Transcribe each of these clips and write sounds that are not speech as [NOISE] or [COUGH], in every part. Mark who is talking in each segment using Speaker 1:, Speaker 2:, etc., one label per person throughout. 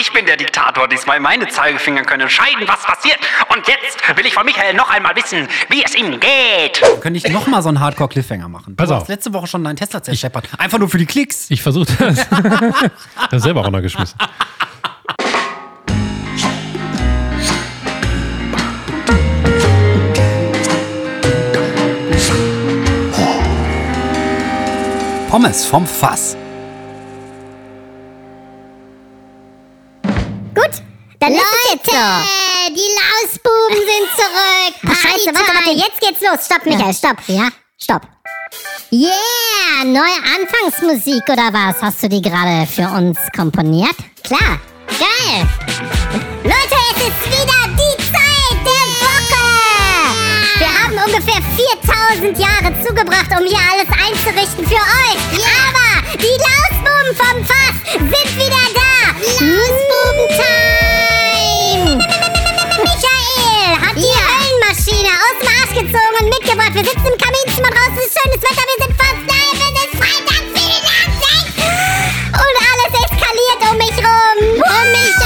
Speaker 1: Ich bin der Diktator diesmal. Meine Zeigefinger können entscheiden, was passiert. Und jetzt will ich von Michael noch einmal wissen, wie es ihm geht.
Speaker 2: Könnte ich noch mal so einen Hardcore-Cliffhanger machen?
Speaker 3: Pass
Speaker 2: du
Speaker 3: auf.
Speaker 2: hast letzte Woche schon deinen Tesla zerscheppert. Einfach nur für die Klicks.
Speaker 3: Ich versuche
Speaker 2: [LAUGHS]
Speaker 3: das. das selber runtergeschmissen.
Speaker 2: Pommes vom Fass.
Speaker 4: Gut, dann Leute, ist es jetzt so.
Speaker 5: Äh, die Lausbuben sind zurück.
Speaker 4: Ach, scheiße, warte, warte, jetzt geht's los. Stopp, Michael, stopp.
Speaker 5: Ja.
Speaker 4: Stopp.
Speaker 5: Yeah, neue Anfangsmusik oder was? Hast du die gerade für uns komponiert?
Speaker 4: Klar.
Speaker 5: Geil.
Speaker 4: Leute, es ist wieder die Zeit der Woche. Wir haben ungefähr 4000 Jahre zugebracht, um hier alles einzurichten für euch. Aber die Lausbuben vom Fass sind wieder da. Lausbuben-Time.
Speaker 5: Michael hat die Höllenmaschine aus dem Arsch gezogen und mitgebracht. Wir sitzen im Kaminzimmer draußen, es ist schönes Wetter, wir sind fast live, es ist Freitag, vielen Dank. Und alles eskaliert um mich rum. Um mich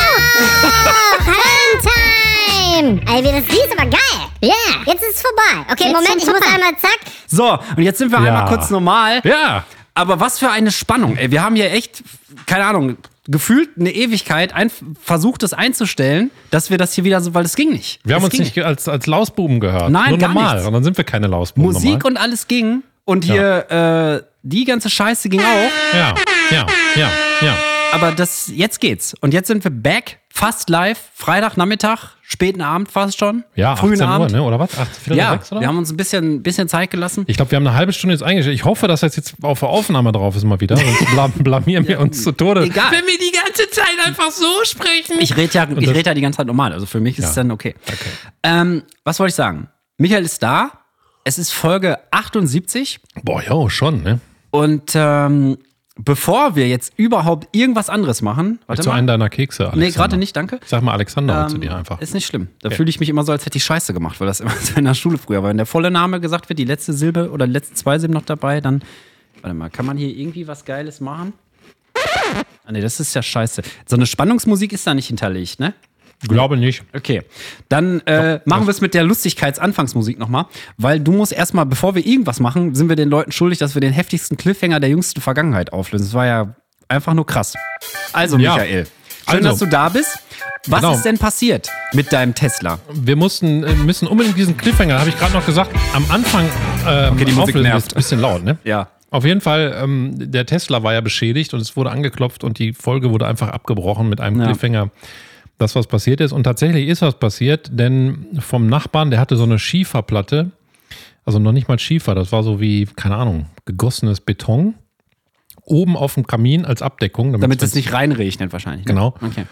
Speaker 6: [LAUGHS]
Speaker 5: auch. Höllentime.
Speaker 4: Ey, wie das ist, aber geil.
Speaker 5: Yeah.
Speaker 4: Jetzt ist es vorbei. Okay,
Speaker 5: Jetzt
Speaker 4: Moment,
Speaker 5: schon
Speaker 4: ich muss
Speaker 5: vorbei.
Speaker 4: einmal zack.
Speaker 2: So, und jetzt sind wir
Speaker 3: Ja.
Speaker 2: einmal kurz normal.
Speaker 3: Ja.
Speaker 2: Aber was für eine Spannung. Ey, wir haben hier echt, keine Ahnung, gefühlt eine Ewigkeit ein, versucht, das einzustellen, dass wir das hier wieder so, weil es ging nicht.
Speaker 3: Wir haben
Speaker 2: Es
Speaker 3: uns
Speaker 2: ging
Speaker 3: nicht ge- als, als Lausbuben gehört.
Speaker 2: Nein,
Speaker 3: Nur
Speaker 2: gar
Speaker 3: normal.
Speaker 2: nichts.
Speaker 3: Und dann sind wir keine Lausbuben.
Speaker 2: Musik
Speaker 3: normal.
Speaker 2: und alles ging. Und hier, äh, die ganze Scheiße ging auch.
Speaker 3: Ja, ja, ja, ja.
Speaker 2: Aber das, jetzt geht's. Und jetzt sind wir back, fast live, Freitagnachmittag, späten Abend fast schon.
Speaker 3: Ja,
Speaker 2: frühen
Speaker 3: 18
Speaker 2: Abend.
Speaker 3: Uhr, ne? oder was? 18, Viertel nach
Speaker 2: Ja,
Speaker 3: sechs, oder?
Speaker 2: wir haben uns ein bisschen, bisschen Zeit gelassen.
Speaker 3: ich glaube, wir haben eine halbe Stunde jetzt eingestellt. Ich hoffe, dass das jetzt auf der Aufnahme drauf ist
Speaker 2: [LAUGHS]
Speaker 3: mal wieder. Sonst blam blamieren wir uns zu Tode.
Speaker 2: Egal.
Speaker 3: Wenn wir die ganze Zeit einfach so sprechen.
Speaker 2: Ich rede ja, ich
Speaker 3: das-
Speaker 2: red ja die ganze Zeit normal, also für mich ist es dann okay. Ähm, was wollte ich sagen? Michael ist da. Es ist Folge 78
Speaker 3: Boah, ja, schon, ne?
Speaker 2: und ähm, bevor wir jetzt überhaupt irgendwas anderes machen, warte
Speaker 3: Zu
Speaker 2: mal.
Speaker 3: einem deiner Kekse, Alexander.
Speaker 2: nee, gerade nicht, danke.
Speaker 3: Sag mal Alexander zu
Speaker 2: Ähm,
Speaker 3: dir einfach.
Speaker 2: Ist nicht schlimm. Da fühle ich mich immer so, als hätte ich Scheiße gemacht, weil das [LAUGHS] immer so in der Schule früher war. Wenn der volle Name gesagt wird, die letzte Silbe oder die letzten zwei Silben noch dabei, dann. Warte mal, kann man hier irgendwie was Geiles machen? Ah, nee, das ist ja scheiße. So eine Spannungsmusik ist da nicht hinterlegt, ne?
Speaker 3: Glaube nicht.
Speaker 2: Okay, dann äh, machen wir es mit der Lustigkeitsanfangsmusik nochmal, weil du musst erstmal, bevor wir irgendwas machen, sind wir den Leuten schuldig, dass wir den heftigsten Cliffhanger der jüngsten Vergangenheit auflösen. Das war ja einfach nur krass. Also,
Speaker 3: Ja.
Speaker 2: Michael, schön,
Speaker 3: Also.
Speaker 2: dass du da bist. Was
Speaker 3: Genau.
Speaker 2: ist denn passiert mit deinem Tesla?
Speaker 3: wir mussten, äh, müssen unbedingt diesen Cliffhanger, habe ich gerade noch gesagt, am Anfang ähm, okay,
Speaker 2: die Musik nervt.
Speaker 3: ist ein bisschen laut, ne?
Speaker 2: Ja.
Speaker 3: Auf jeden Fall, ähm, der Tesla war ja beschädigt und es wurde angeklopft und die Folge wurde einfach abgebrochen mit einem
Speaker 2: Ja.
Speaker 3: Cliffhanger, dass was passiert ist. Und tatsächlich ist was passiert, denn vom Nachbarn, der hatte so eine Schieferplatte, also noch nicht mal Schiefer, das war so wie, keine Ahnung, gegossenes Beton, oben auf dem Kamin als Abdeckung.
Speaker 2: Damit
Speaker 3: wenn's-
Speaker 2: es nicht reinregnet wahrscheinlich. Ne?
Speaker 3: Genau.
Speaker 2: Okay.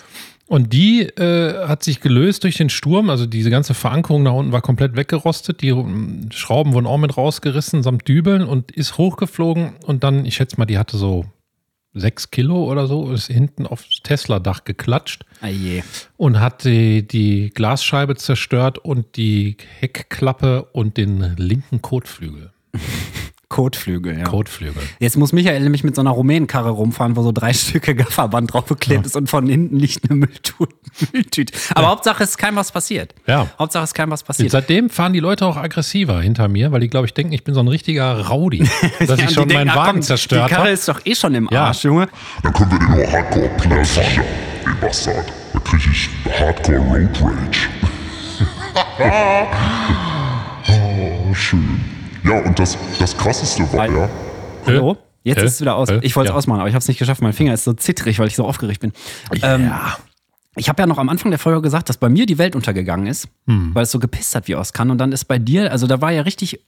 Speaker 3: und die äh, hat sich gelöst durch den Sturm. Also diese ganze Verankerung nach unten war komplett weggerostet. Die ähm, Schrauben wurden auch mit rausgerissen samt Dübeln und ist hochgeflogen. Und dann, ich schätze mal, die hatte so sechs Kilo oder so, ist hinten aufs Tesla-Dach geklatscht
Speaker 2: Ah, je.
Speaker 3: und hat die, die Glasscheibe zerstört und die Heckklappe und den linken Kotflügel.
Speaker 2: Kotflügel, ja.
Speaker 3: Kotflügel.
Speaker 2: Jetzt muss Michael nämlich mit so einer Rumänenkarre rumfahren, wo so drei [LAUGHS] Stücke Gafferband draufgeklebt ist und von hinten liegt eine Mülltu- [LAUGHS] Mülltüte. Aber Hauptsache es ist kein was passiert.
Speaker 3: Ja.
Speaker 2: Hauptsache es ist kein was
Speaker 3: Und
Speaker 2: passiert.
Speaker 3: seitdem fahren die Leute auch aggressiver hinter mir, weil die, glaube ich, denken, ich bin so ein richtiger
Speaker 2: [LAUGHS]
Speaker 3: Rowdy, dass
Speaker 2: Ja,
Speaker 3: ich
Speaker 2: und
Speaker 3: schon
Speaker 2: die
Speaker 3: meinen
Speaker 2: denken, ach
Speaker 3: Wagen
Speaker 2: komm,
Speaker 3: zerstört
Speaker 2: Die Karre
Speaker 3: habe.
Speaker 2: ist doch eh schon im
Speaker 3: Ja.
Speaker 2: Arsch, Junge.
Speaker 7: Dann können wir den nur Hardcore plattern, den Bastard. Da krieg ich Hardcore Road Rage. [LAUGHS] oh, schön. Ja, und das, das krasseste war ja,
Speaker 2: Hallo? Jetzt
Speaker 3: Hä?
Speaker 2: ist es wieder aus.
Speaker 3: Hä?
Speaker 2: Ich wollte es
Speaker 3: Ja.
Speaker 2: ausmachen, aber ich habe es nicht geschafft. Mein Finger ist so zittrig, weil ich so aufgeregt bin. Ähm, ich habe ja noch am Anfang der Folge gesagt, dass bei mir die Welt untergegangen ist,
Speaker 3: Hm.
Speaker 2: weil es so gepisst hat wie aus kann. Und dann ist bei dir, also da war ja richtig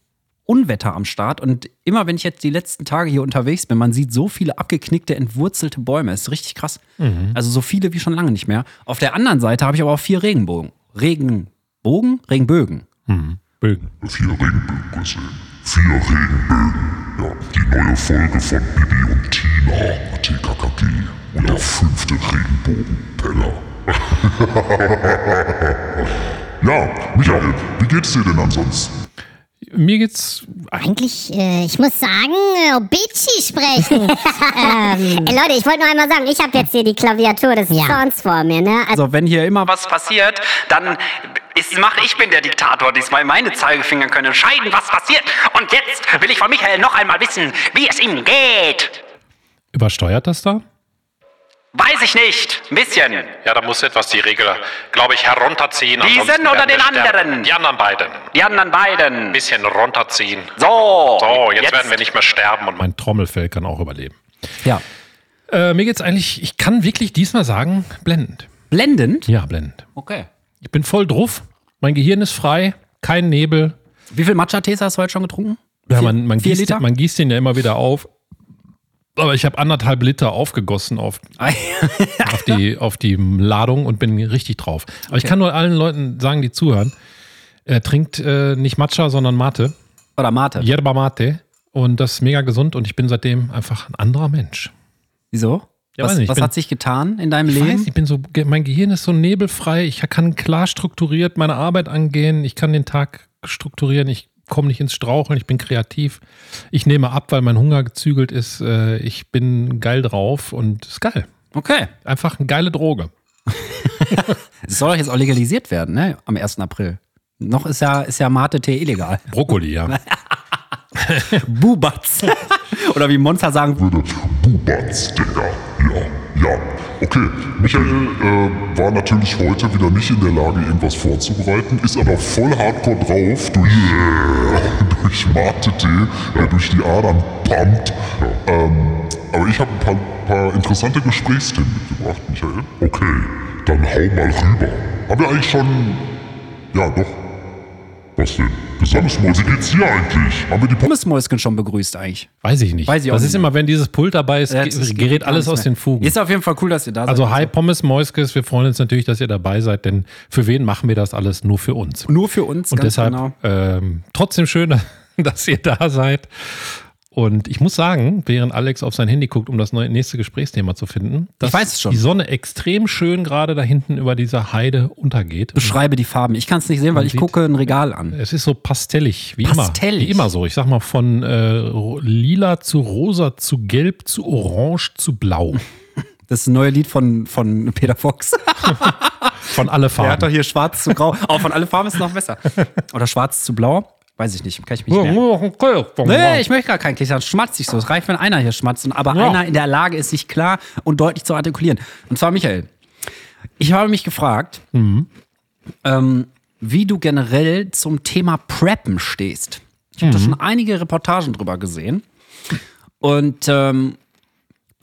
Speaker 2: Unwetter am Start. Und immer wenn ich jetzt die letzten Tage hier unterwegs bin, man sieht so viele abgeknickte, entwurzelte Bäume. Ist richtig krass.
Speaker 3: Mhm.
Speaker 2: Also so viele wie schon lange nicht mehr. Auf der anderen Seite habe ich aber auch vier Regenbogen. Regenbogen? Regenbögen.
Speaker 3: Bögen.
Speaker 7: vier Regenbögen gesehen. Vier Regenbögen. Ja, die neue Folge von Bibi und Tina, TKKG. Und der fünfte Regenbogen, [LAUGHS] Pella. ja, Michael, wie geht's dir denn ansonsten?
Speaker 3: Mir geht's.
Speaker 6: Eigentlich, äh, ich muss sagen, äh, Obici
Speaker 5: [LAUGHS]
Speaker 6: sprechen. ähm,
Speaker 8: Ey, Leute, ich wollte nur einmal sagen, ich habe jetzt hier die Klaviatur des
Speaker 6: Ja.
Speaker 8: Sounds vor mir, ne? Also,
Speaker 2: Also, wenn hier immer was.
Speaker 1: was passiert, dann ist, macht ich bin der Diktator diesmal. Meine Zeigefinger können entscheiden, was passiert. Und jetzt will ich von Michael noch einmal wissen, wie es ihm geht.
Speaker 3: Übersteuert das da?
Speaker 1: Weiß ich nicht. Ein bisschen.
Speaker 9: Ja, da muss etwas die Regel, glaube ich, herunterziehen.
Speaker 1: Diesen
Speaker 9: ansonsten
Speaker 1: oder
Speaker 9: werden wir
Speaker 1: den
Speaker 9: sterben.
Speaker 1: anderen?
Speaker 9: Die anderen beiden. Ein
Speaker 1: Die anderen beiden.
Speaker 9: bisschen runterziehen.
Speaker 1: So.
Speaker 9: So, jetzt, werden wir nicht mehr sterben und mein.
Speaker 3: Mein Trommelfell kann auch überleben.
Speaker 2: Ja.
Speaker 3: Äh, mir geht's eigentlich, ich kann wirklich diesmal sagen, blendend.
Speaker 2: Blendend?
Speaker 3: Ja, blendend.
Speaker 2: Okay.
Speaker 3: Ich bin voll drauf, mein Gehirn ist frei, kein Nebel.
Speaker 2: Wie viel Matcha-Tees hast du heute schon getrunken?
Speaker 3: Ja, man, man,
Speaker 2: vier
Speaker 3: gießt,
Speaker 2: Liter?
Speaker 3: man gießt den ja immer wieder auf. Aber ich habe anderthalb Liter aufgegossen auf, auf, die, auf die Ladung und bin richtig drauf. Aber ich kann nur allen Leuten sagen, die zuhören, äh, trinkt äh, nicht Matcha, sondern Mate.
Speaker 2: Oder Mate?
Speaker 3: Yerba Mate. Und das ist mega gesund und ich bin seitdem einfach ein anderer Mensch.
Speaker 2: Wieso?
Speaker 3: Ja,
Speaker 2: was
Speaker 3: weiß nicht,
Speaker 2: was
Speaker 3: ich
Speaker 2: hat
Speaker 3: bin-
Speaker 2: sich getan in deinem
Speaker 3: Ich
Speaker 2: Leben?
Speaker 3: weiß, ich bin so, ge- mein Gehirn ist so nebelfrei. Ich kann klar strukturiert meine Arbeit angehen. Ich kann den Tag strukturieren. Ich komme nicht ins Straucheln. Ich bin kreativ. Ich nehme ab, weil mein Hunger gezügelt ist. Äh, Ich bin geil drauf und ist geil.
Speaker 2: Okay.
Speaker 3: Einfach eine geile Droge.
Speaker 2: Es soll doch jetzt auch legalisiert werden, ne? Am 1. April. Noch ist ja, ist ja Mate-Tee
Speaker 3: [LAUGHS]
Speaker 2: illegal.
Speaker 3: Brokkoli, ja.
Speaker 2: Bubatz. [LAUGHS] Oder wie Monster sagen,
Speaker 7: würde. Bubatz, Digga. Ja, ja. Okay, Michael äh, war natürlich heute wieder nicht in der Lage, irgendwas vorzubereiten, ist aber voll hardcore drauf durch, [LAUGHS] durch Mate-Tee, äh, durch die Adern pumpt. Ja, ähm, aber ich habe ein paar, paar interessante Gesprächsthemen mitgebracht, Michael. Okay, dann hau mal rüber. Haben wir eigentlich schon. Ja, doch. Was denn? Gesammelsmäuse geht's hier eigentlich? Haben wir die Pumpe?
Speaker 2: Pommesmäuschen schon begrüßt eigentlich.
Speaker 3: Weiß ich nicht.
Speaker 2: Weiß ich auch
Speaker 3: das ist
Speaker 2: nicht.
Speaker 3: immer, wenn dieses Pult dabei ist,
Speaker 2: Jetzt
Speaker 3: ge-
Speaker 2: ist-
Speaker 3: gerät
Speaker 2: gar
Speaker 3: alles
Speaker 2: nichts
Speaker 3: aus
Speaker 2: mehr.
Speaker 3: den Fugen.
Speaker 2: Ist auf jeden Fall cool, dass ihr da seid.
Speaker 3: Also, hi, Pommes Moiskes. Wir freuen uns natürlich, dass ihr dabei seid, denn für wen machen wir das alles? Nur für uns.
Speaker 2: Nur für uns,
Speaker 3: Und
Speaker 2: ganz
Speaker 3: deshalb
Speaker 2: genau.
Speaker 3: ähm, trotzdem schön, [LAUGHS] dass ihr da seid. Und ich muss sagen, während Alex auf sein Handy guckt, um das neue, nächste Gesprächsthema zu finden, dass
Speaker 2: weiß es schon.
Speaker 3: die Sonne extrem schön gerade da hinten über dieser Heide untergeht. Und
Speaker 2: Beschreibe die Farben. Ich kann es nicht sehen, weil ich
Speaker 3: sieht-
Speaker 2: gucke ein Regal an.
Speaker 3: Es ist so pastellig, wie
Speaker 2: Pastellig.
Speaker 3: immer. Wie immer so. Ich sag mal, von äh, ro- lila zu rosa zu gelb zu orange zu blau.
Speaker 2: Das ist ein neues Lied von, von Peter
Speaker 3: [LAUGHS]
Speaker 2: Fox.
Speaker 3: Von alle
Speaker 2: Der hat doch
Speaker 3: Farben.
Speaker 2: hier schwarz zu grau. Auch von alle Farben ist noch
Speaker 3: [LAUGHS]
Speaker 2: besser. Oder schwarz zu blau. Weiß ich nicht. Kann ich mich
Speaker 3: Oh,
Speaker 2: nicht merken. Nee, ich möchte gar keinen Kichern. Schmatzt sich so. Es reicht, wenn einer hier schmatzt. Und aber
Speaker 3: Ja.
Speaker 2: einer in der Lage ist, sich klar und deutlich zu artikulieren. Und zwar Michael. Ich habe mich gefragt, ähm, wie du generell zum Thema Preppen stehst. Ich habe da schon einige Reportagen drüber gesehen. Und ähm,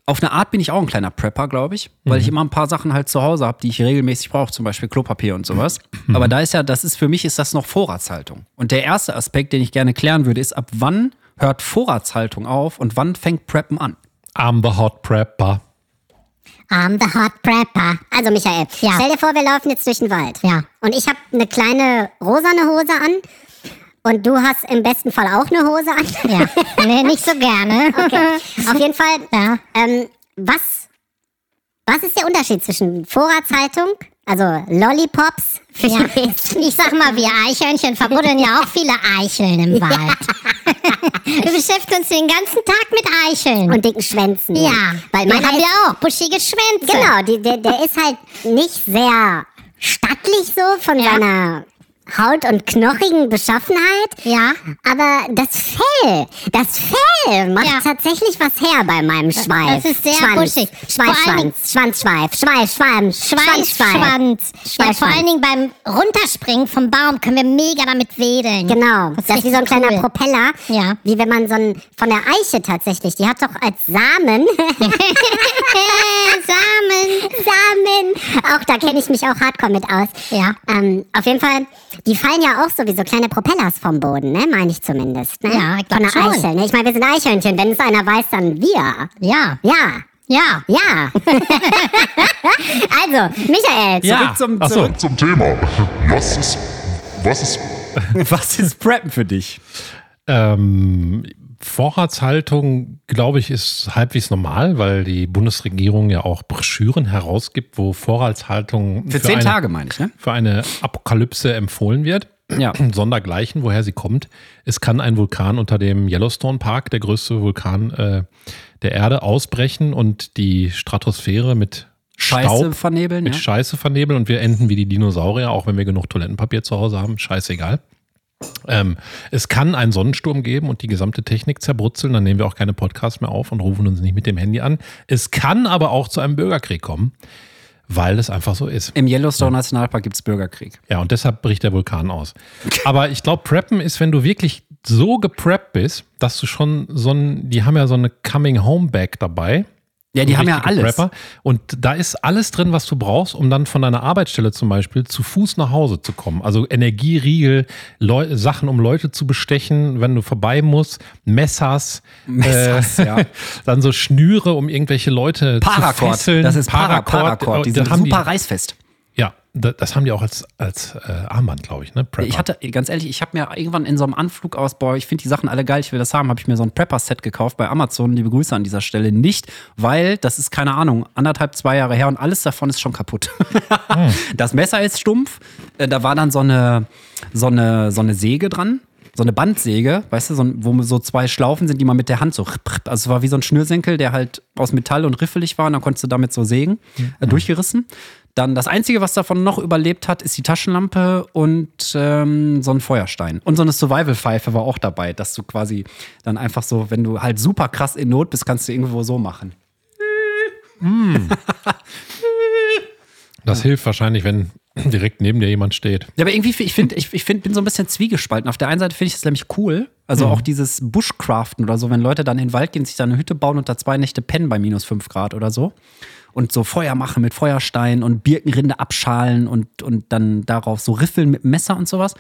Speaker 2: auf eine Art bin ich auch ein kleiner Prepper, glaube ich, weil ich immer ein paar Sachen halt zu Hause habe, die ich regelmäßig brauche, zum Beispiel Klopapier und sowas. Aber da ist ja, das ist für mich ist das noch Vorratshaltung. Und der erste Aspekt, den ich gerne klären würde, ist, ab wann hört Vorratshaltung auf und wann fängt Preppen an?
Speaker 3: I'm the hot prepper.
Speaker 6: I'm the hot prepper.
Speaker 8: also Michael,
Speaker 6: Ja.
Speaker 8: stell dir vor, wir laufen jetzt durch den Wald.
Speaker 6: Ja.
Speaker 8: Und ich habe eine kleine rosane Hose an. Und du hast im besten Fall auch eine Hose an.
Speaker 6: Ja, nee, nicht so
Speaker 8: [LAUGHS]
Speaker 6: gerne.
Speaker 8: Auf jeden Fall,
Speaker 6: Ja.
Speaker 8: ähm, was, was ist der Unterschied zwischen Vorratshaltung, also Lollipops für [LAUGHS]
Speaker 6: Ja. Ich sag mal, wir Eichhörnchen verbuddeln ja auch viele Eicheln im Wald. Wir beschäftigen uns den ganzen Tag mit Eicheln.
Speaker 8: und dicken Schwänzen.
Speaker 6: ja,
Speaker 8: weil
Speaker 6: wir
Speaker 8: meiner
Speaker 6: haben
Speaker 8: ist,
Speaker 6: ja auch buschige Schwänze.
Speaker 8: genau, die, der, der ist halt nicht sehr stattlich so von seiner Haut und knochigen Beschaffenheit.
Speaker 6: Ja.
Speaker 8: Aber das Fell, das Fell macht halt
Speaker 6: Ja.
Speaker 8: tatsächlich was her bei meinem Schweif.
Speaker 6: das ist sehr
Speaker 8: Schwanz,
Speaker 6: buschig.
Speaker 8: Schweif,
Speaker 6: Vor allen Dingen-
Speaker 8: Schwanz, Schwanzschweif, Schweif, Schwanz, Schwanz, Schweif.
Speaker 6: Schweißschwanz. Ja,
Speaker 8: Schweißschwanz.
Speaker 6: vor allen Dingen beim Runterspringen vom Baum können wir mega damit wedeln.
Speaker 8: Genau, das, ist wie so ein
Speaker 6: richtig
Speaker 8: kleiner
Speaker 6: cool.
Speaker 8: Propeller,
Speaker 6: Ja.
Speaker 8: wie wenn man so ein, von der Eiche tatsächlich, die hat doch als Samen,
Speaker 6: Samen.
Speaker 8: Samen, auch da kenne ich mich auch hardcore mit aus.
Speaker 6: Ja.
Speaker 8: Ähm, auf jeden Fall, die fallen ja auch sowieso kleine Propellers vom Boden, ne, meine ich zumindest. Ne?
Speaker 6: Ja, ich glaub
Speaker 8: Von der
Speaker 6: schon.
Speaker 8: Eichel, ne? ich meine, wir sind Eichhörnchen, wenn es einer weiß, dann wir.
Speaker 6: Ja.
Speaker 8: Ja,
Speaker 6: Ja.
Speaker 8: ja. [LAUGHS] also, Michael,
Speaker 2: Ja. Zurück zum,
Speaker 3: Ach so.
Speaker 2: zurück.
Speaker 7: Zum Thema. Was ist. Was ist.
Speaker 2: [LAUGHS] Was ist Preppen für dich?
Speaker 3: Ähm, Vorratshaltung, glaube ich, ist halbwegs normal, weil die Bundesregierung ja auch Broschüren herausgibt, wo Vorratshaltung
Speaker 2: Für zehn Tage meine ich, ne?
Speaker 3: für eine Apokalypse empfohlen wird.
Speaker 2: [CLEARS THROAT] Ja.
Speaker 3: [CLEARS THROAT] sondergleichen, woher sie kommt. Es kann ein Vulkan unter dem Yellowstone Park, der größte Vulkan äh, der Erde, ausbrechen und die Stratosphäre mit
Speaker 2: Scheiße
Speaker 3: Staub,
Speaker 2: vernebeln,
Speaker 3: mit
Speaker 2: ja.
Speaker 3: Scheiße vernebeln und wir enden wie die Dinosaurier, auch wenn wir genug Toilettenpapier zu Hause haben. Scheißegal. Ähm, es kann einen Sonnensturm geben und die gesamte Technik zerbrutzeln, dann nehmen wir auch keine Podcasts mehr auf und rufen uns nicht mit dem Handy an. Es kann aber auch zu einem Bürgerkrieg kommen, weil es einfach so ist.
Speaker 2: Im Yellowstone Nationalpark gibt es Bürgerkrieg.
Speaker 3: Ja, und deshalb bricht der Vulkan aus. Aber ich glaube, Preppen ist, wenn du wirklich so gepreppt bist, dass du schon so ein, die haben ja so eine Coming Home Bag dabei.
Speaker 2: Ja, die haben ja
Speaker 3: Richtige
Speaker 2: alles.
Speaker 3: Prepper. Und da ist alles drin, was du brauchst, um dann von deiner Arbeitsstelle zum Beispiel zu Fuß nach Hause zu kommen. Also Energieriegel, Leu Sachen, um Leute zu bestechen, wenn du vorbei musst, Messers,
Speaker 2: Messers,
Speaker 3: äh,
Speaker 2: ja.
Speaker 3: [LAUGHS] dann so Schnüre, um irgendwelche Leute zu
Speaker 2: Paracord,
Speaker 3: fesseln.
Speaker 2: das ist Para-
Speaker 3: äh,
Speaker 2: Paracord. Die
Speaker 3: da
Speaker 2: sind
Speaker 3: haben
Speaker 2: super reißfest.
Speaker 3: ja, da- das haben die auch als, als äh, Armband, glaube ich, ne? Prepper.
Speaker 2: Ich hatte, ganz ehrlich, ich habe mir irgendwann in so einem Anflug aus, boah, ich finde die Sachen alle geil, ich will das haben, habe ich mir so ein Prepper-Set gekauft bei Amazon. Liebe Grüße an dieser Stelle nicht, weil das ist keine Ahnung, anderthalb, zwei Jahre her und alles davon ist schon kaputt. [LAUGHS] Das Messer ist stumpf, äh, da war dann so eine, so eine, so eine Säge dran. So eine Bandsäge, weißt du, so, ein- wo so zwei Schlaufen sind, die man mit der Hand so. ripp, ripp, Also es war wie so ein Schnürsenkel, der halt aus Metall und riffelig war und dann konntest du damit so sägen, äh, durchgerissen. Dann das Einzige, was davon noch überlebt hat, ist die Taschenlampe und ähm, so ein Feuerstein. Und so eine Survival-Pfeife war auch dabei, dass du quasi dann einfach so, wenn du halt super krass in Not bist, kannst du irgendwo so machen.
Speaker 3: Das hilft wahrscheinlich, wenn [CLEARS THROAT] direkt neben dir jemand steht.
Speaker 2: Ja, aber irgendwie, ich finde, ich, ich find, bin so ein bisschen zwiegespalten. Auf der einen Seite finde ich es nämlich cool. Also auch dieses Bushcraften oder so, wenn Leute dann in den Wald gehen, sich da eine Hütte bauen und da zwei Nächte pennen bei minus fünf Grad oder so. Und so Feuer machen mit Feuerstein und Birkenrinde abschalen und, und dann darauf so riffeln mit Messer und sowas.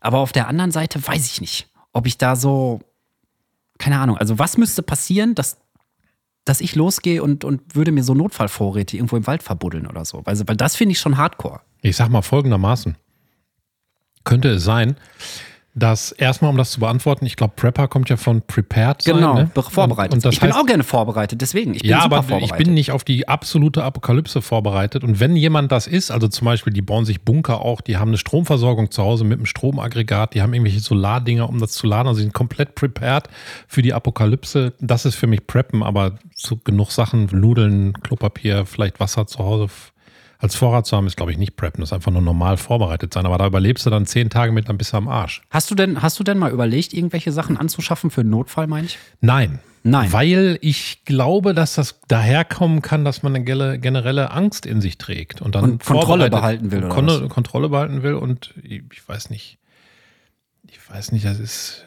Speaker 2: Aber auf der anderen Seite weiß ich nicht, ob ich da so, keine Ahnung, also was müsste passieren, dass, dass ich losgehe und, und würde mir so Notfallvorräte irgendwo im Wald verbuddeln oder so. Also, Weil, weil das finde ich schon hardcore.
Speaker 3: Ich sag mal folgendermaßen. Könnte es sein, dass erstmal, um das zu beantworten, ich glaube, Prepper kommt ja von prepared sein.
Speaker 2: Genau,
Speaker 3: ne?
Speaker 2: be- vorbereitet.
Speaker 3: Und, und das
Speaker 2: ich bin
Speaker 3: heißt,
Speaker 2: auch gerne vorbereitet, deswegen. Ich bin
Speaker 3: ja,
Speaker 2: super
Speaker 3: aber ich
Speaker 2: vorbereitet.
Speaker 3: bin nicht auf die absolute Apokalypse vorbereitet. Und wenn jemand das ist, also zum Beispiel, die bauen sich Bunker auch, die haben eine Stromversorgung zu Hause mit einem Stromaggregat, die haben irgendwelche Solardinger, um das zu laden, also sie sind komplett prepared für die Apokalypse. Das ist für mich Preppen, aber so genug Sachen, Nudeln, Klopapier, vielleicht Wasser zu Hause f- als Vorrat zu haben, ist, glaube ich, nicht Preppen. Das ist einfach nur normal vorbereitet sein. Aber da überlebst du dann zehn Tage mit, dann bist du am Arsch.
Speaker 2: hast, du denn, hast du denn mal überlegt, irgendwelche Sachen anzuschaffen für einen Notfall, meine ich?
Speaker 3: Nein.
Speaker 2: Nein.
Speaker 3: Weil ich glaube, dass das daherkommen kann, dass man eine gele- generelle Angst in sich trägt und dann
Speaker 2: Und Kontrolle
Speaker 3: vorbereitet-
Speaker 2: behalten will, oder
Speaker 3: Kon
Speaker 2: was?
Speaker 3: Kontrolle behalten will und ich, ich weiß nicht. Ich weiß nicht, das ist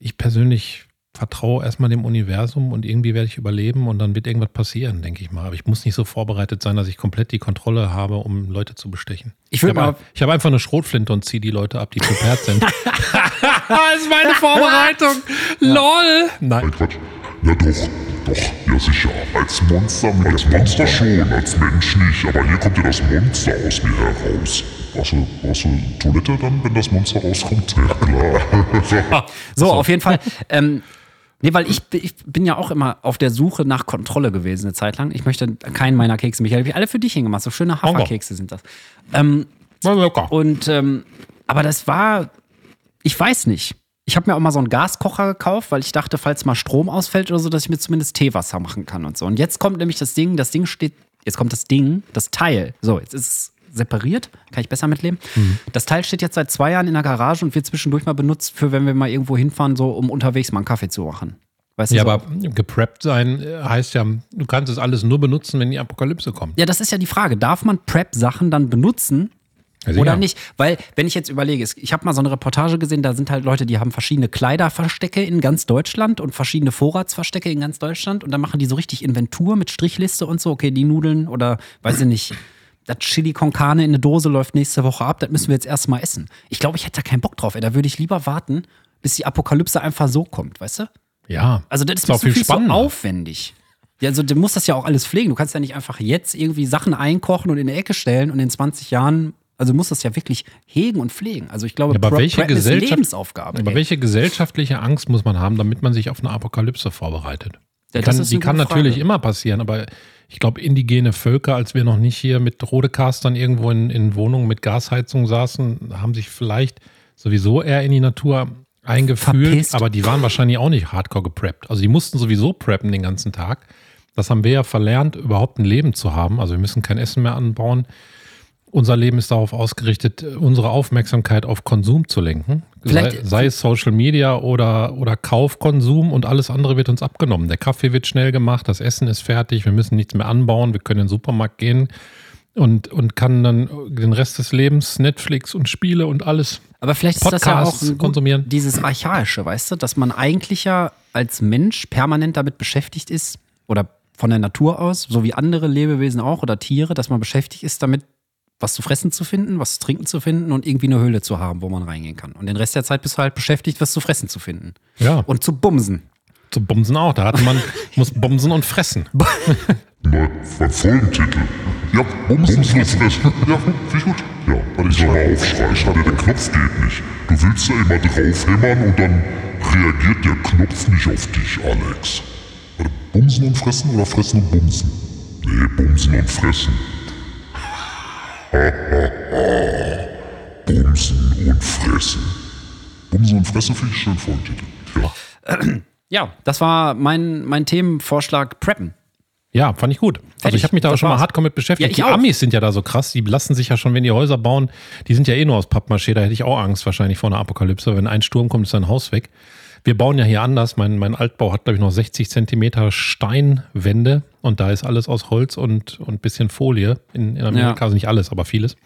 Speaker 3: ich persönlich vertraue erstmal dem Universum und irgendwie werde ich überleben und dann wird irgendwas passieren, denke ich mal. Aber ich muss nicht so vorbereitet sein, dass ich komplett die Kontrolle habe, um Leute zu bestechen.
Speaker 2: Ich würd
Speaker 3: habe
Speaker 2: mal-
Speaker 3: ich habe einfach eine Schrotflinte und ziehe die Leute ab, die prepared sind. das ist meine Vorbereitung. LOL. Nein.
Speaker 7: Nein, Quatsch. Ja doch, doch, ja sicher. Als Monster mit Als Monster schon, als Mensch nicht. Aber hier kommt ja das Monster aus mir heraus. Brauchst du, brauchst du Toilette dann, wenn das Monster rauskommt? Ja [LAUGHS] klar.
Speaker 2: [LAUGHS] So, auf jeden
Speaker 3: [LAUGHS]
Speaker 2: Fall. ähm, nee, weil ich, bi- ich bin ja auch immer auf der Suche nach Kontrolle gewesen eine Zeit lang. Ich möchte keinen meiner Kekse, Michael. Hab ich alle für dich hingemacht. So schöne Haferkekse sind das.
Speaker 3: War locker.
Speaker 2: Und ähm, aber das war, ich weiß nicht. Ich habe mir auch mal so einen Gaskocher gekauft, weil ich dachte, falls mal Strom ausfällt oder so, dass ich mir zumindest Teewasser machen kann und so. Und jetzt kommt nämlich das Ding, das Ding steht, jetzt kommt das Ding, das Teil. So, jetzt ist es separiert, kann ich besser mitleben.
Speaker 3: Mhm.
Speaker 2: Das Teil steht jetzt seit zwei Jahren in der Garage und wird zwischendurch mal benutzt für, wenn wir mal irgendwo hinfahren, so um unterwegs mal einen Kaffee zu machen. Weißt du,
Speaker 3: Ja,
Speaker 2: so.
Speaker 3: aber gepreppt sein äh, heißt ja, du kannst es alles nur benutzen, wenn die Apokalypse kommt.
Speaker 2: Ja, das ist ja die Frage. Darf man Prep-Sachen dann benutzen
Speaker 3: sicher.
Speaker 2: oder nicht? Weil, wenn ich jetzt überlege, es- ich habe mal so eine Reportage gesehen, da sind halt Leute, die haben verschiedene Kleiderverstecke in ganz Deutschland und verschiedene Vorratsverstecke in ganz Deutschland und dann machen die so richtig Inventur mit Strichliste und so. Okay, die Nudeln oder weiß ich nicht. Das Chili con Carne in eine Dose läuft nächste Woche ab, das müssen wir jetzt erstmal essen. Ich glaube, ich hätte da keinen Bock drauf, ey. Da würde ich lieber warten, bis die Apokalypse einfach so kommt, weißt du?
Speaker 3: Ja.
Speaker 2: Also das ist,
Speaker 3: Ist auch
Speaker 2: mir zu
Speaker 3: viel
Speaker 2: viel so
Speaker 3: spannender.
Speaker 2: aufwendig. Ja, also du musst das ja auch alles pflegen. Du kannst ja nicht einfach jetzt irgendwie Sachen einkochen und in die Ecke stellen und in 20 Jahren, also du musst das ja wirklich hegen und pflegen. Also ich glaube,
Speaker 3: Ja, aber
Speaker 2: Pre-
Speaker 3: welche
Speaker 2: Prep ist eine
Speaker 3: Gesellschaft,
Speaker 2: Lebensaufgabe.
Speaker 3: Aber
Speaker 2: ey.
Speaker 3: welche gesellschaftliche Angst muss man haben, damit man sich auf eine Apokalypse vorbereitet? Die
Speaker 2: Ja, das
Speaker 3: kann,
Speaker 2: ist
Speaker 3: die
Speaker 2: eine
Speaker 3: kann
Speaker 2: gute
Speaker 3: natürlich
Speaker 2: Frage.
Speaker 3: immer passieren, aber ich glaube, indigene Völker, als wir noch nicht hier mit Rodecastern irgendwo in, in Wohnungen mit Gasheizung saßen, haben sich vielleicht sowieso eher in die Natur eingefühlt,
Speaker 2: Verpisst.
Speaker 3: aber die waren wahrscheinlich auch nicht hardcore gepreppt. Also die mussten sowieso preppen den ganzen Tag. Das haben wir ja verlernt, überhaupt ein Leben zu haben. Also wir müssen kein Essen mehr anbauen. Unser Leben ist darauf ausgerichtet, unsere Aufmerksamkeit auf Konsum zu lenken. Sei,
Speaker 2: Vielleicht-
Speaker 3: sei es Social Media oder, oder Kaufkonsum und alles andere wird uns abgenommen. Der Kaffee wird schnell gemacht, das Essen ist fertig, wir müssen nichts mehr anbauen, wir können in den Supermarkt gehen und, und kann dann den Rest des Lebens Netflix und Spiele und alles.
Speaker 2: Aber vielleicht ist das ja auch
Speaker 3: Podcasts
Speaker 2: ein gut-
Speaker 3: konsumieren.
Speaker 2: dieses Archaische, weißt du, dass man eigentlich ja als Mensch permanent damit beschäftigt ist oder von der Natur aus, so wie andere Lebewesen auch oder Tiere, dass man beschäftigt ist damit, was zu fressen zu finden, was zu trinken zu finden und irgendwie eine Höhle zu haben, wo man reingehen kann. Und den Rest der Zeit bist du halt beschäftigt, was zu fressen zu finden.
Speaker 3: Ja.
Speaker 2: Und zu bumsen.
Speaker 3: Zu Bumsen auch. Da
Speaker 2: [LAUGHS]
Speaker 3: hat man, muss Bumsen und fressen.
Speaker 7: Nein, mein Folgentitel. Ja, Bumsen ist fressen. Ja, finde ich gut. Ja, kann ich soll mal aufstreichen, der, der Knopf geht nicht. Du willst da immer draufhämmern und dann reagiert der Knopf nicht auf dich, Alex. Warte, Bumsen und fressen oder fressen und bumsen? Nee, bumsen und fressen. [LAUGHS] bumsen und fressen. Bumsen und fressen finde ich schön, Folgentitel. Ja.
Speaker 2: Ja, das war mein, mein Themenvorschlag Preppen.
Speaker 3: Ja, fand ich gut. Also
Speaker 2: Fertig.
Speaker 3: ich habe mich da
Speaker 2: Das
Speaker 3: schon mal
Speaker 2: war's.
Speaker 3: hardcore mit beschäftigt.
Speaker 2: Ja, ich
Speaker 3: die
Speaker 2: auch.
Speaker 3: Amis sind ja da so krass. Die lassen sich ja schon, wenn die Häuser bauen, die sind ja eh nur aus Pappmaché. Da hätte ich auch Angst wahrscheinlich vor einer Apokalypse. Wenn ein Sturm kommt, ist dein Haus weg. Wir bauen ja hier anders. Mein, mein Altbau hat, glaube ich, noch 60 Zentimeter Steinwände. Und da ist alles aus Holz und und bisschen Folie. In, in Amerika also nicht alles, aber vieles.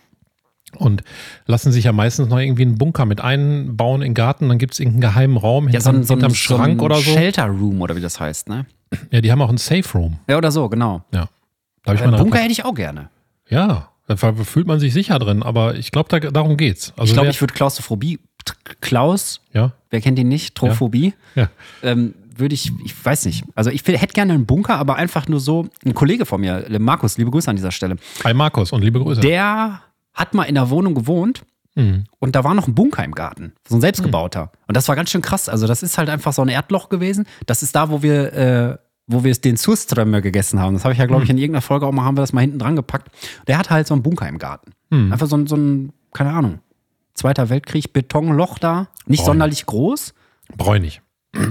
Speaker 3: Und lassen sich ja meistens noch irgendwie einen Bunker mit einbauen in den Garten. Dann gibt es irgendeinen geheimen Raum
Speaker 2: Ja, so ein, so ein,
Speaker 3: hinterm
Speaker 2: so ein
Speaker 3: Schrank oder so.
Speaker 2: Shelter Room oder wie das heißt, ne?
Speaker 3: Ja, die haben auch einen Safe Room.
Speaker 2: Ja, oder so, genau.
Speaker 3: Ja. Da habe ich
Speaker 2: Äh,
Speaker 3: mal eine
Speaker 2: Bunker hätte ich auch gerne.
Speaker 3: Ja, da f- fühlt man sich sicher drin, aber ich glaube, da, darum geht's. Also
Speaker 2: Ich glaube,
Speaker 3: wer-
Speaker 2: ich würde Klaustrophobie, T- Klaus,
Speaker 3: ja,
Speaker 2: wer kennt ihn nicht, Trophobie,
Speaker 3: ja.
Speaker 2: ähm, würde ich, ich weiß nicht. Also ich will- hätte gerne einen Bunker, aber einfach nur so, ein Kollege von mir, Markus, liebe Grüße an dieser Stelle,
Speaker 3: Hi Markus und liebe Grüße.
Speaker 2: der hat mal in der Wohnung gewohnt und da war noch ein Bunker im Garten, so ein selbstgebauter. Und das war ganz schön krass. Also das ist halt einfach so ein Erdloch gewesen. Das ist da, wo wir, äh, wo wir den Surströmme gegessen haben. Das habe ich ja, glaube ich, in irgendeiner Folge auch mal, haben wir das mal hinten dran gepackt. Der hat halt so einen Bunker im Garten. Einfach so ein, so ein, keine Ahnung, Zweiter Weltkrieg, Betonloch da, nicht
Speaker 3: Boah.
Speaker 2: sonderlich groß.
Speaker 3: Bräunig.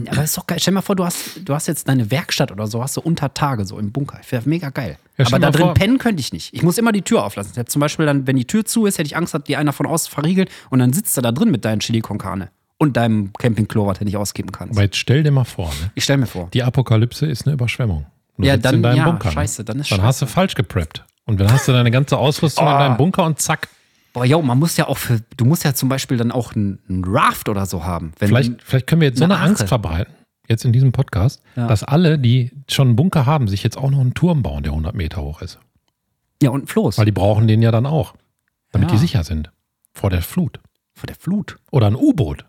Speaker 2: Aber ist doch geil. Stell dir mal vor, du hast, du hast jetzt deine Werkstatt oder so, hast du unter Tage so im Bunker. Wäre mega geil.
Speaker 3: Ja, stell
Speaker 2: Aber
Speaker 3: dir
Speaker 2: da
Speaker 3: mal
Speaker 2: drin
Speaker 3: vor-
Speaker 2: pennen könnte ich nicht. Ich muss immer die Tür auflassen. Ich hätte zum Beispiel dann, wenn die Tür zu ist, hätte ich Angst, hat die einer von außen verriegelt und dann sitzt er da drin mit deinen Chili con Carne und deinem Campingklo, was du nicht auskippen kannst.
Speaker 3: Aber jetzt stell dir mal vor, ne?
Speaker 2: Ich stell mir vor.
Speaker 3: die Apokalypse ist eine Überschwemmung. Du
Speaker 2: Ja,
Speaker 3: sitzt
Speaker 2: dann-
Speaker 3: in deinem
Speaker 2: ja,
Speaker 3: Bunker, ne?
Speaker 2: scheiße, dann ist
Speaker 3: Dann hast du falsch gepreppt. Und dann hast du deine ganze Ausrüstung in deinem Bunker und zack.
Speaker 2: Boah, yo, man muss ja auch für, du musst ja zum Beispiel dann auch einen einen Raft oder so haben. Wenn,
Speaker 3: Vielleicht, vielleicht können wir jetzt so
Speaker 2: Eine
Speaker 3: eine Angst
Speaker 2: Ache.
Speaker 3: verbreiten, jetzt in diesem Podcast, dass alle, die schon einen Bunker haben, sich jetzt auch noch einen Turm bauen, der 100 Meter hoch ist.
Speaker 2: Ja, und ein Floß.
Speaker 3: Weil die brauchen den ja dann auch, damit
Speaker 2: Ja.
Speaker 3: die sicher sind. Vor der Flut.
Speaker 2: Vor der Flut.
Speaker 3: Oder ein U-Boot.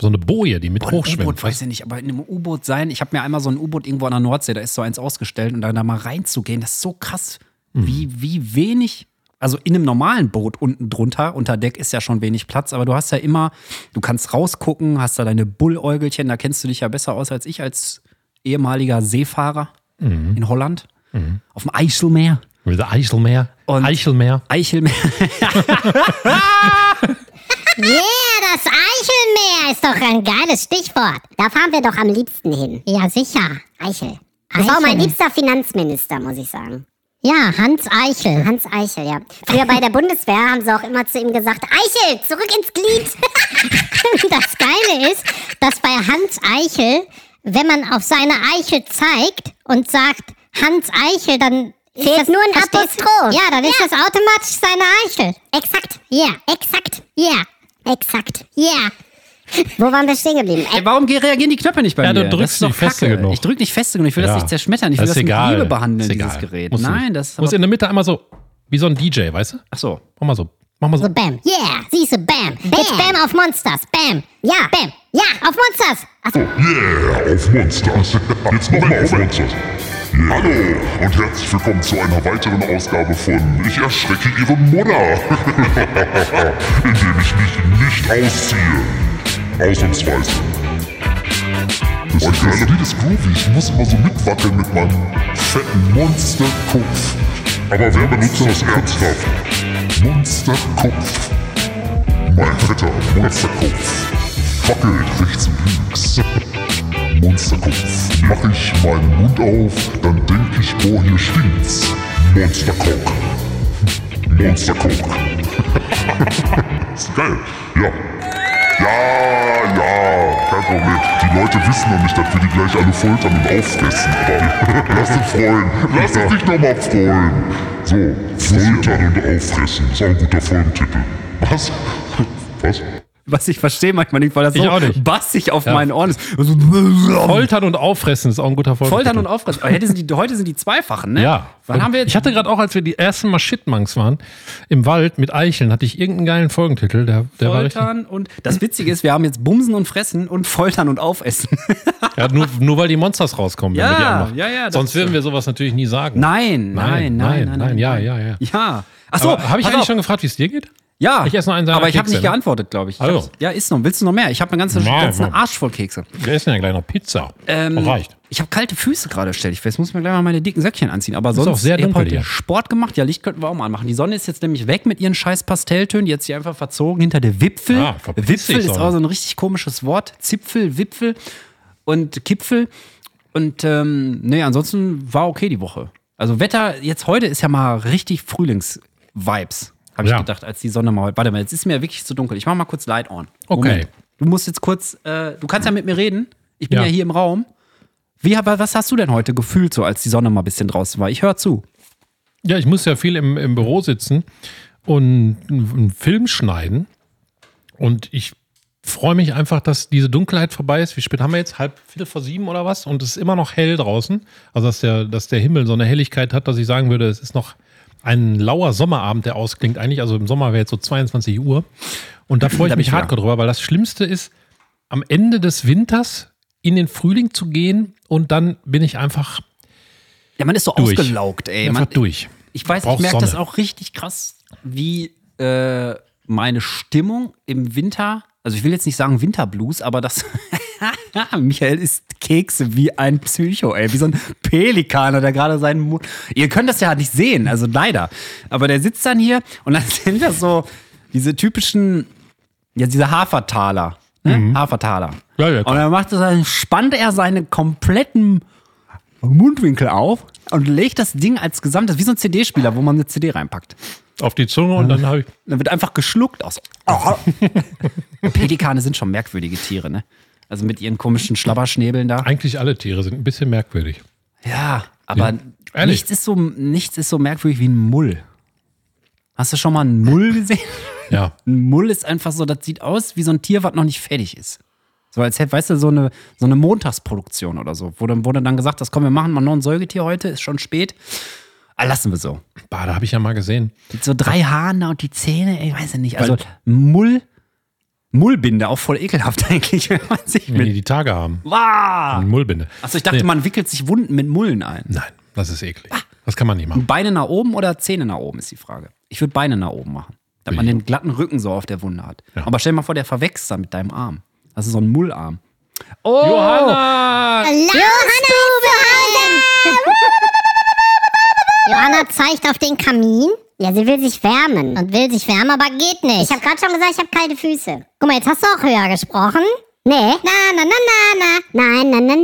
Speaker 3: So eine Boje, die mit
Speaker 2: Boah, ein
Speaker 3: hochschwimmt.
Speaker 2: U-Boot weiß ich nicht, aber in einem U-Boot sein, ich habe mir einmal so ein U-Boot irgendwo an der Nordsee, da ist so eins ausgestellt und dann da mal reinzugehen, das ist so krass,
Speaker 3: Hm.
Speaker 2: wie, wie wenig. Also in einem normalen Boot unten drunter, unter Deck ist ja schon wenig Platz, aber du hast ja immer, du kannst rausgucken, hast da deine Bulläugelchen, da kennst du dich ja besser aus als ich als ehemaliger Seefahrer
Speaker 3: Mhm.
Speaker 2: in Holland, auf dem Eiselmeer.
Speaker 3: With the Eichelmeer.
Speaker 2: Und-
Speaker 3: Eichelmeer. [LAUGHS]
Speaker 2: Eichelmeer.
Speaker 5: Yeah, das Eichelmeer ist doch ein geiles Stichwort.
Speaker 4: Da fahren wir doch am liebsten hin.
Speaker 5: Ja, sicher.
Speaker 4: Eichel. Das
Speaker 5: Eichel.
Speaker 4: war auch mein liebster Finanzminister, muss ich sagen.
Speaker 5: Ja, Hans Eichel.
Speaker 4: Hans Eichel, ja. Früher bei der Bundeswehr haben sie auch immer zu ihm gesagt, Eichel, zurück ins
Speaker 5: [LAUGHS]
Speaker 4: Glied.
Speaker 5: Das Geile ist, dass bei Hans Eichel, wenn man auf seine Eichel zeigt und sagt Hans Eichel, dann ist
Speaker 4: Fehlt
Speaker 5: das
Speaker 4: nur ein
Speaker 5: verstehst du?
Speaker 4: Apostroph.
Speaker 5: Ja, dann ist das automatisch seine Eichel.
Speaker 4: Exakt.
Speaker 5: Ja,
Speaker 4: Exakt.
Speaker 5: ja,
Speaker 4: Exakt.
Speaker 5: ja.
Speaker 4: Wo waren wir stehen geblieben?
Speaker 2: Ey, warum ge- reagieren die Knöpfe nicht bei
Speaker 3: Ja,
Speaker 2: mir?
Speaker 3: du drückst
Speaker 2: Das ist doch
Speaker 3: nicht feste
Speaker 2: Kacke.
Speaker 3: genug.
Speaker 2: Ich drück nicht feste genug. Ich will
Speaker 3: Ja.
Speaker 2: das nicht zerschmettern. Ich will
Speaker 3: ist
Speaker 2: das, mit
Speaker 3: egal.
Speaker 2: Liebe behandeln,
Speaker 3: Ist
Speaker 2: dieses
Speaker 3: egal.
Speaker 2: Gerät.
Speaker 3: Musst du
Speaker 2: Nein,
Speaker 3: nicht.
Speaker 2: das ist
Speaker 3: Muss
Speaker 2: aber,
Speaker 3: in der Mitte einmal so, wie so ein DJ, weißt du?
Speaker 2: Ach so.
Speaker 3: Mach mal so. Mach mal so.
Speaker 5: So Bam. Yeah, siehst du, Bam. Jetzt Bam auf Monsters. Bam.
Speaker 4: Ja.
Speaker 5: Bam. Ja, auf Monsters.
Speaker 7: So, yeah, auf Monsters. Jetzt nochmal auf Monsters. Yeah. Hallo und herzlich willkommen zu einer weiteren Ausgabe von Ich erschrecke Ihre Mutter, [LAUGHS] indem ich mich nicht ausziehe. Ausnahmsweise. Das ist geil. Die ist groovy. Ich muss immer so mitwackeln mit meinem fetten Monsterkopf. Aber wer benutzt das ernsthaft? Monsterkopf. Mein fetter Monsterkopf wackelt rechts und links. Monsterkopf. Mach ich meinen Mund auf, dann denk ich, boah, hier stinkt's. Monsterkock. Monsterkock. [LAUGHS] ist geil. Ja. Ja, ja, kein Problem. Die Leute wissen noch nicht, dass wir die gleich alle foltern und auffressen. Aber lass uns freuen. Lass uns dich nochmal freuen. So, foltern und auffressen. Ist auch ein guter Folgentitel. Was? Was?
Speaker 2: Was ich verstehe manchmal nicht, weil das
Speaker 3: Ich
Speaker 2: so
Speaker 3: auch nicht.
Speaker 2: bassig auf
Speaker 3: Ja.
Speaker 2: meinen Ohren ist.
Speaker 3: Foltern und Auffressen ist auch ein guter Folter.
Speaker 2: Foltern und Auffressen. Aber Heute sind die, heute sind die zweifachen, ne?
Speaker 3: Ja.
Speaker 2: Wann haben wir jetzt?
Speaker 3: ich hatte gerade auch, als wir die ersten Mal Shitmunks waren, im Wald mit Eicheln, hatte ich irgendeinen geilen Folgentitel. Der, der war richtig.
Speaker 2: Foltern und das Witzige ist, wir haben jetzt Bumsen und Fressen und Foltern und Aufessen. [LAUGHS]
Speaker 3: Ja, nur, nur weil die Monsters rauskommen. wenn
Speaker 2: Ja,
Speaker 3: wir die anmachen.
Speaker 2: ja, ja, das
Speaker 3: Sonst
Speaker 2: ist
Speaker 3: würden
Speaker 2: so.
Speaker 3: wir sowas natürlich nie sagen.
Speaker 2: Nein, nein, nein, nein, nein,
Speaker 3: ja, ja, ja.
Speaker 2: Ja. Achso,
Speaker 3: Aber habe ich eigentlich schon gefragt, wie es dir geht?
Speaker 2: Ja,
Speaker 3: Ich esse noch einen seiner
Speaker 2: aber ich habe
Speaker 3: Kekse,
Speaker 2: nicht
Speaker 3: ne?
Speaker 2: geantwortet, glaube ich. ich
Speaker 3: Also.
Speaker 2: hab's- Ja, ist noch. Willst du noch mehr? Ich habe einen ganzen,
Speaker 3: Nein,
Speaker 2: ganzen
Speaker 3: Mann.
Speaker 2: Arsch voll Kekse.
Speaker 3: Wir essen ja gleich noch Pizza.
Speaker 2: Ähm,
Speaker 3: Reicht.
Speaker 2: Ich habe kalte Füße gerade, stell ich fest. Muss mir gleich mal meine dicken Söckchen anziehen. Aber sonst
Speaker 3: auch sehr
Speaker 2: ich hab
Speaker 3: dunkel
Speaker 2: heute
Speaker 3: hier.
Speaker 2: Sport gemacht. Ja, Licht könnten wir auch mal anmachen. Die Sonne ist jetzt nämlich weg mit ihren scheiß Pastelltönen. Jetzt hier einfach verzogen hinter der Wipfel.
Speaker 3: Ah, verpiss
Speaker 2: Wipfel
Speaker 3: dich,
Speaker 2: ist
Speaker 3: Sonne.
Speaker 2: auch so ein richtig komisches Wort. Zipfel, Wipfel und Kipfel. Und ähm, nee, ansonsten war okay die Woche. Also Wetter, jetzt heute ist ja mal richtig Frühlings-Vibes, habe ich
Speaker 3: Ja.
Speaker 2: gedacht, als die Sonne mal. Warte mal, jetzt ist mir wirklich zu dunkel. Ich mache mal kurz Light on.
Speaker 3: Okay.
Speaker 2: Du musst jetzt kurz, äh, du kannst ja mit mir reden. Ich bin ja,
Speaker 3: Ja.
Speaker 2: hier im Raum. Wie, aber was hast du denn heute gefühlt, so als die Sonne mal ein bisschen draußen war? Ich höre zu.
Speaker 3: Ja, ich muss ja viel im, im Büro sitzen und einen einen Film schneiden. Und ich freue mich einfach, dass diese Dunkelheit vorbei ist. Wie spät haben wir jetzt? Halb Viertel vor sieben oder was? Und es ist immer noch hell draußen. Also, dass der, dass der Himmel so eine Helligkeit hat, dass ich sagen würde, es ist noch ein lauer Sommerabend, der ausklingt eigentlich. Also im Sommer wäre jetzt so 22 Uhr. Und da
Speaker 2: Da
Speaker 3: freue ich
Speaker 2: bin
Speaker 3: mich
Speaker 2: ich wieder.
Speaker 3: hardcore drüber, weil das Schlimmste ist, am Ende des Winters in den Frühling zu gehen und dann bin ich einfach,
Speaker 2: Ja, man ist so
Speaker 3: Durch.
Speaker 2: ausgelaugt, ey.
Speaker 3: einfach
Speaker 2: Man,
Speaker 3: durch.
Speaker 2: Ich weiß, ich
Speaker 3: Brauchst
Speaker 2: merke das
Speaker 3: Sonne.
Speaker 2: auch richtig krass, wie äh, meine Stimmung im Winter, also ich will jetzt nicht sagen Winterblues, aber das. [LAUGHS] Michael isst Kekse wie ein Psycho, ey, wie so ein Pelikan oder gerade seinen Mund. Ihr könnt das ja nicht sehen, also leider. Aber der sitzt dann hier und dann [LAUGHS] sind das so diese typischen, ja, diese Hafertaler. Ne? Hafertaler.
Speaker 3: Mhm. Ja, ja,
Speaker 2: und
Speaker 3: klar.
Speaker 2: dann macht er, dann spannt er seine kompletten Mundwinkel auf und legt das Ding als Gesamtes, wie so ein CD-Spieler, wo man eine CD reinpackt.
Speaker 3: Auf die Zunge und dann habe ich.
Speaker 2: Dann wird einfach geschluckt
Speaker 3: [LAUGHS]
Speaker 2: aus. Pelikane sind schon merkwürdige Tiere, ne? Also mit ihren komischen Schlabberschnäbeln da.
Speaker 3: Eigentlich alle Tiere sind ein bisschen merkwürdig.
Speaker 2: Ja, aber
Speaker 3: Ja, ehrlich.
Speaker 2: nichts ist, so, nichts ist so merkwürdig wie ein Mull. Hast du schon mal einen Mull gesehen?
Speaker 3: Ja.
Speaker 2: Ein Mull ist einfach so, das sieht aus wie so ein Tier, was noch nicht fertig ist. So als hätte, weißt du, so eine, so eine Montagsproduktion oder so. Wurde, wurde dann gesagt, das komm, wir machen mal noch ein Säugetier heute, ist schon spät. Aber lassen wir so.
Speaker 3: Bah, da habe ich ja mal gesehen.
Speaker 2: Mit so drei Haaren da und die Zähne, ey, ich weiß ja nicht. Also Mull, Mullbinde, auch voll ekelhaft [LAUGHS] eigentlich, wenn man sich
Speaker 3: Wenn die
Speaker 2: mit...
Speaker 3: die Tage haben.
Speaker 2: Wow!
Speaker 3: Eine Mullbinde.
Speaker 2: Achso, ich dachte,
Speaker 3: Nee.
Speaker 2: man wickelt sich Wunden mit Mullen ein.
Speaker 3: Nein, das ist eklig. Das kann man nicht machen.
Speaker 2: Beine nach oben oder Zähne nach oben, ist die Frage. Ich würde Beine nach oben machen, damit man den glatten Rücken so auf der Wunde hat. Aber stell dir mal vor, der verwechselt dann mit deinem Arm. Das ist so ein Mullarm. Oh!
Speaker 8: Johanna ist zu Hause!
Speaker 10: Johanna zeigt auf den Kamin.
Speaker 8: Ja, sie will sich wärmen.
Speaker 10: und will sich wärmen, aber geht
Speaker 8: Ich
Speaker 10: nicht.
Speaker 8: habe gerade schon gesagt, ich habe kalte Füße.
Speaker 10: Guck mal, jetzt hast du auch höher gesprochen.
Speaker 8: Nee. Na, na, na, na, na. Nein, na, na,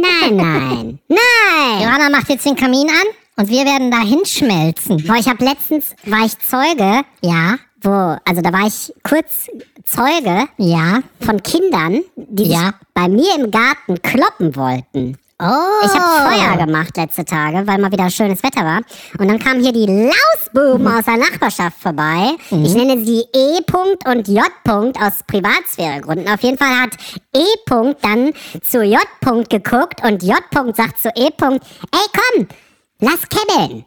Speaker 8: nein,
Speaker 10: [LAUGHS]
Speaker 8: nein. nein.
Speaker 10: Johanna macht jetzt den Kamin an und wir werden da hinschmelzen.
Speaker 8: Boah, ich habe letztens, war ich Zeuge,
Speaker 10: Ja,
Speaker 8: wo, also da war ich kurz Zeuge
Speaker 10: ja.
Speaker 8: von Kindern, die sich
Speaker 10: Ja.
Speaker 8: bei mir im Garten kloppen wollten.
Speaker 10: Oh.
Speaker 8: Ich habe Feuer gemacht letzte Tage, weil mal wieder schönes Wetter war. Und dann kamen hier die Lausbuben aus der Nachbarschaft vorbei. Ich nenne sie E. -Punkt und J. -Punkt aus Privatsphäregründen. Auf jeden Fall hat E. -Punkt dann zu J. -Punkt geguckt und J. -Punkt sagt zu E. -Punkt, ey komm, lass kebbeln.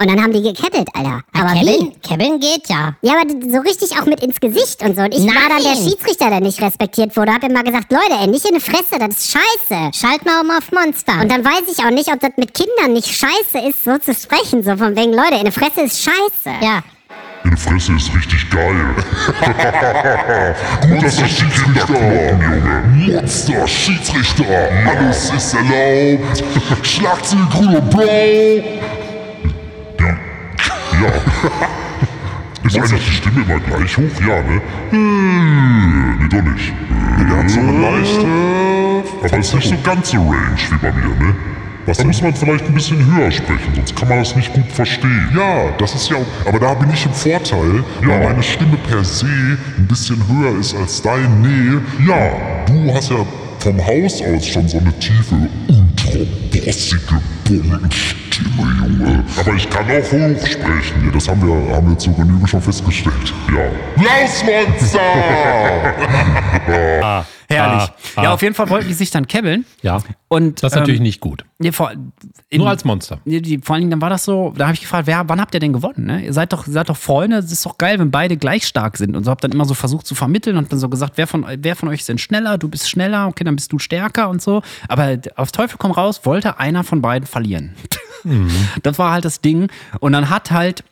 Speaker 8: Und dann haben die gekettelt, Alter. Aber wie?
Speaker 10: Kevin, Kevin geht ja.
Speaker 8: Ja, aber d- so richtig auch mit ins Gesicht und so. Und ich war dann der
Speaker 10: Nein.
Speaker 8: Schiedsrichter, der nicht respektiert wurde. Hab immer gesagt, Leute, ey, nicht in die Fresse, das ist scheiße.
Speaker 10: Schalt mal um auf Monster.
Speaker 8: Und dann weiß ich auch nicht, ob das mit Kindern nicht scheiße ist, so zu sprechen. So von wegen, Leute, in der Fresse ist scheiße.
Speaker 10: ja.
Speaker 7: In der Fresse ist richtig [LAUGHS] geil. Gut, dass der Schiedsrichter kam, Junge. Monster, Schiedsrichter, alles ist erlaubt. Schlagzeug, [LAUGHS] grüner Bro. Ja. Ja. Ist eigentlich die Stimme immer gleich hoch? Ja, ne? Hm, nee, doch nicht. Eine ganz leicht. Aber es ist nicht so ganz so range wie bei mir, ne? da muss man vielleicht ein bisschen höher sprechen, sonst kann man das nicht gut verstehen. Ja, das ist ja auch. Aber da bin ich im Vorteil, weil meine Stimme per se ein bisschen höher ist als dein. Nee, ja, du hast ja vom Haus aus schon so eine tiefe, ultrabossige Bombenstimme, Junge. Aber ich kann auch hoch sprechen. Ja, das haben wir, haben wir zur Genüge schon festgestellt. Ja. Lausmonster!
Speaker 2: Herrlich.
Speaker 3: Ah,
Speaker 2: Ja,
Speaker 3: ah.
Speaker 2: auf jeden Fall wollten die sich dann kebbeln.
Speaker 3: Ja.
Speaker 2: Und,
Speaker 3: Das ist
Speaker 2: ähm,
Speaker 3: natürlich nicht gut.
Speaker 2: Nee, vor, im-
Speaker 3: Nur als Monster.
Speaker 2: Nee, die, vor allen Dingen, dann war das so, da habe ich gefragt, wer, wann habt ihr denn gewonnen? Ne? Ihr seid doch, ihr seid doch Freunde, es ist doch geil, wenn beide gleich stark sind. Und so hab dann immer so versucht zu vermitteln und dann so gesagt, wer von, wer von euch ist denn schneller? Du bist schneller, okay, dann bist du stärker und so. Aber auf Teufel komm raus, wollte einer von beiden verlieren. [LAUGHS]
Speaker 3: Mhm.
Speaker 2: Das war halt das Ding. Und dann hat halt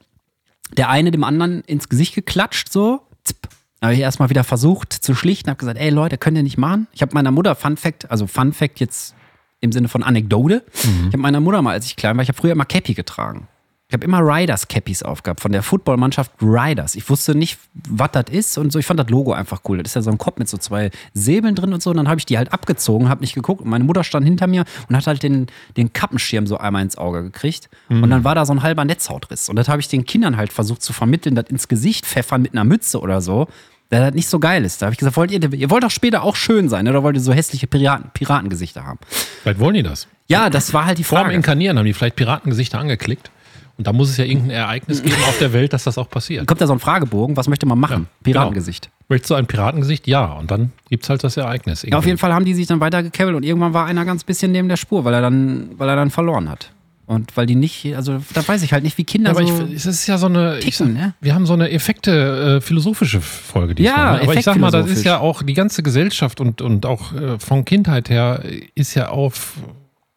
Speaker 2: der eine dem anderen ins Gesicht geklatscht, so. Zip. Habe ich erstmal wieder versucht zu schlichten, habe gesagt, ey Leute, könnt ihr nicht machen. Ich habe meiner Mutter Fun Fact, also Fun Fact jetzt im Sinne von Anekdote. Ich habe meiner Mutter mal, als ich klein war, ich habe früher immer Cappy getragen. Ich habe immer Riders Cappies aufgehabt von der Footballmannschaft Riders. Ich wusste nicht, was das ist und so. Ich fand das Logo einfach cool. Das ist ja so ein Kopf mit so zwei Säbeln drin und so. Und dann habe ich die halt abgezogen, habe nicht geguckt. Und meine Mutter stand hinter mir und hat halt den, den Kappenschirm so einmal ins Auge gekriegt. Und dann war da so ein halber Netzhautriss. Und das habe ich den Kindern halt versucht zu vermitteln, das ins Gesicht pfeffern mit einer Mütze oder so. Weil das nicht so geil ist. Da habe ich gesagt, wollt ihr, ihr wollt doch später auch schön sein, ne? oder wollt ihr so hässliche Piraten, Piratengesichter haben?
Speaker 3: Vielleicht wollen die das.
Speaker 2: Ja, das war halt die
Speaker 3: Vor dem
Speaker 2: Frage.
Speaker 3: Inkarnieren haben die vielleicht Piratengesichter angeklickt. Und da muss es ja irgendein Ereignis geben auf der Welt, dass das auch passiert. genau.
Speaker 2: Kommt da so ein Fragebogen, was möchte man machen? Piratengesicht.
Speaker 3: Möchtest du ein Piratengesicht? Ja. Und dann gibt es halt das Ereignis.
Speaker 2: Ja, auf jeden Fall haben die sich dann weiter gekebbelt und irgendwann war einer ganz bisschen neben der Spur, weil er dann, weil er dann verloren hat. Und weil die nicht, also da weiß ich halt nicht, wie Kinder
Speaker 3: Aber ich,
Speaker 2: so.
Speaker 3: es ist ja so eine. ich,
Speaker 2: ticken, ne?
Speaker 3: Wir haben so eine Effekte äh, philosophische Folge
Speaker 2: Ja,
Speaker 3: diesmal. ne? aber ich sag mal, das
Speaker 2: effektphilosophisch.
Speaker 3: ist ja auch die ganze Gesellschaft und, und auch äh, von Kindheit her äh, ist ja auf,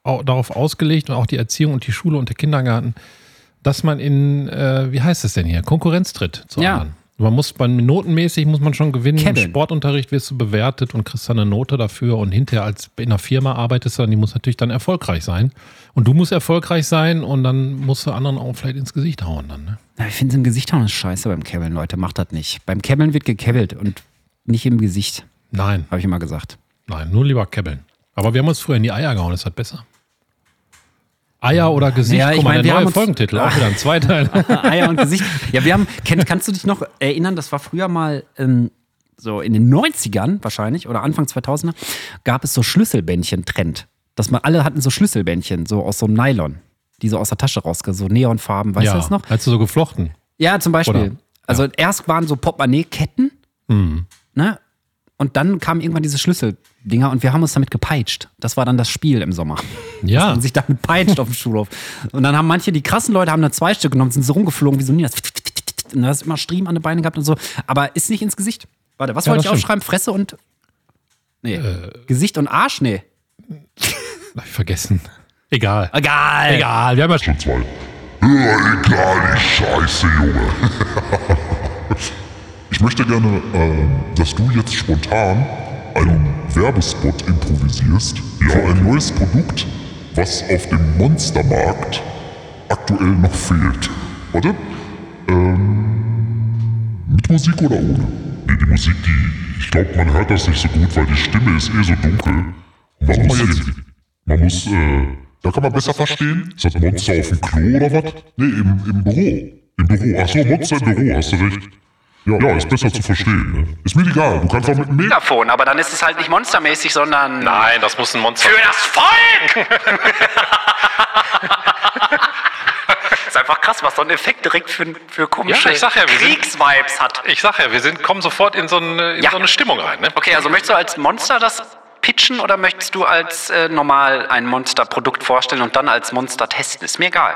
Speaker 3: au, darauf ausgelegt und auch die Erziehung und die Schule und der Kindergarten, dass man in äh, wie heißt es denn hier Konkurrenz tritt zu
Speaker 2: Ja.
Speaker 3: anderen. Man muss man notenmäßig muss man schon gewinnen. Im
Speaker 2: Kennen.
Speaker 3: Sportunterricht wirst du bewertet und kriegst dann eine Note dafür und hinterher als in einer Firma arbeitest du dann, die muss natürlich dann erfolgreich sein. Und du musst erfolgreich sein und dann musst du anderen auch vielleicht ins Gesicht hauen dann. Ne?
Speaker 2: Na, ich finde es im Gesicht auch eine Scheiße beim Kebbeln, Leute. Macht das nicht. Beim Kebbeln wird gekebbelt und nicht im Gesicht,
Speaker 3: Nein,
Speaker 2: habe ich immer gesagt.
Speaker 3: nein, nur lieber kebbeln. Aber wir haben uns früher in die Eier gehauen, ist halt besser. Eier oder Gesicht,
Speaker 2: Ja, ich
Speaker 3: guck mal,
Speaker 2: meine, wir
Speaker 3: der
Speaker 2: haben
Speaker 3: neue
Speaker 2: uns-
Speaker 3: Folgentitel,
Speaker 2: [LAUGHS]
Speaker 3: auch wieder ein Zweiteil.
Speaker 2: Eier und Gesicht. Ja, wir haben, kenn, kannst du dich noch erinnern, das war früher mal ähm, so in den 90ern wahrscheinlich oder Anfang 2000er, gab es so Schlüsselbändchen-Trend. Dass man alle hatten so Schlüsselbändchen, so aus so einem Nylon, die so aus der Tasche rausgehen, so Neonfarben, weißt
Speaker 3: ja,
Speaker 2: du das noch?
Speaker 3: Hast du so geflochten?
Speaker 2: Ja, zum Beispiel.
Speaker 3: Oder- Mhm.
Speaker 2: also erst waren so Portemonnaie-Ketten, ne? Und dann kamen irgendwann diese Schlüsseldinger und wir haben uns damit gepeitscht. Das war dann das Spiel im Sommer
Speaker 3: Ja.
Speaker 2: und sich damit peitscht auf dem Schulhof. Und dann haben manche, die krassen Leute, haben dann zwei Stück genommen, sind so rumgeflogen wie so Ninas. Und da hast du immer Striemen an den Beinen gehabt und so. Aber ist nicht ins Gesicht. Warte, was
Speaker 3: Ja,
Speaker 2: wollte
Speaker 3: das
Speaker 2: ich
Speaker 3: stimmt.
Speaker 2: aufschreiben? Fresse und. Nee. Gesicht und Arsch? Nee.
Speaker 3: Hab ich vergessen. Egal.
Speaker 2: Egal.
Speaker 3: Egal, wir haben ja schon.
Speaker 7: Schon zwei. Ja, egal, die Scheiße, Junge. Ich möchte gerne, ähm, dass du jetzt spontan einen Werbespot improvisierst für ein neues Produkt, was auf dem Monstermarkt aktuell noch fehlt. Warte. Ähm, mit Musik oder ohne? Nee, die Musik, die. Ich glaube, man hört das nicht so gut, weil die Stimme ist eh so dunkel. Man muss jetzt. Man muss, äh. Da kann man besser verstehen. Ist das Monster auf dem Klo oder was? Nee, im, im Büro. Im Büro. Achso, Monster im Büro, hast du recht. Ja, ja, ist besser zu verstehen. Ne? Ist mir egal, du kannst auch mit dem Mega
Speaker 1: Megafon, aber dann ist es halt nicht monstermäßig, sondern.
Speaker 11: Nein, das muss ein Monster.
Speaker 1: Für
Speaker 9: [LAUGHS]
Speaker 1: das Volk! [LAUGHS] ist einfach krass, was so ein Effekt direkt für, für komische
Speaker 11: Ja, ich sag ja, wir sind-
Speaker 1: Kriegsvibes hat.
Speaker 11: Ich sag ja, wir sind, kommen sofort in so eine, in
Speaker 1: Ja.
Speaker 11: so eine Stimmung rein. Ne?
Speaker 1: Okay, also möchtest du als Monster das pitchen oder möchtest du als äh, normal ein Monsterprodukt vorstellen und dann als Monster testen? Ist mir egal.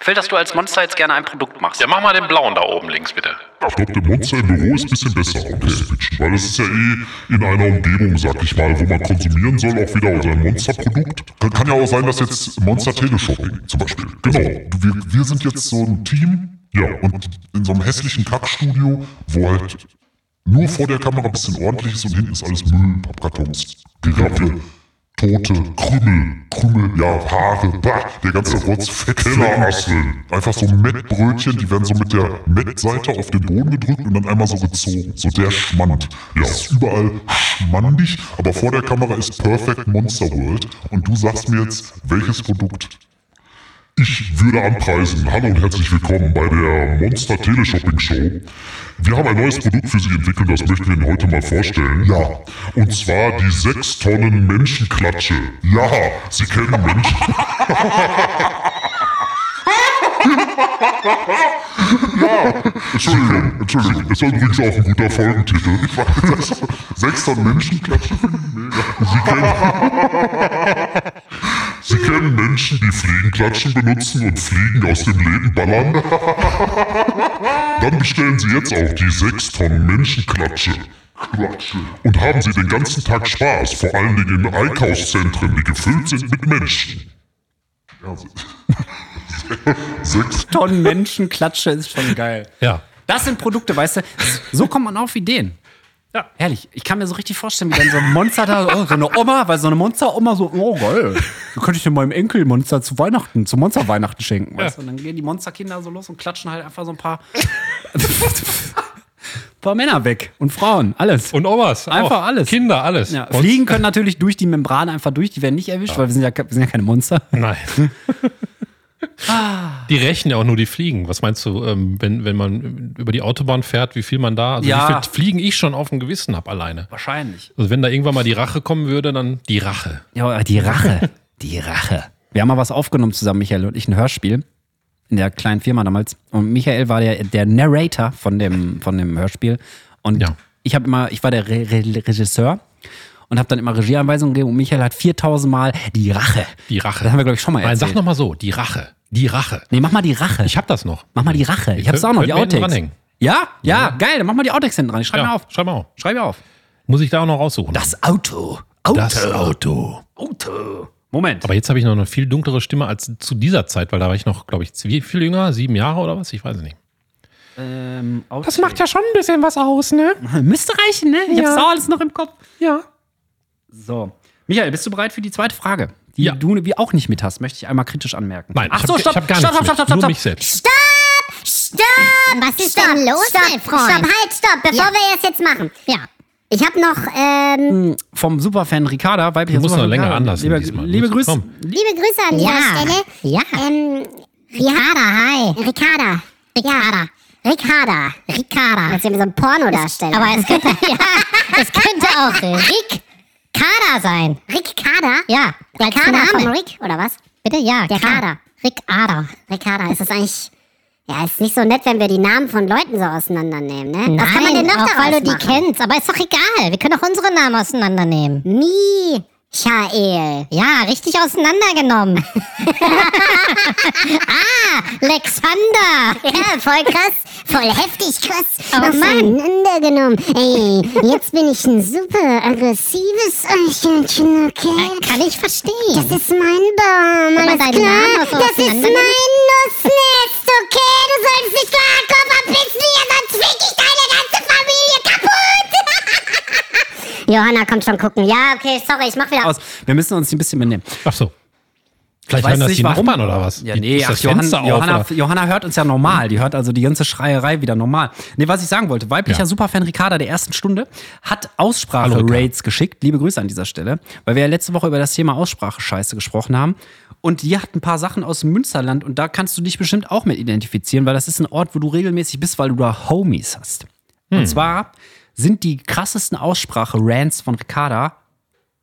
Speaker 1: Ich will, dass du als Monster jetzt gerne ein Produkt machst.
Speaker 11: Ja, mach mal den blauen da oben links bitte.
Speaker 7: Ich glaube, der Monster im Büro ist ein bisschen besser um ausgepitcht, weil es ist ja eh in einer Umgebung, sag ich mal, wo man konsumieren soll, auch wieder sein Monsterprodukt. Kann, kann ja auch sein, dass jetzt Monster Teleshopping zum Beispiel. Genau, wir, wir sind jetzt so ein Team, ja, und in so einem hässlichen Kackstudio, wo halt nur vor der Kamera ein bisschen ordentlich ist und hinten ist alles Müll, Pappkartons, Giraffe, Tote, Krümel, Krümel, ja, Haare, bah, der ganze Rotz, Kellerasseln. Einfach so Mettbrötchen, die werden so mit der Mettseite auf den Boden gedrückt und dann einmal so gezogen. So der Schmand. Ja, ist überall schmandig, aber vor der Kamera ist Perfect Monster World. Und du sagst mir jetzt, welches Produkt ich würde anpreisen. Hallo und herzlich willkommen bei der Monster Teleshopping Show. Wir haben ein neues Produkt für Sie entwickelt, das möchten wir Ihnen heute mal vorstellen. Ja. Und zwar die 6 Tonnen Menschenklatsche. Ja, Sie kennen Menschen. [LAUGHS] Entschuldigung, Entschuldigung. Es war übrigens auch ein guter Folgentitel. Ich weiß, Sechs Tonnen Menschenklatsche finde ich mega. Sie kennen, Sie kennen Menschen, die Fliegenklatschen benutzen und Fliegen aus dem Leben ballern? [LAUGHS] Dann bestellen Sie jetzt auch die 6 Tonnen Menschenklatsche. Klatsche. Und haben Sie den ganzen Tag Spaß, vor allen Dingen in Einkaufszentren, die gefüllt sind mit Menschen. Ja, [LAUGHS] se- sechs
Speaker 2: Tonnen Menschenklatsche ist schon geil.
Speaker 3: Ja.
Speaker 2: Das sind Produkte, weißt du, so kommt man auf Ideen.
Speaker 3: Ja.
Speaker 2: Herrlich. Ich kann mir so richtig vorstellen, wie dann so ein Monster da, oh, so eine Oma, weil so eine Monster-Oma so, oh geil, da könnte ich denn meinem Enkel Monster zu Weihnachten, zu Monster-Weihnachten schenken. Weißt du? Und dann gehen die Monsterkinder so los und klatschen halt einfach so ein paar, [LAUGHS] paar Männer weg und Frauen, alles.
Speaker 3: Und Omas.
Speaker 2: Einfach
Speaker 3: auch.
Speaker 2: alles.
Speaker 3: Kinder, alles.
Speaker 2: ja,
Speaker 3: Und-
Speaker 2: Fliegen können natürlich durch die Membran einfach durch, die werden nicht erwischt, weil wir sind, ja, ke- wir sind ja keine Monster. [LAUGHS]
Speaker 3: Nein.
Speaker 2: Ah.
Speaker 3: Die rechnen ja auch nur die Fliegen. Was meinst du, ähm, wenn, wenn man über die Autobahn fährt, wie viel man da, also
Speaker 2: Ja.
Speaker 3: wie viel Fliegen ich schon auf dem Gewissen habe alleine?
Speaker 2: Wahrscheinlich.
Speaker 3: Also wenn da irgendwann mal die Rache kommen würde, dann die Rache.
Speaker 2: Ja, aber die [LAUGHS] Rache. Die Rache. Wir haben mal was aufgenommen zusammen, Michael und ich, ein Hörspiel. In der kleinen Firma damals. Und Michael war der, der Narrator von dem, von dem Hörspiel. Und
Speaker 3: Ja.
Speaker 2: ich habe immer, ich war der Re Re Regisseur und habe dann immer Regieanweisungen gegeben. Und Michael hat 4000 Mal die Rache.
Speaker 3: Die Rache.
Speaker 2: Das haben wir, glaube ich, schon mal
Speaker 3: Nein,
Speaker 2: erzählt.
Speaker 3: sag nochmal so, die Rache. Die Rache.
Speaker 2: Nee, mach mal die Rache.
Speaker 3: Ich hab das noch.
Speaker 2: mach mal die Rache. Ich hab's auch noch,
Speaker 3: Könnten
Speaker 2: die
Speaker 3: wir hinten
Speaker 2: Outtakes.
Speaker 3: dranhängen.
Speaker 2: Ja? ja, geil. Dann mach mal die Outtakes hinten dran. Ich schreib mal auf.
Speaker 3: Schreib mal auf.
Speaker 2: Schreib mir auf.
Speaker 3: Muss ich da auch noch raussuchen.
Speaker 2: Das Auto. Auto.
Speaker 3: Das Auto.
Speaker 2: Auto. Moment.
Speaker 3: Aber jetzt habe ich noch eine viel dunklere Stimme als zu dieser Zeit, weil da war ich noch, glaube ich, wie viel jünger, sieben Jahre oder was? Ich weiß es nicht.
Speaker 2: Ähm, Outtake.
Speaker 12: Das macht ja schon ein bisschen was aus, ne?
Speaker 2: Müsste reichen, ne? Ich
Speaker 12: Ja.
Speaker 2: hab's auch alles noch im Kopf.
Speaker 12: Ja.
Speaker 2: So. Michael, bist du bereit für die zweite Frage? Die
Speaker 3: Ja.
Speaker 2: du wie auch nicht mit hast, möchte ich einmal kritisch anmerken.
Speaker 3: Nein,
Speaker 2: Ach
Speaker 3: ich
Speaker 2: so,
Speaker 3: hab-
Speaker 2: stopp,
Speaker 3: ich hab gar
Speaker 2: stopp,
Speaker 3: nichts
Speaker 2: stopp, stopp,
Speaker 3: mit,
Speaker 2: stopp,
Speaker 3: nur
Speaker 2: stopp.
Speaker 3: mich selbst.
Speaker 8: Stopp! Was ist
Speaker 13: denn los,
Speaker 8: stopp,
Speaker 13: mein Freund?
Speaker 8: Stopp, halt, stopp, bevor
Speaker 13: Ja.
Speaker 8: wir das jetzt machen.
Speaker 13: Ja.
Speaker 8: Ich habe noch, ähm,
Speaker 2: Vom Superfan Ricarda, weiblicher
Speaker 3: Du musst noch
Speaker 2: Superfan
Speaker 3: länger
Speaker 2: Ricarda.
Speaker 3: anlassen
Speaker 2: Lieber,
Speaker 3: diesmal.
Speaker 2: Liebe
Speaker 3: Muss-
Speaker 2: Grüße.
Speaker 3: komm.
Speaker 8: liebe Grüße an
Speaker 13: Ja.
Speaker 8: dieser Stelle.
Speaker 13: Ja.
Speaker 8: Ähm,
Speaker 13: Ricarda, hi.
Speaker 8: Ricarda.
Speaker 13: Ricarda.
Speaker 8: Ricarda.
Speaker 13: Ricarda.
Speaker 8: Als wir so ein Porno darstellen.
Speaker 13: Aber es
Speaker 8: [LAUGHS]
Speaker 13: könnte, ja, es könnte auch Rick Kader sein.
Speaker 8: Rick Kader?
Speaker 13: Ja,
Speaker 8: Der
Speaker 13: als
Speaker 8: Kader
Speaker 13: Name.
Speaker 8: von Rick, oder was?
Speaker 13: Bitte, ja.
Speaker 8: Der
Speaker 13: klar.
Speaker 8: Kader.
Speaker 13: Rick Ader.
Speaker 8: Rick Kader, ist das eigentlich. Ja, ist nicht so nett, wenn wir die Namen von Leuten so auseinandernehmen, ne? Was kann man denn noch
Speaker 13: auch
Speaker 8: daraus
Speaker 13: weil du die
Speaker 8: machen?
Speaker 13: kennst. Aber ist doch egal. Wir können auch unsere Namen auseinandernehmen.
Speaker 8: Michael.
Speaker 13: Ja, richtig auseinandergenommen. ah,
Speaker 8: [LAUGHS]
Speaker 13: Alexander.
Speaker 8: Ja, voll krass. Voll heftig krass.
Speaker 13: Oh Mann.
Speaker 8: Auseinandergenommen. Ey, jetzt bin ich ein super aggressives Eichhörnchen, okay?
Speaker 13: Kann ich verstehen.
Speaker 8: Das ist mein Baum,
Speaker 13: Aber
Speaker 8: alles
Speaker 13: deine
Speaker 8: klar?
Speaker 13: Namen hast du
Speaker 8: Das ist mein
Speaker 13: auseinandergenommen.
Speaker 8: Nussnest, okay? Du sollst nicht so hardcore verpissen hier, sonst fick ich deine ganze Familie kaputt. [LAUGHS] Johanna kommt schon gucken. Ja, okay, sorry, ich mach wieder
Speaker 2: Aus. Wir müssen uns ein bisschen benehmen.
Speaker 3: Ach so.
Speaker 2: Ich
Speaker 3: Vielleicht
Speaker 2: weiß
Speaker 3: hören das
Speaker 2: nicht,
Speaker 3: die
Speaker 2: warum.
Speaker 3: Nachbarn oder was?
Speaker 2: Ja,
Speaker 3: Die-
Speaker 2: nee,
Speaker 3: ist
Speaker 2: ach,
Speaker 3: das
Speaker 2: Johann,
Speaker 3: Fenster
Speaker 2: Johanna,
Speaker 3: auf? Oder?
Speaker 2: Johanna hört uns ja normal. Die hört also die ganze Schreierei wieder normal. Nee, was ich sagen wollte, weiblicher
Speaker 3: Ja.
Speaker 2: Superfan Ricarda der ersten Stunde hat
Speaker 3: Hallo, Ricarda.
Speaker 2: Aussprache-Rates geschickt. Liebe Grüße an dieser Stelle, weil wir ja letzte Woche über das Thema Aussprache-Scheiße gesprochen haben. Und die hat ein paar Sachen aus dem Münsterland und da kannst du dich bestimmt auch mit identifizieren, weil das ist ein Ort, wo du regelmäßig bist, weil du da Homies hast.
Speaker 3: Hm.
Speaker 2: Und zwar sind die krassesten Aussprache-Rants von Ricarda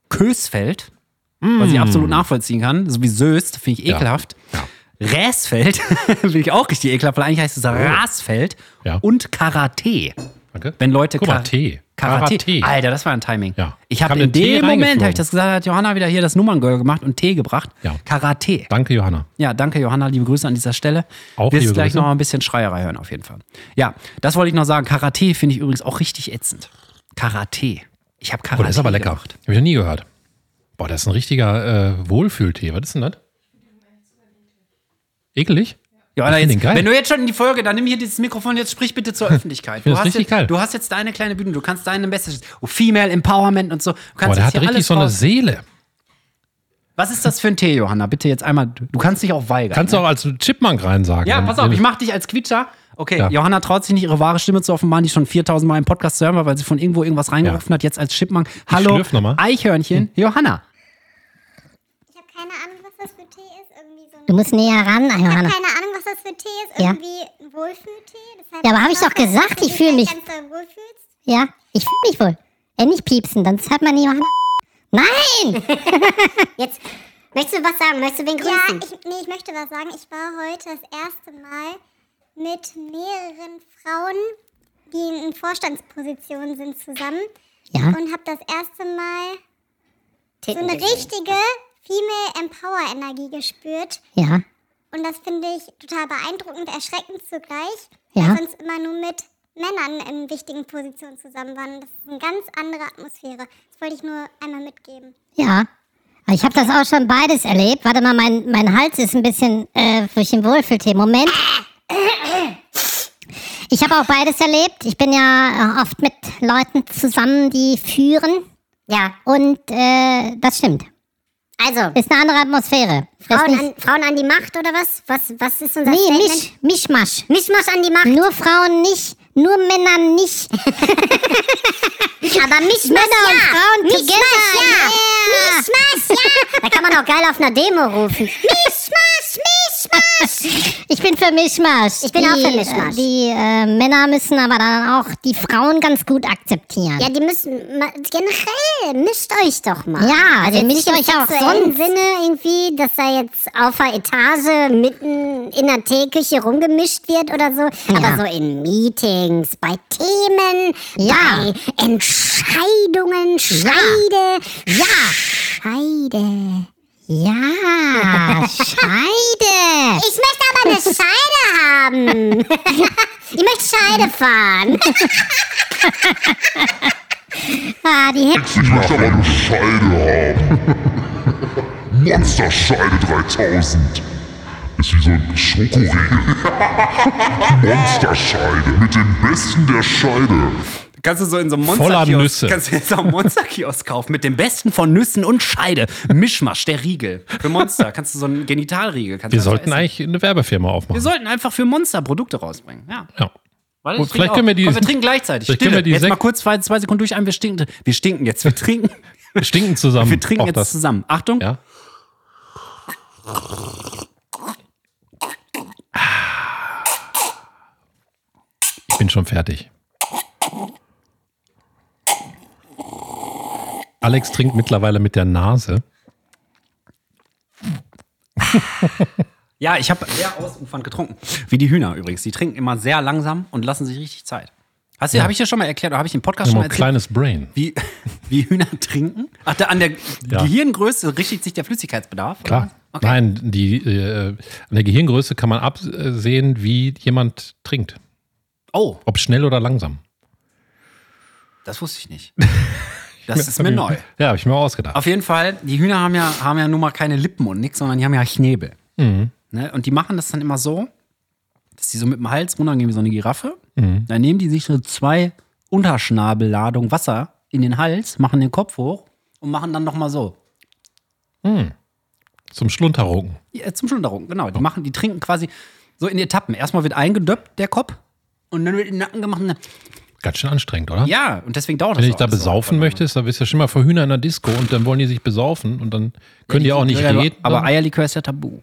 Speaker 2: Kösfeld, was ich
Speaker 3: Mm.
Speaker 2: absolut nachvollziehen kann, so wie Söst, finde ich ekelhaft. Räsfeld, [LAUGHS] finde ich auch richtig ekelhaft, weil eigentlich heißt es Rasfeld
Speaker 3: Oh. Ja.
Speaker 2: und Karate.
Speaker 3: Danke.
Speaker 2: Wenn Leute
Speaker 3: Guck mal, Tee.
Speaker 2: Karate.
Speaker 3: Karate.
Speaker 2: Alter, das war ein Timing.
Speaker 3: Ja.
Speaker 2: Ich habe
Speaker 3: Kam
Speaker 2: in
Speaker 3: der Tee
Speaker 2: dem Moment, habe
Speaker 3: reingeflogen.
Speaker 2: ich das gesagt, hat Johanna wieder hier das Nummerngirl gemacht und Tee gebracht.
Speaker 3: Ja.
Speaker 2: Karate.
Speaker 3: Danke, Johanna.
Speaker 2: Ja, danke Johanna, liebe Grüße an dieser Stelle.
Speaker 3: Auch
Speaker 2: Wirst
Speaker 3: liebe
Speaker 2: gleich
Speaker 3: Grüße.
Speaker 2: noch mal ein bisschen Schreierei hören auf jeden Fall. Ja, das wollte ich noch sagen. Karate finde ich übrigens auch richtig ätzend. Karate. Ich habe Karate.
Speaker 3: Oh, das ist aber lecker.
Speaker 2: gemacht.
Speaker 3: Habe ich noch nie gehört. Boah, das ist ein richtiger äh, Wohlfühltee. Was ist denn das? Ekelig?
Speaker 2: Ja,
Speaker 3: Ich
Speaker 2: Alter,
Speaker 3: find
Speaker 2: jetzt,
Speaker 3: den geil.
Speaker 2: wenn du jetzt schon in die Folge, dann nimm hier dieses Mikrofon, jetzt sprich bitte
Speaker 3: [LAUGHS]
Speaker 2: zur Öffentlichkeit. Du
Speaker 3: das
Speaker 2: hast,
Speaker 3: richtig
Speaker 2: jetzt,
Speaker 3: geil.
Speaker 2: du hast jetzt deine kleine Bühne, du kannst deine Messages, oh, Female Empowerment und so. Du kannst
Speaker 3: Boah, der
Speaker 2: jetzt
Speaker 3: hat
Speaker 2: hier
Speaker 3: richtig
Speaker 2: alles
Speaker 3: so eine
Speaker 2: raus-
Speaker 3: Seele.
Speaker 2: Was ist das für ein Tee, Johanna? Bitte jetzt einmal. Du kannst dich auch weigern. ne?
Speaker 3: Kannst du auch als Chipmunk rein sagen.
Speaker 2: ja,
Speaker 3: Wenn-
Speaker 2: pass auf,
Speaker 3: wenn-
Speaker 2: ich mach dich als Quietscher. Okay,
Speaker 3: Ja.
Speaker 2: Johanna traut sich nicht, ihre wahre Stimme zu offenbaren, die schon 4000 Mal im Podcast zu hören war, weil sie von irgendwo irgendwas reingerufen hat, jetzt als Chipmunk. Hallo,
Speaker 3: schlürf noch mal. Hm.
Speaker 2: Eichhörnchen, Johanna.
Speaker 5: Ich habe keine Ahnung, was das für Tee ist. Irgendwie so ein.
Speaker 4: Du musst näher ran,
Speaker 5: Ich habe
Speaker 4: Johanna.
Speaker 5: keine Ahnung, was das für Tee ist.
Speaker 4: Ja.
Speaker 5: Irgendwie ein Wohlfühltee. Deshalb-
Speaker 4: Ja, aber hab ich doch gesagt, ich fühl mich-
Speaker 5: Wenn du dich ganz doll wohlfühlst.
Speaker 4: Ja, ich fühle mich wohl. Äh, nicht piepsen, dann hört man die Johanna. Nein! [LAUGHS] Jetzt, möchtest du was sagen? Möchtest du wen
Speaker 5: Ja,
Speaker 4: grüßen?
Speaker 5: ich, nee, ich möchte was sagen. Ich war heute das erste Mal mit mehreren Frauen, die in Vorstandspositionen sind, zusammen
Speaker 4: Ja,
Speaker 5: und habe das erste Mal so
Speaker 4: Titten
Speaker 5: eine
Speaker 4: gesehen.
Speaker 5: richtige Female Empower Energie gespürt.
Speaker 4: ja,
Speaker 5: Und das finde ich total beeindruckend, erschreckend zugleich,
Speaker 4: Ja.
Speaker 5: weil sonst immer nur mit Männern in wichtigen Positionen zusammen waren. Das ist eine ganz andere Atmosphäre. Das wollte ich nur einmal mitgeben.
Speaker 4: ja. Aber Ich habe das auch schon beides erlebt. Warte mal, mein, mein Hals ist ein bisschen äh, durch den Wohlfühltee. Moment. Ich habe auch beides erlebt. Ich bin ja äh, oft mit Leuten zusammen, die führen.
Speaker 8: Ja,
Speaker 4: Und äh, das stimmt.
Speaker 8: also,
Speaker 4: Ist eine andere Atmosphäre. Das
Speaker 8: Frauen
Speaker 4: nicht-
Speaker 8: an, Frauen an die Macht oder was? Was, was ist unser
Speaker 4: Nee,
Speaker 8: Statement?
Speaker 4: Misch, Mischmasch.
Speaker 8: Mischmasch an die Macht.
Speaker 4: Nur Frauen nicht, nur Männer nicht.
Speaker 8: Aber Mischmasch
Speaker 4: Männer
Speaker 8: ja.
Speaker 4: und Frauen
Speaker 8: Mischmasch
Speaker 4: together, yeah.
Speaker 8: ja. Mischmasch
Speaker 4: [LAUGHS]
Speaker 8: ja. Da kann man auch geil auf einer Demo rufen. Mischmasch, Mischmasch.
Speaker 4: Ich bin für Mischmasch. Ich
Speaker 8: bin auch für Mischmasch.
Speaker 4: Die äh, Männer müssen aber dann auch die Frauen ganz gut akzeptieren.
Speaker 8: Ja, die müssen ma- generell mischt euch doch mal.
Speaker 4: Ja, also
Speaker 8: Nicht
Speaker 4: mischt
Speaker 8: im
Speaker 4: euch auch
Speaker 8: sexuellen
Speaker 4: sonst.
Speaker 8: Sinne irgendwie, dass da jetzt auf der Etage mitten in der Teeküche rumgemischt wird oder so. Aber so in Meetings, bei Themen,
Speaker 4: Ja.
Speaker 8: bei Entscheidungen, Scheide, ja. Scheide.
Speaker 4: Ja, Scheide.
Speaker 8: [LAUGHS] Ich möchte aber eine Scheide
Speaker 4: [LAUGHS]
Speaker 8: haben. ich möchte Scheide fahren. [LAUGHS]
Speaker 4: Ah, die Hip
Speaker 7: Ich möchte aber eine Scheide haben. [LAUGHS] Monsterscheide 3000. Ist wie so ein Schokoriegel. Monsterscheide mit dem Besten der Scheide.
Speaker 2: Kannst du so in so einem
Speaker 3: Voller
Speaker 2: Monsterkiosk
Speaker 3: Nüsse.
Speaker 2: kannst du jetzt so einen Monsterkiosk kaufen mit dem besten von Nüssen und Scheide. Mischmasch, der Riegel. Für Monster kannst du so einen Genitalriegel. Kannst du
Speaker 3: Wir
Speaker 2: einfach
Speaker 3: sollten
Speaker 2: essen.
Speaker 3: eigentlich eine Werbefirma
Speaker 2: Wir
Speaker 3: aufmachen.
Speaker 2: sollten einfach für Monster Produkte rausbringen. Ja.
Speaker 3: Ja.
Speaker 2: Warte,
Speaker 3: Gut,
Speaker 2: ich
Speaker 3: vielleicht
Speaker 2: trinke auch.
Speaker 3: können wir die-
Speaker 2: Komm, wir trinken gleichzeitig.
Speaker 3: Vielleicht können
Speaker 2: Stille.
Speaker 3: wir die
Speaker 2: jetzt
Speaker 3: Sek-
Speaker 2: mal kurz zwei, zwei Sekunden durch ein. Wir stinken, wir stinken jetzt. Wir trinken,
Speaker 3: Wir stinken zusammen.
Speaker 2: wir trinken
Speaker 3: Auch
Speaker 2: jetzt
Speaker 3: das.
Speaker 2: zusammen. Achtung.
Speaker 3: Ja. Ich bin schon fertig. Alex trinkt mittlerweile mit der Nase.
Speaker 2: Ja, ich habe sehr ausufernd getrunken. Wie die Hühner übrigens. Die trinken immer sehr langsam und lassen sich richtig Zeit. Hast du, habe ich dir schon mal erklärt, oder habe ich im Podcast schon
Speaker 3: Immer
Speaker 2: mal
Speaker 3: ein
Speaker 2: erzählt,
Speaker 3: kleines Brain.
Speaker 2: wie, [LAUGHS] wie Hühner trinken? Ach, da an der
Speaker 3: Ja.
Speaker 2: Gehirngröße richtet sich der Flüssigkeitsbedarf.
Speaker 3: Klar. Nein, die, äh, an der Gehirngröße kann man absehen, wie jemand trinkt.
Speaker 2: Oh,
Speaker 3: Ob schnell oder langsam.
Speaker 2: das wusste ich
Speaker 3: [LAUGHS]
Speaker 2: nicht. Das ist mir neu.
Speaker 3: Ja, habe ich mir auch ausgedacht.
Speaker 2: Auf jeden Fall, die Hühner haben ja, haben ja nun mal keine Lippen und nichts, sondern die haben ja Knebel.
Speaker 3: Mhm.
Speaker 2: Ne? Und die machen das dann immer so, dass die so mit dem Hals runtergehen wie so eine Giraffe.
Speaker 3: Mhm.
Speaker 2: Dann nehmen die sich so zwei Unterschnabelladungen Wasser in den Hals, machen den Kopf hoch und machen dann nochmal so.
Speaker 3: Zum Schlunterrunken.
Speaker 2: Ja, zum Schlunderung, genau. Die, machen, die trinken quasi so in Etappen. Erstmal wird eingedöppt, der Kopf, und dann wird in den Nacken gemacht. Und dann,
Speaker 3: Ganz schön anstrengend, oder?
Speaker 2: ja, und deswegen dauert das
Speaker 3: Wenn ich
Speaker 2: auch
Speaker 3: da
Speaker 2: alles so.
Speaker 3: besaufen möchtest, da bist du ja schon mal vor Hühner in der Disco und dann wollen die sich besaufen und dann können die, auch nicht ne?
Speaker 2: ja,
Speaker 3: reden.
Speaker 2: Aber
Speaker 3: dann.
Speaker 2: Eierlikör ist ja tabu.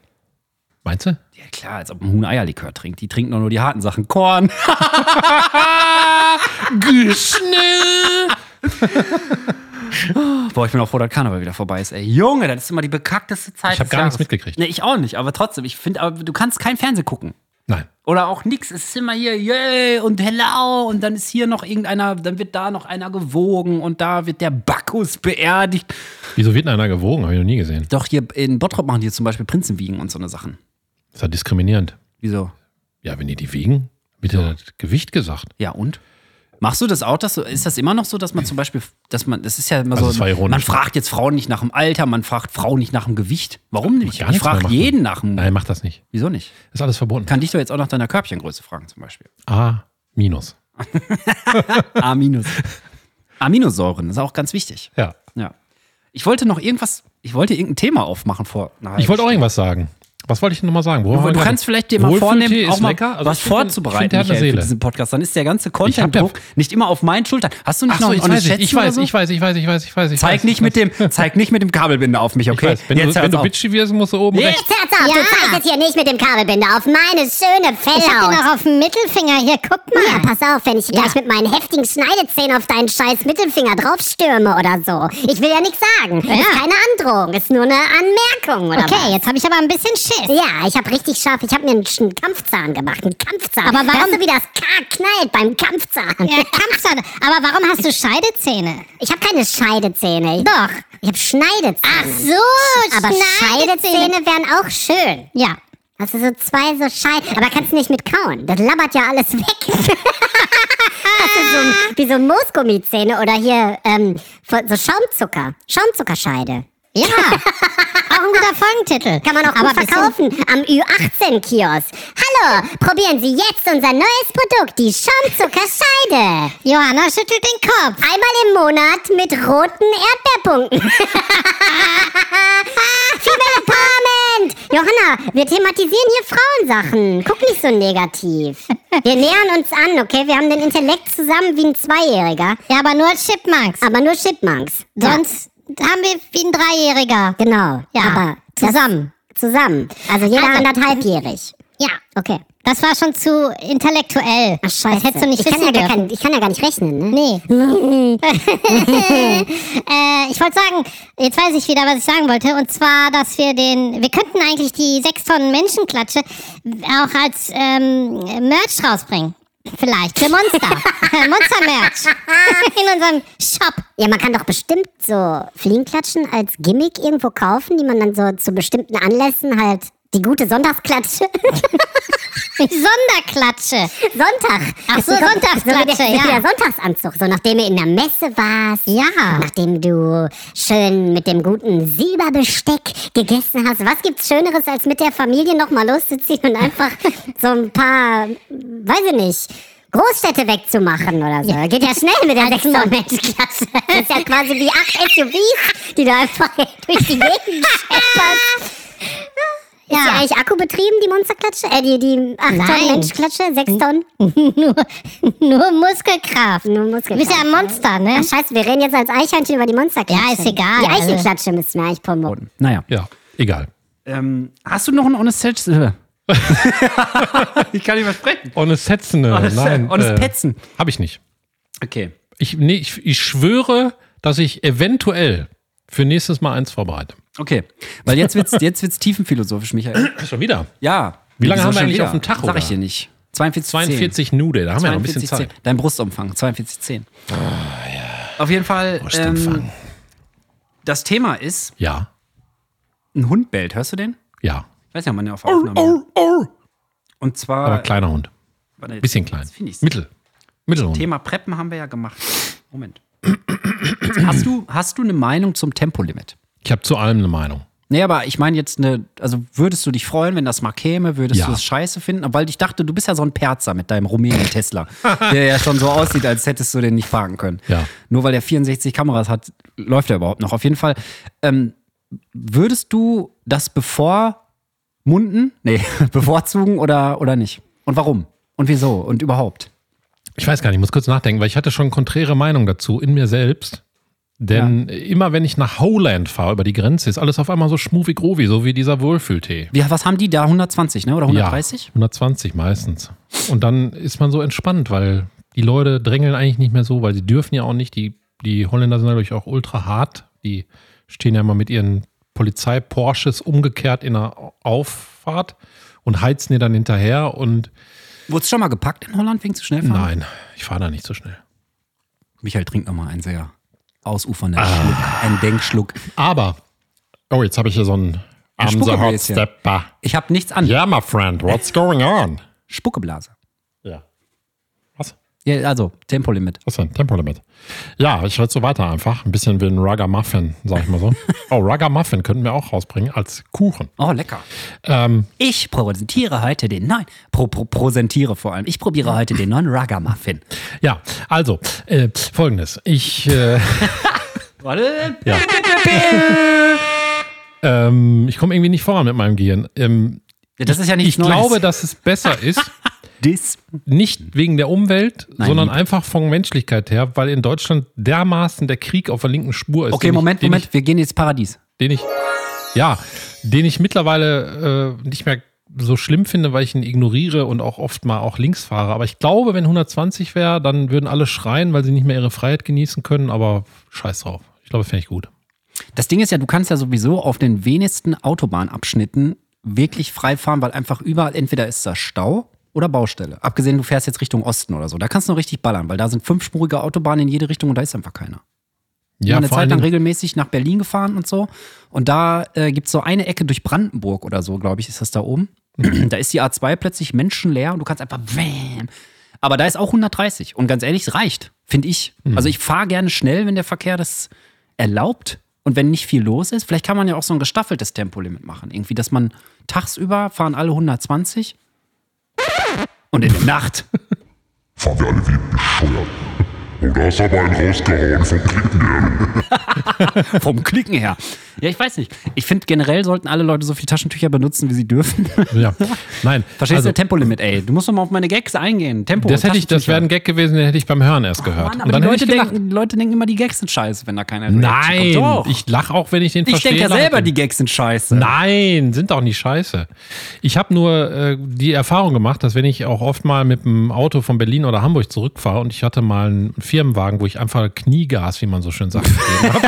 Speaker 3: meinst du?
Speaker 2: Ja, klar, als ob ein Huhn Eierlikör trinkt. Die trinken doch nur die harten Sachen.
Speaker 3: [LAUGHS]
Speaker 2: Korn. Boah, ich bin auch froh, dass Karneval wieder vorbei ist, ey. Junge, das ist immer die bekackteste Zeit.
Speaker 3: Ich hab
Speaker 2: des
Speaker 3: gar
Speaker 2: Jahres.
Speaker 3: nichts mitgekriegt.
Speaker 2: Nee, ich auch nicht, aber trotzdem. Ich finde, aber du kannst kein Fernsehen gucken.
Speaker 3: Nein.
Speaker 2: Oder auch nix. Es ist immer hier, yay, und hello. Und dann ist hier noch irgendeiner, dann wird da noch einer gewogen und da wird der Bacchus beerdigt.
Speaker 3: Wieso wird denn einer gewogen? Habe ich noch nie gesehen.
Speaker 2: Doch hier in Bottrop machen die zum Beispiel Prinzen wiegen und so eine Sachen.
Speaker 3: Ist ja diskriminierend.
Speaker 2: Wieso?
Speaker 3: Ja, wenn die die wiegen, wird ja das Gewicht gesagt.
Speaker 2: Ja, und? Machst du das auch, dass du, ist das immer noch so, dass man zum Beispiel, dass man, das ist ja immer
Speaker 3: Also es
Speaker 2: so,
Speaker 3: war ironisch.
Speaker 2: man fragt jetzt Frauen nicht nach dem Alter, man fragt Frauen nicht nach dem Gewicht. Warum nicht?
Speaker 3: Gar
Speaker 2: Ich
Speaker 3: nichts mehr
Speaker 2: frage
Speaker 3: machen.
Speaker 2: jeden nach dem,
Speaker 3: Nein, mach das nicht.
Speaker 2: wieso nicht?
Speaker 3: Ist alles verboten.
Speaker 2: Kann dich doch jetzt auch nach deiner Körbchengröße fragen zum Beispiel.
Speaker 3: A minus. [LAUGHS]
Speaker 2: A minus. Aminosäuren, das ist auch ganz wichtig.
Speaker 3: Ja.
Speaker 2: Ja. Ich wollte noch irgendwas, ich wollte irgendein Thema aufmachen vor. einer
Speaker 3: Ich wollte auch
Speaker 2: halben
Speaker 3: irgendwas sagen. Was wollte ich denn nochmal sagen? Wo haben
Speaker 2: Du
Speaker 3: wir gerade-
Speaker 2: kannst vielleicht dir mal
Speaker 3: Wohlfühltee
Speaker 2: vornehmen,
Speaker 3: ist
Speaker 2: auch mal
Speaker 3: lecker. Also
Speaker 2: was
Speaker 3: ich find den- ich find,
Speaker 2: vorzubereiten
Speaker 3: der hat eine
Speaker 2: Michael, für
Speaker 3: Seele.
Speaker 2: diesen Podcast. Dann ist der ganze
Speaker 3: hab ja-
Speaker 2: Content-Druck nicht immer auf meinen Schultern. Hast du nicht
Speaker 3: Ach so,
Speaker 2: noch
Speaker 3: ich
Speaker 2: eine
Speaker 3: weiß,
Speaker 2: Schätzchen
Speaker 3: ich weiß,
Speaker 2: oder so?
Speaker 3: ich weiß, ich weiß, ich weiß, ich weiß. ich weiß,
Speaker 2: Zeig
Speaker 3: ich
Speaker 2: nicht, mit
Speaker 3: weiß.
Speaker 2: dem, zeig nicht mit dem Kabelbinder auf mich, okay?
Speaker 3: Ich weiß, wenn
Speaker 2: Jetzt
Speaker 3: du, wenn
Speaker 2: hört's
Speaker 3: du
Speaker 2: auf.
Speaker 3: bitchy wirst, musst du oben rechts.
Speaker 8: Jetzt hört's auf,
Speaker 5: Ja.
Speaker 8: du zeigst jetzt hier nicht mit dem Kabelbinder auf meine schöne
Speaker 5: Ich hab den
Speaker 8: Fellhaut.
Speaker 5: noch auf dem Mittelfinger hier, guck mal.
Speaker 8: Ja, pass auf, wenn ich gleich mit meinen heftigen Schneidezähnen auf deinen scheiß Mittelfinger draufstürme oder so. Ich will ja nichts sagen. Ist keine Androhung, ist nur eine Anmerkung oder
Speaker 5: Okay, jetzt habe ich aber ein bisschen Schiss.
Speaker 8: was. Ja, ich hab richtig scharf, ich hab mir einen, einen Kampfzahn gemacht, einen Kampfzahn.
Speaker 5: Aber warum-
Speaker 8: Hörst du, wie das K knallt beim Kampfzahn?
Speaker 5: Ja, Kampfzahn. Aber warum hast du Scheidezähne?
Speaker 8: Ich hab keine Scheidezähne. Ich-
Speaker 5: Doch.
Speaker 8: Ich hab Schneidezähne.
Speaker 5: Ach so,
Speaker 8: Aber
Speaker 5: Schneidezähne.
Speaker 8: Scheidezähne wären auch schön.
Speaker 5: Ja.
Speaker 8: Hast du so zwei so Scheiden. Aber kannst du nicht mit kauen. Das labbert ja alles weg. [LAUGHS] Hast du so, wie so Moosgummizähne oder hier ähm, von- so Schaumzucker. Schaumzuckerscheide.
Speaker 5: Ja.
Speaker 8: [LAUGHS]
Speaker 5: auch ein guter Folgentitel.
Speaker 8: Kann man auch
Speaker 5: aber
Speaker 8: gut verkaufen am Ü18-Kiosk. Hallo, probieren Sie jetzt unser neues Produkt, die Schaumzuckerscheide.
Speaker 5: Bisschen, Johanna schüttelt den Kopf.
Speaker 8: Einmal im Monat mit roten Erdbeerpunkten. Female Empowerment! Johanna, wir thematisieren hier Frauensachen. Guck nicht so negativ. Wir nähern uns an, okay? Wir haben den Intellekt zusammen wie ein Zweijähriger.
Speaker 5: Ja, aber nur als Chipmunks.
Speaker 8: Aber nur Chipmunks.
Speaker 5: Sonst haben wir wie ein Dreijähriger.
Speaker 8: Genau.
Speaker 5: Ja,
Speaker 8: Aber
Speaker 5: zusammen.
Speaker 8: zusammen. Also jeder
Speaker 5: Also-
Speaker 8: anderthalbjährig.
Speaker 5: Ja.
Speaker 8: Okay.
Speaker 5: Das war schon zu intellektuell.
Speaker 8: Ach, scheiße.
Speaker 5: Das hättest du nicht
Speaker 8: ich
Speaker 5: wissen
Speaker 8: kann ja gar
Speaker 5: dürfen.
Speaker 8: kein, Ich kann ja gar nicht rechnen, ne?
Speaker 5: Nee. [LAUGHS] äh, ich wollte sagen, jetzt weiß ich wieder, was ich sagen wollte. Und zwar, dass wir den, wir könnten eigentlich die 6 Tonnen Menschenklatsche auch als ähm, Merch rausbringen. Vielleicht. Für Monster. Monster-Merch. In unserem Shop.
Speaker 8: Ja, man kann doch bestimmt so Fliegenklatschen als Gimmick irgendwo kaufen, die man dann so zu bestimmten Anlässen halt die gute Sonntagsklatsche.
Speaker 5: Sonderklatsche.
Speaker 8: Sonntag.
Speaker 5: Ach so,
Speaker 8: Die kommt-
Speaker 5: Sonntagsklatsche,
Speaker 8: so wie der,
Speaker 5: ja.
Speaker 8: Wie der Sonntagsanzug, so nachdem du in der Messe warst.
Speaker 5: Ja.
Speaker 8: Nachdem du schön mit dem guten Silberbesteck gegessen hast. Was gibt's Schöneres, als mit der Familie nochmal loszuziehen und einfach
Speaker 5: [LAUGHS]
Speaker 8: so ein paar, weiß ich nicht, Großstädte wegzumachen oder so. Geht ja schnell mit der
Speaker 5: Also,
Speaker 8: 600
Speaker 5: [LAUGHS]
Speaker 8: Menschenklasse. Das ist ja quasi wie acht SUVs, die du einfach [LAUGHS] durch die Gegend schepperst. Ja. Ist die eigentlich Akku betrieben, die Monsterklatsche? Äh, die, die 8 Tonnen
Speaker 5: Nein.
Speaker 8: Menschenklatsche? 6 Tonnen?
Speaker 5: [LAUGHS] nur, nur Muskelkraft.
Speaker 8: Nur
Speaker 5: Du
Speaker 8: Muskeln.
Speaker 5: bist ja ein Monster, ne?
Speaker 8: Ach, scheiße, wir reden jetzt als Eichhörnchen über die Monsterklatsche.
Speaker 5: Ja, ist egal,
Speaker 8: Die
Speaker 5: also-
Speaker 8: Eichenklatsche müssen wir eigentlich promoten.
Speaker 2: Naja.
Speaker 3: Ja, egal.
Speaker 2: Ähm, hast du noch äh, ein Honest Setzen? ich kann nicht mehr sprechen.
Speaker 3: Honest Hetzen, äh,
Speaker 2: Honest-
Speaker 3: nein.
Speaker 2: honest Petzen.
Speaker 3: Hab ich nicht.
Speaker 2: Okay.
Speaker 3: Ich, nee, ich, ich schwöre, dass ich eventuell für nächstes Mal eins vorbereite.
Speaker 2: Okay. Weil jetzt wird's, jetzt wird's tiefenphilosophisch, Michael.
Speaker 3: Schon wieder.
Speaker 2: Ja.
Speaker 3: Wie lange
Speaker 2: Wieso
Speaker 3: haben wir
Speaker 2: schon
Speaker 3: eigentlich
Speaker 2: wieder?
Speaker 3: auf dem Tacho
Speaker 2: Sag ich
Speaker 3: da?
Speaker 2: dir nicht. 42,
Speaker 3: 42 Nude, da haben wir ja noch ein bisschen
Speaker 2: 42,10.
Speaker 3: Zeit. Ah,
Speaker 2: Dein Brustumfang, 42,10. Auf jeden Fall, ähm,
Speaker 3: Brustumfang.
Speaker 2: das Thema ist,
Speaker 3: Ja,
Speaker 2: ein Hund bellt. Hörst du den?
Speaker 3: ja.
Speaker 2: Ich weiß ja, man auf Aufnahme. Und zwar,
Speaker 3: Aber kleiner Hund.
Speaker 2: warte, jetzt-
Speaker 3: Bisschen klein.
Speaker 2: jetzt find ich's.
Speaker 3: Mittel. Mittelhund.
Speaker 2: Thema Preppen haben wir ja gemacht. Moment. Hast du, hast du eine Meinung zum Tempolimit?
Speaker 3: Ich habe zu allem eine Meinung.
Speaker 2: Nee, aber ich meine jetzt eine, also würdest du dich freuen, wenn das mal käme, würdest
Speaker 3: Ja.
Speaker 2: du es scheiße finden? Weil ich dachte, du bist ja so ein Perzer mit deinem
Speaker 3: [LAUGHS]
Speaker 2: Rumänien-Tesla, der ja schon so aussieht, als hättest du den nicht fahren können.
Speaker 3: Ja.
Speaker 2: Nur weil der 64 Kameras hat, läuft er überhaupt noch. Auf jeden Fall, ähm, würdest du das bevormunden, nee, [LAUGHS] bevorzugen oder, oder nicht? Und warum? Und wieso? Und überhaupt?
Speaker 3: Ich weiß gar nicht, ich muss kurz nachdenken, weil ich hatte schon konträre Meinung dazu in mir selbst. Denn immer wenn ich nach Howland fahre, über die Grenze, ist alles auf einmal so schmovig groovy, so wie dieser Wohlfühltee.
Speaker 2: Wie, was haben die da? 120, ne? Oder 130?
Speaker 3: Ja, 120 meistens. Und dann ist man so entspannt, weil die Leute drängeln eigentlich nicht mehr so, weil sie dürfen ja auch nicht. Die, die Holländer sind natürlich auch ultra hart. Die stehen ja immer mit ihren Polizei-Porsches umgekehrt in einer Auffahrt und heizen dir dann hinterher. Und
Speaker 2: Wurde es schon mal gepackt in Holland wegen zu schnell fahren?
Speaker 3: nein, ich fahre da nicht so schnell.
Speaker 2: Michael trinkt nochmal einen sehr ausufernden
Speaker 3: Ah.
Speaker 2: Schluck, einen Denkschluck.
Speaker 3: Aber, oh, jetzt habe ich hier so einen I'm
Speaker 2: Spucke
Speaker 3: the
Speaker 2: mir
Speaker 3: hot
Speaker 2: jetzt hier.
Speaker 3: stepper.
Speaker 2: Ich habe nichts an.
Speaker 3: Yeah, my friend, what's going on?
Speaker 2: Spuckeblase.
Speaker 3: Ja. Was?
Speaker 2: Ja, also Tempolimit.
Speaker 3: Was denn? Tempolimit. Ja, ich rede so weiter einfach. Ein bisschen wie ein Ragamuffin, sag ich mal
Speaker 2: [LAUGHS]
Speaker 3: so. oh, Ragamuffin könnten wir auch rausbringen als Kuchen.
Speaker 2: Oh, lecker.
Speaker 3: Ähm.
Speaker 2: ich präsentiere heute den neuen, pro, pro, präsentiere vor allem, ich probiere heute den neuen Ragamuffin.
Speaker 3: Ja, also, äh, folgendes. Ich, äh,
Speaker 2: Warte.
Speaker 3: Ähm, ich komme irgendwie nicht voran mit meinem Gehirn. Ähm,
Speaker 2: Ja, das ist ja
Speaker 3: ich
Speaker 2: nichts Neues.
Speaker 3: glaube, dass es besser
Speaker 2: [LAUGHS]
Speaker 3: ist,
Speaker 2: das
Speaker 3: nicht wegen der Umwelt,
Speaker 2: Nein,
Speaker 3: sondern
Speaker 2: lieb.
Speaker 3: einfach von Menschlichkeit her, weil in Deutschland dermaßen der Krieg auf der linken Spur ist.
Speaker 2: Okay,
Speaker 3: den
Speaker 2: Moment,
Speaker 3: ich, den
Speaker 2: Moment, wir gehen jetzt Paradies.
Speaker 3: Ich, den ich, ja, den ich mittlerweile äh, nicht mehr so schlimm finde, weil ich ihn ignoriere und auch oft mal auch links fahre. Aber ich glaube, wenn 120 wäre, dann würden alle schreien, weil sie nicht mehr ihre Freiheit genießen können. Aber scheiß drauf. Ich glaube, fände ich gut.
Speaker 2: Das Ding ist ja, du kannst ja sowieso auf den wenigsten Autobahnabschnitten wirklich frei fahren, weil einfach überall entweder ist da Stau oder Baustelle. Abgesehen, du fährst jetzt Richtung Osten oder so. Da kannst du noch richtig ballern, weil da sind fünfspurige Autobahnen in jede Richtung und da ist einfach keiner. Ja, eine
Speaker 3: vor
Speaker 2: Zeit
Speaker 3: allen
Speaker 2: lang
Speaker 3: Dingen-
Speaker 2: regelmäßig nach Berlin gefahren und so. Und da äh, gibt es so eine Ecke durch Brandenburg oder so, glaube ich, ist das da
Speaker 3: [CLEARS THROAT]
Speaker 2: oben. da ist die A2 plötzlich menschenleer und du kannst einfach. Bam. Aber da ist auch 130. Und ganz ehrlich, es reicht, finde ich.
Speaker 3: Mhm.
Speaker 2: Also ich fahre gerne schnell, wenn der Verkehr das erlaubt und wenn nicht viel los ist. Vielleicht kann man ja auch so ein gestaffeltes Tempolimit machen. Irgendwie, dass man tagsüber fahren alle 120 und
Speaker 3: [LAUGHS]
Speaker 2: in der Nacht.
Speaker 7: Fahren wir alle wie bescheuert. Oh, da ist aber ein rausgehauen vom Klicken her.
Speaker 2: Vom Klicken her. Ja, ich weiß nicht. Ich finde, generell sollten alle Leute so viel Taschentücher benutzen, wie sie dürfen.
Speaker 3: Ja. Nein.
Speaker 2: [LAUGHS] Verstehst
Speaker 3: also,
Speaker 2: du? Tempolimit, ey. Du musst doch mal auf meine Gags eingehen. Tempo.
Speaker 3: Das, hätte ich, das
Speaker 2: Taschentücher. Oh
Speaker 3: wäre ein Gag gewesen, den hätte ich beim Hören erst gehört.
Speaker 2: Mann,
Speaker 3: und
Speaker 2: aber
Speaker 3: dann
Speaker 2: die Leute,
Speaker 3: hätte ich gedacht,
Speaker 2: denken, die Leute denken immer, die Gags sind scheiße, wenn da keiner
Speaker 3: nein,
Speaker 2: Reaction kommt. Doch.
Speaker 3: ich lache auch, wenn ich den
Speaker 2: Ich
Speaker 3: verstehe.
Speaker 2: denke ja
Speaker 3: lach
Speaker 2: selber,
Speaker 3: den.
Speaker 2: die Gags sind scheiße.
Speaker 3: Nein, sind auch nicht scheiße. Ich habe nur äh, die Erfahrung gemacht, dass wenn ich auch oft mal mit dem Auto von Berlin oder Hamburg zurückfahre und ich hatte mal einen Firmenwagen, wo ich einfach Kniegas, wie man so schön sagt,
Speaker 2: [LAUGHS]
Speaker 3: gegeben habe.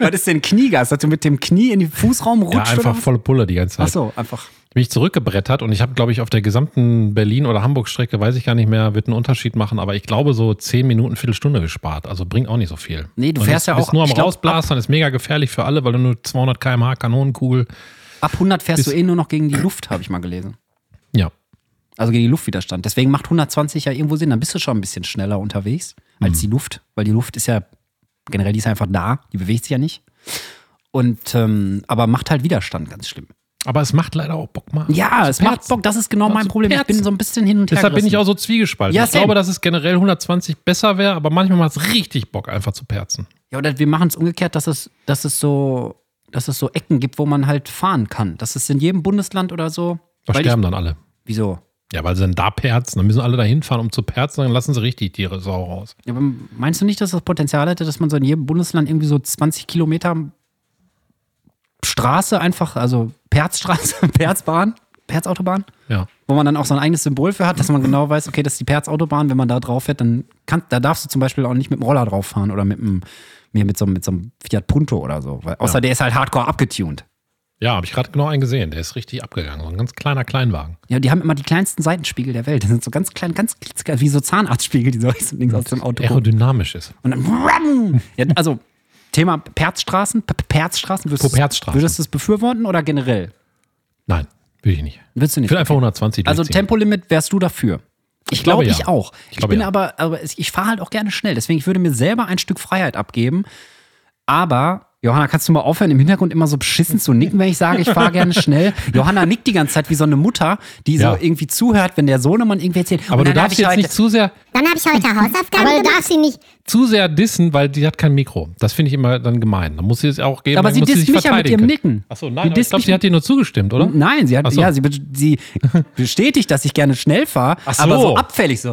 Speaker 2: Was ist denn Kniegas? Dass du mit dem Knie in den Fußraum rutscht?
Speaker 3: ja, einfach
Speaker 2: oder was?
Speaker 3: volle Pulle die ganze Zeit.
Speaker 2: Ach so, einfach.
Speaker 3: mich zurückgebrettert und ich habe, glaube ich, auf der gesamten Berlin- oder Hamburg-Strecke, weiß ich gar nicht mehr, wird einen Unterschied machen, aber ich glaube so 10 Minuten, Viertelstunde gespart. Also bringt auch nicht so viel.
Speaker 2: Nee, du
Speaker 3: und
Speaker 2: fährst
Speaker 3: das
Speaker 2: ja
Speaker 3: Ist
Speaker 2: auch-
Speaker 3: nur am
Speaker 2: ich glaub,
Speaker 3: Rausblasen, ist mega gefährlich für alle, weil du nur 200 km/h Kanonenkugel.
Speaker 2: Ab 100 fährst
Speaker 3: Ist-
Speaker 2: du eh nur noch gegen die Luft, habe ich mal gelesen.
Speaker 3: Ja.
Speaker 2: Also gegen den Luftwiderstand. Deswegen macht 120 ja irgendwo Sinn. Dann bist du schon ein bisschen schneller unterwegs als
Speaker 3: Mhm.
Speaker 2: die Luft, weil die Luft ist ja generell, die ist einfach da, die bewegt sich ja nicht. Und ähm, aber macht halt Widerstand ganz schlimm.
Speaker 3: Aber es macht leider auch Bock mal.
Speaker 2: Ja, es macht Bock, das ist genau
Speaker 3: Macht's
Speaker 2: mein Problem. Ich
Speaker 3: Herzen.
Speaker 2: bin so ein bisschen hin und her.
Speaker 3: Deshalb bin ich
Speaker 2: gerissen.
Speaker 3: auch so zwiegespalten.
Speaker 2: Ja,
Speaker 3: ich
Speaker 2: same.
Speaker 3: glaube, dass es generell 120 besser wäre, aber manchmal macht es richtig Bock, einfach zu perzen.
Speaker 2: Ja, oder wir machen es umgekehrt, dass es, dass es so, dass es so Ecken gibt, wo man halt fahren kann. Das ist in jedem Bundesland oder so.
Speaker 3: Da
Speaker 2: Weil ich,
Speaker 3: sterben dann alle.
Speaker 2: wieso?
Speaker 3: Ja, weil sie dann da perzen. Dann müssen alle da hinfahren, um zu perzen. Dann lassen sie richtig die Tiere sau raus.
Speaker 2: Ja, aber meinst du nicht, dass das Potenzial hätte, dass man so in jedem Bundesland irgendwie so 20 Kilometer Straße einfach, also Perzstraße, [LAUGHS] Perzbahn, Perzautobahn,
Speaker 3: Ja.
Speaker 2: wo man dann auch so ein eigenes Symbol für hat, dass man genau weiß, okay, das ist die Perzautobahn, wenn man da drauf fährt, dann kann, da darfst du zum Beispiel auch nicht mit dem Roller drauf fahren oder mit einem, mir mit so, einem- mit so einem Fiat Punto oder so. Weil, außer der ist halt hardcore abgetuned.
Speaker 3: Ja, habe ich gerade genau einen gesehen. Der ist richtig abgegangen. So ein ganz kleiner Kleinwagen.
Speaker 2: Ja, die haben immer die kleinsten Seitenspiegel der Welt. Das sind so ganz klein, ganz klitzeklein, wie so Zahnarztspiegel, die so [LAUGHS] rechts und links aus dem Auto gucken.
Speaker 3: Aerodynamisch ist.
Speaker 2: Und dann. wram! Ja, also, Thema Perzstraßen, P- P- Perzstraßen, würdest, du-
Speaker 3: Perzstraßen.
Speaker 2: würdest du es befürworten oder generell?
Speaker 3: Nein, will ich nicht.
Speaker 2: Würdest du
Speaker 3: Ich
Speaker 2: nicht?
Speaker 3: will einfach 120
Speaker 2: Also,
Speaker 3: durchziehen.
Speaker 2: Tempolimit wärst du dafür. Ich
Speaker 3: glaube,
Speaker 2: glaube, ich
Speaker 3: ja.
Speaker 2: auch.
Speaker 3: Ich
Speaker 2: Ich,
Speaker 3: glaube,
Speaker 2: bin
Speaker 3: ja.
Speaker 2: aber, aber es- ich fahre halt auch gerne schnell. Deswegen, ich würde mir selber ein Stück Freiheit abgeben. Aber, Johanna, kannst du mal aufhören, im Hintergrund immer so beschissen zu nicken, wenn ich sage, ich fahre gerne
Speaker 3: [LAUGHS]
Speaker 2: schnell? Johanna nickt die ganze Zeit wie so eine Mutter, die
Speaker 3: Ja.
Speaker 2: so irgendwie zuhört, wenn der Sohnemann irgendwie erzählt.
Speaker 3: Aber
Speaker 2: "Und
Speaker 3: du
Speaker 2: dann hab
Speaker 3: darfst
Speaker 2: ich halt,
Speaker 3: jetzt
Speaker 2: heute-
Speaker 3: nicht zu sehr,
Speaker 8: Dann habe ich
Speaker 5: [LAUGHS]
Speaker 8: heute Hausaufgaben
Speaker 5: Aber
Speaker 8: Aber
Speaker 5: du
Speaker 8: gemacht.
Speaker 5: darfst ihn nicht.
Speaker 3: zu sehr dissen, weil die hat kein Mikro. Das finde ich immer dann gemein. Da muss sie es auch geben.
Speaker 2: Aber
Speaker 3: dann
Speaker 2: sie
Speaker 3: muss
Speaker 2: disst
Speaker 3: sich
Speaker 2: mich ja mit ihrem
Speaker 3: verteidigen können.
Speaker 2: Nicken.
Speaker 3: Ach so,
Speaker 2: Die
Speaker 3: nein, aber ich
Speaker 2: disst
Speaker 3: glaube,
Speaker 2: mich
Speaker 3: sie hat dir nur zugestimmt, oder?
Speaker 2: Nein, sie, hat,
Speaker 3: Hm? Ach so.
Speaker 2: ja, sie, be-
Speaker 3: [LAUGHS]
Speaker 2: sie bestätigt, dass ich gerne schnell fahre,
Speaker 3: so.
Speaker 2: aber so abfällig so.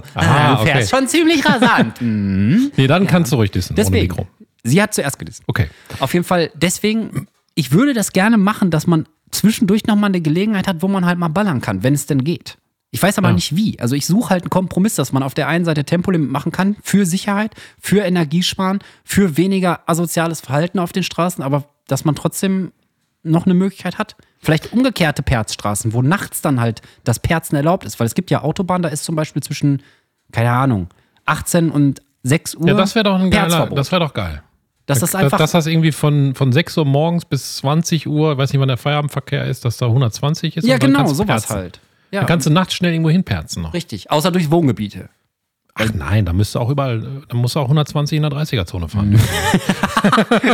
Speaker 2: Ah,
Speaker 3: Ah,
Speaker 2: du fährst
Speaker 3: okay.
Speaker 2: schon ziemlich
Speaker 3: [LAUGHS]
Speaker 2: rasant. Mhm.
Speaker 3: Nee, dann kannst du ruhig dissen ohne
Speaker 2: deswegen.
Speaker 3: Mikro.
Speaker 2: Sie hat zuerst gedisst.
Speaker 3: Okay.
Speaker 2: Auf jeden Fall, deswegen, ich würde das gerne machen, dass man zwischendurch nochmal eine Gelegenheit hat, wo man halt mal ballern kann, wenn es denn geht. Ich weiß aber nicht wie. Also ich suche halt einen Kompromiss, dass man auf der einen Seite Tempolimit machen kann für Sicherheit, für Energiesparen, für weniger asoziales Verhalten auf den Straßen, aber dass man trotzdem noch eine Möglichkeit hat. Vielleicht umgekehrte Perzstraßen, wo nachts dann halt das Perzen erlaubt ist, weil es gibt ja Autobahnen, da ist zum Beispiel zwischen, keine Ahnung, 18 und 6 Uhr.
Speaker 3: Ja, das wäre doch ein geiler,
Speaker 2: Perzverbot.
Speaker 3: das wäre doch geil.
Speaker 2: dass das einfach
Speaker 3: dass das irgendwie von, von 6 Uhr morgens bis 20 Uhr, weiß nicht, wann der Feierabendverkehr ist, dass da 120 ist.
Speaker 2: Ja,
Speaker 3: und dann
Speaker 2: genau,
Speaker 3: kannst du
Speaker 2: sowas
Speaker 3: perzen.
Speaker 2: halt.
Speaker 3: Dann
Speaker 2: Ja,
Speaker 3: kannst du nachts schnell irgendwo hinperzen noch.
Speaker 2: richtig. Außer durch Wohngebiete.
Speaker 3: Ach nein, da müsste auch überall, da musst du auch 120 in der 30er-Zone fahren.
Speaker 2: [LAUGHS]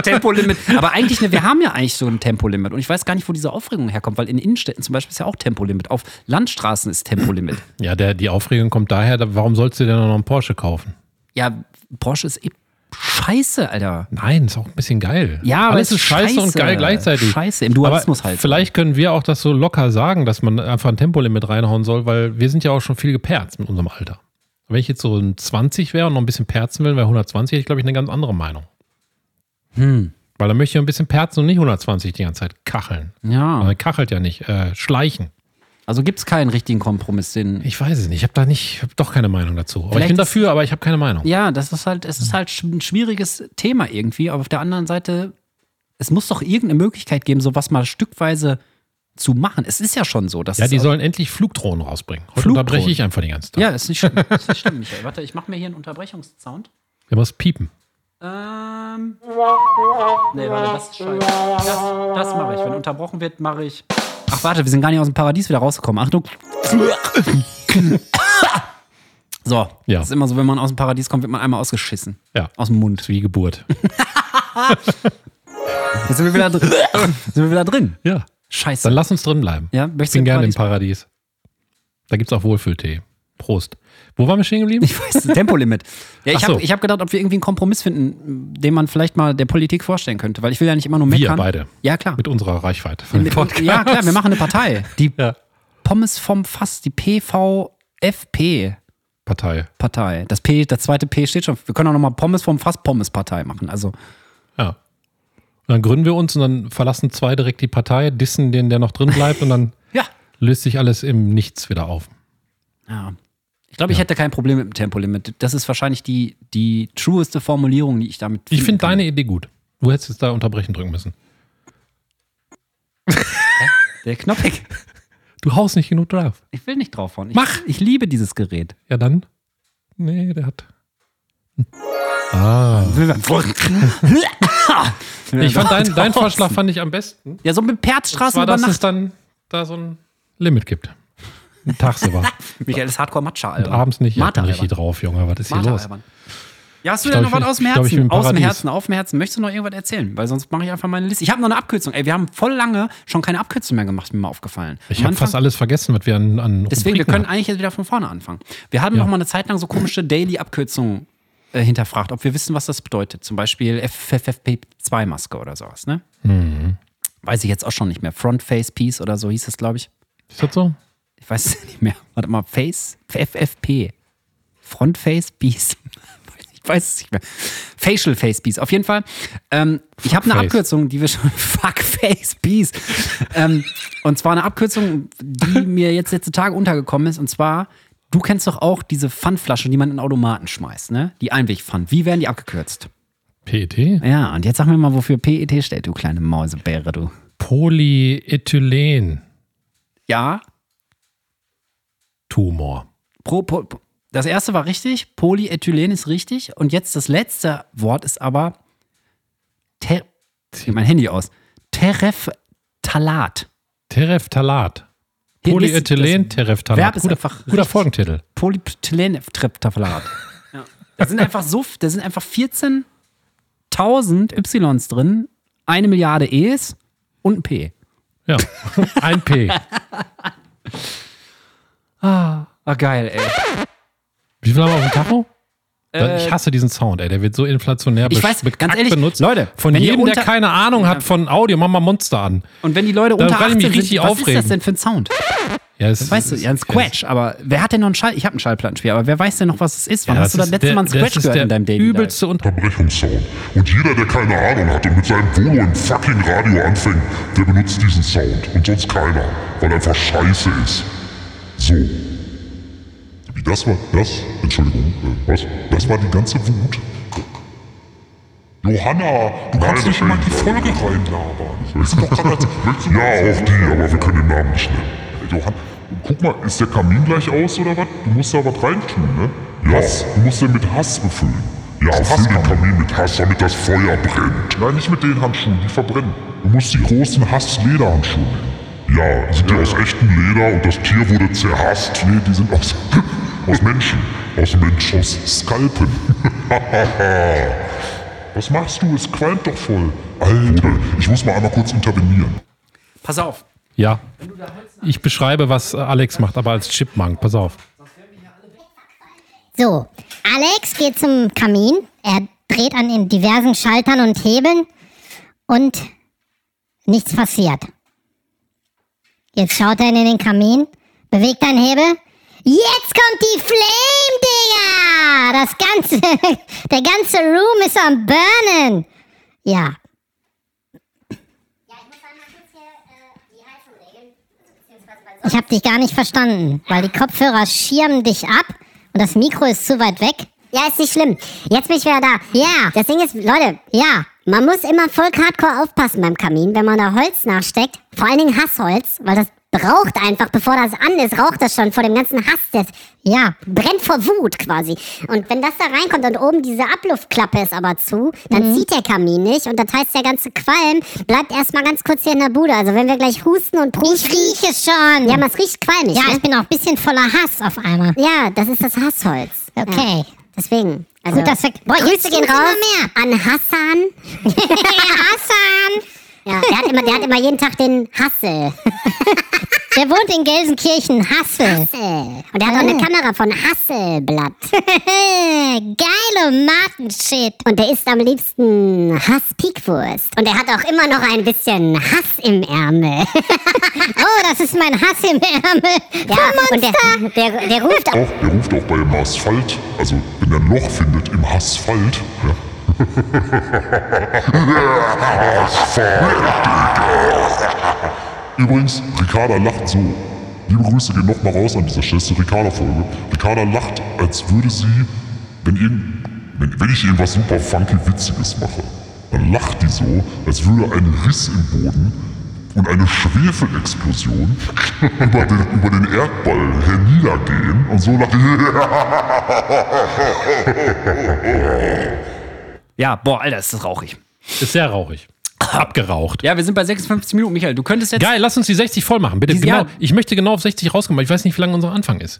Speaker 2: Tempolimit. Aber eigentlich, ne, wir haben ja eigentlich so ein Tempolimit. Und ich weiß gar nicht, wo diese Aufregung herkommt, weil in Innenstädten zum Beispiel ist ja auch Tempolimit. Auf Landstraßen ist Tempolimit.
Speaker 3: Ja, der, die Aufregung kommt daher, da, warum sollst du dir denn noch einen Porsche kaufen?
Speaker 2: Ja, Porsche ist eh scheiße, Alter.
Speaker 3: Nein, ist auch ein bisschen geil.
Speaker 2: Ja, aber
Speaker 3: Alles
Speaker 2: es
Speaker 3: ist scheiße, und geil gleichzeitig.
Speaker 2: Scheiße, im Dualismus
Speaker 3: aber
Speaker 2: halt.
Speaker 3: Vielleicht können wir auch das so locker sagen, dass man einfach ein Tempolimit reinhauen soll, weil wir sind ja auch schon viel geperzt mit unserem Alter. Wenn ich jetzt so ein 20 wäre und noch ein bisschen perzen will, wäre 120, hätte ich glaube ich eine ganz andere Meinung.
Speaker 2: Hm.
Speaker 3: Weil dann möchte ich ein bisschen perzen und nicht 120 die ganze Zeit kacheln.
Speaker 2: Ja,
Speaker 3: Man kachelt ja nicht, äh, schleichen.
Speaker 2: also gibt es keinen richtigen Kompromiss, den
Speaker 3: Ich weiß es nicht, ich habe da nicht, ich habe doch keine Meinung dazu. Aber ich
Speaker 2: Vielleicht
Speaker 3: bin
Speaker 2: ist-
Speaker 3: dafür, aber ich habe keine Meinung.
Speaker 2: Ja, das ist halt, es ist halt sch- ein schwieriges Thema irgendwie, aber auf der anderen Seite, es muss doch irgendeine Möglichkeit geben, sowas mal stückweise zu machen. Es ist ja schon so, dass
Speaker 3: Ja,
Speaker 2: es
Speaker 3: die
Speaker 2: auch-
Speaker 3: sollen endlich Flugdrohnen rausbringen. Heute
Speaker 2: Flugdrohnen.
Speaker 3: unterbreche ich einfach den ganzen Tag.
Speaker 2: Ja, ist nicht schlimm. [LAUGHS] ist nicht schlimm, Michael. Warte, ich mache mir hier einen Unterbrechungssound.
Speaker 3: Wir müssen piepen.
Speaker 2: Ähm. Nee, warte, das ist scheiße. Das, das mache ich. Wenn unterbrochen wird, mache ich. Ach, warte, wir sind gar nicht aus dem Paradies wieder rausgekommen. Achtung. So,
Speaker 3: Ja.
Speaker 2: das ist immer so, wenn man aus dem Paradies kommt, wird man einmal ausgeschissen.
Speaker 3: Ja.
Speaker 2: Aus dem Mund.
Speaker 3: Ist wie Geburt.
Speaker 2: Jetzt sind wir wieder
Speaker 3: [LAUGHS]
Speaker 2: drin. sind wir wieder drin.
Speaker 3: ja.
Speaker 2: Scheiße.
Speaker 3: Dann lass uns drin bleiben.
Speaker 2: Ja, möchtest
Speaker 3: ich bin
Speaker 2: du im
Speaker 3: gerne im Paradies. Da gibt es auch Wohlfühltee. Prost. Wo waren wir stehen geblieben?
Speaker 2: Ich weiß, Tempolimit. Ja, ich
Speaker 3: Ach so.
Speaker 2: habe hab gedacht, ob wir irgendwie einen Kompromiss finden, den man vielleicht mal der Politik vorstellen könnte, weil ich will ja nicht immer nur
Speaker 3: Wir
Speaker 2: meckern.
Speaker 3: beide.
Speaker 2: Ja, klar.
Speaker 3: Mit unserer Reichweite. Von dem
Speaker 2: Mit-
Speaker 3: Podcast.
Speaker 2: ja, klar, wir machen eine Partei. Die
Speaker 3: Ja.
Speaker 2: Pommes vom Fass, die PVFP-Partei.
Speaker 3: Partei.
Speaker 2: Das P, das zweite P steht schon. Wir können auch nochmal Pommes vom Fass Pommes-Partei machen. Also,
Speaker 3: Ja. Und dann gründen wir uns und dann verlassen zwei direkt die Partei, dissen den, der noch drin bleibt
Speaker 2: [LAUGHS]
Speaker 3: und dann
Speaker 2: ja.
Speaker 3: löst sich alles im Nichts wieder auf.
Speaker 2: ja. Ich glaube, ich hätte kein Problem mit dem Tempolimit. Das ist wahrscheinlich die, die trueste Formulierung, die ich damit
Speaker 3: Ich
Speaker 2: finden
Speaker 3: finde
Speaker 2: kann.
Speaker 3: deine Idee gut. Du hättest jetzt da unterbrechen drücken müssen.
Speaker 2: Der Knoppig.
Speaker 3: Du haust nicht genug drauf.
Speaker 2: Ich will nicht draufhauen. Ich,
Speaker 3: Mach!
Speaker 2: Ich liebe dieses Gerät.
Speaker 3: Ja, dann. Nee, der hat. Ich fand dein, dein Vorschlag fand ich am besten.
Speaker 2: Ja, so mit Perzstraße
Speaker 3: Zwar,
Speaker 2: über
Speaker 3: dass es
Speaker 2: Nacht.
Speaker 3: dann da so ein Limit gibt.
Speaker 2: [LAUGHS]
Speaker 3: Tagsüber.
Speaker 2: Michael ist hardcore matcha
Speaker 3: Und abends nicht. Ich
Speaker 2: Martha
Speaker 3: bin richtig drauf, Junge. Was ist hier
Speaker 2: Martha
Speaker 3: los?
Speaker 2: Alban. Ja, hast du
Speaker 3: Ich
Speaker 2: denn
Speaker 3: glaub,
Speaker 2: noch
Speaker 3: ich
Speaker 2: was
Speaker 3: bin-
Speaker 2: aus dem
Speaker 3: ich glaub, ich
Speaker 2: Herzen? Aus dem
Speaker 3: bin im Paradies.
Speaker 2: Herzen, auf dem Herzen. Möchtest du noch irgendwas erzählen? Weil sonst mache ich einfach meine Liste. Ich habe noch eine Abkürzung. Ey, wir haben voll lange schon keine Abkürzung mehr gemacht, mir mal aufgefallen.
Speaker 3: Ich
Speaker 2: Am
Speaker 3: habe
Speaker 2: Anfang-
Speaker 3: fast alles vergessen, was wir an. an
Speaker 2: Deswegen, wir
Speaker 3: Rubriken
Speaker 2: können eigentlich jetzt wieder von vorne anfangen. Wir haben noch mal eine Zeit lang so komische Daily-Abkürzungen äh, hinterfragt, ob wir wissen, was das bedeutet. Zum Beispiel FFP2-Maske oder sowas, ne?
Speaker 3: Mhm.
Speaker 2: Weiß ich jetzt auch schon nicht mehr. Front Face Piece oder so hieß es, glaube ich.
Speaker 3: hatten. Ist das so?
Speaker 2: Ich weiß es [LAUGHS] nicht mehr. Warte mal, Face, FFP. Front Face Piece. [LAUGHS] Ich weiß es nicht mehr. Facial Face Piece. Auf jeden Fall. Ähm, ich habe eine
Speaker 3: Face.
Speaker 2: Abkürzung, die wir schon. [LAUGHS] Fuck Face Piece. ähm, und zwar eine Abkürzung, die mir jetzt letzte Tage untergekommen ist. Und zwar, du kennst doch auch diese Pfandflaschen, die man in Automaten schmeißt, ne? Die Einwegpfand. Wie werden die abgekürzt?
Speaker 3: PET?
Speaker 2: Ja, und jetzt sag mir mal, wofür PET steht, du kleine Mäusebäre, du.
Speaker 3: Polyethylen-Tumor.
Speaker 2: Ja, Pro, po, po- das erste war richtig, Polyethylen ist richtig. Und jetzt das letzte Wort ist aber. Ter, ich mein Handy aus. Tereftalat.
Speaker 3: Tereftalat.
Speaker 2: Hier listet das Verb
Speaker 3: Polyethylen-Tereftalat.
Speaker 2: ist
Speaker 3: Guter,
Speaker 2: einfach
Speaker 3: guter
Speaker 2: richtig.
Speaker 3: Folgentitel.
Speaker 2: Polyethylen-Tereftalat. [LAUGHS] ja. Da sind einfach so, da sind einfach 14.000 Ys drin, eine Milliarde Es und ein P.
Speaker 3: Ja. [LAUGHS] Ein P.
Speaker 2: Ah, geil, ey.
Speaker 3: Wie viel haben wir auf dem Tacho? ich hasse diesen Sound, ey. Der wird so
Speaker 2: Äh,
Speaker 3: inflationär
Speaker 2: Ich
Speaker 3: besch-
Speaker 2: weiß,
Speaker 3: bekackt
Speaker 2: ganz ehrlich,
Speaker 3: benutzt.
Speaker 2: Leute,
Speaker 3: von
Speaker 2: wenn ihr
Speaker 3: jedem, der
Speaker 2: unter-
Speaker 3: keine Ahnung hat von Audio, mach mal Monster an.
Speaker 2: Und wenn die Leute
Speaker 3: Da
Speaker 2: unter
Speaker 3: kann ich
Speaker 2: 18
Speaker 3: mich
Speaker 2: sind,
Speaker 3: richtig
Speaker 2: was ist
Speaker 3: aufregen.
Speaker 2: das denn für ein Sound?
Speaker 3: Ja, es,
Speaker 2: Weißt du,
Speaker 3: es-
Speaker 2: ja, ein
Speaker 3: es-
Speaker 2: Scratch, aber wer hat denn noch einen Schall? Ich habe einen Schallplattenspiel, aber wer weiß denn noch, was es ist? Wann
Speaker 3: Ja,
Speaker 2: hast du
Speaker 3: das
Speaker 2: das
Speaker 3: ist
Speaker 2: letzte
Speaker 3: der-
Speaker 2: Mal ein Scratch
Speaker 3: das ist
Speaker 2: gehört
Speaker 3: der
Speaker 2: in deinem Daily Life?
Speaker 3: übelste Unter
Speaker 7: Unterbrechungssound. Und jeder, der keine Ahnung hat und mit seinem Volo im fucking Radio anfängt, der benutzt diesen Sound. Und sonst keiner, weil er einfach scheiße ist. So. Wie das war, das, Entschuldigung, äh, was? Das war die ganze Wut. Johanna, du kannst nicht mal die Folge reinlabern. ja, auch die, aber wir können den Namen nicht nennen. Johanna, guck mal, ist der Kamin gleich aus oder was? Du musst da was reintun, ne? Ja. Hass. Du musst den mit Hass befüllen. Ja, füll den Kamin mit Hass, damit das Feuer brennt. Nein, nicht mit den Handschuhen, die verbrennen. Du musst die großen Hass-Lederhandschuhe nehmen. Ja, sind die aus echtem Leder und das Tier wurde zerhasst. Nee, die sind aus, [LAUGHS] aus Menschen. Aus Mensch, aus [LAUGHS] Skalpen. Was machst du? Es qualmt doch voll. Alter, ich muss mal einmal kurz intervenieren.
Speaker 2: Pass auf.
Speaker 3: Ja. Ich beschreibe, was äh, Alex macht, aber als Chipmunk. Pass auf.
Speaker 8: So, Alex geht zum Kamin. Er gedreht an den diversen Schaltern und Hebeln und nichts passiert. Jetzt schaut er in den Kamin, bewegt einen Hebel. Jetzt kommt die Flame, Digga! Das ganze, [LAUGHS] der ganze Room ist am Burnen. Ja, Ich habe dich gar nicht verstanden, weil die Kopfhörer schirmen dich ab und das Mikro ist zu weit weg.
Speaker 5: Ja, ist nicht schlimm. Jetzt bin ich wieder da.
Speaker 8: Ja,
Speaker 5: Das Ding ist, Leute,
Speaker 8: ja,
Speaker 5: man muss immer voll hardcore aufpassen beim Kamin, wenn man da Holz nachsteckt. Vor allen Dingen Hassholz, weil das raucht einfach, bevor das an ist, raucht das schon vor dem ganzen Hass. Das
Speaker 8: ja.
Speaker 5: brennt vor Wut quasi. Und wenn das da reinkommt und oben diese Abluftklappe ist aber zu, dann
Speaker 8: Mhm.
Speaker 5: zieht der Kamin nicht und das heißt, [LAUGHS] der ganze Qualm bleibt erstmal ganz kurz hier in der Bude. Also wenn wir gleich husten und
Speaker 8: Ich
Speaker 5: prusten...
Speaker 8: rieche schon.
Speaker 5: ja, aber es riecht qualmig,
Speaker 8: Ja,
Speaker 5: ne?
Speaker 8: ich bin auch ein bisschen voller Hass auf einmal.
Speaker 5: Ja, das ist das Hassholz.
Speaker 8: Okay.
Speaker 5: Deswegen. Also,
Speaker 8: Gut, dass wir. Boah,
Speaker 5: Grüße gehen raus
Speaker 8: Immer
Speaker 5: an Hassan.
Speaker 8: mehr. [LAUGHS] Hassan.
Speaker 5: Ja, der hat immer, der hat immer jeden Tag den Hassel.
Speaker 8: Der wohnt in Gelsenkirchen. Hassel.
Speaker 5: Hassel. Und der hat auch
Speaker 8: Ah.
Speaker 5: eine Kamera von Hasselblatt. oh
Speaker 8: Geile Martenshit.
Speaker 5: Und der isst am liebsten Hass-Piekwurst. Und er hat auch immer noch ein bisschen Hass im Ärmel. [LAUGHS]
Speaker 8: Oh, das ist mein Hass im Ärmel.
Speaker 5: Ja, und der, der, der ruft auch.
Speaker 7: Auch, der ruft auch beim Asphalt, also wenn er ein Loch findet im Asphalt. Ja. [LAUGHS] Übrigens, Ricarda lacht so. Liebe Grüße gehen nochmal raus an dieser Stelle, das ist die Ricarda-Folge. Ricarda lacht, als würde sie, wenn, irgend, wenn, wenn ich irgendwas super funky Witziges mache, dann lacht die so, als würde ein Riss im Boden und eine Schwefelexplosion [LAUGHS] über den, über den Erdball herniedergehen und so lacht
Speaker 2: Ja, boah, Alter, ist das rauchig.
Speaker 3: Ist sehr rauchig. Abgeraucht.
Speaker 2: Ja, wir sind bei 56 Minuten, Michael. Du könntest jetzt.
Speaker 3: Geil, lass uns die 60 voll machen, bitte.
Speaker 2: Die-
Speaker 3: genau,
Speaker 2: ja.
Speaker 3: ich möchte genau auf 60 rauskommen, weil ich weiß nicht, wie lange unser Anfang ist.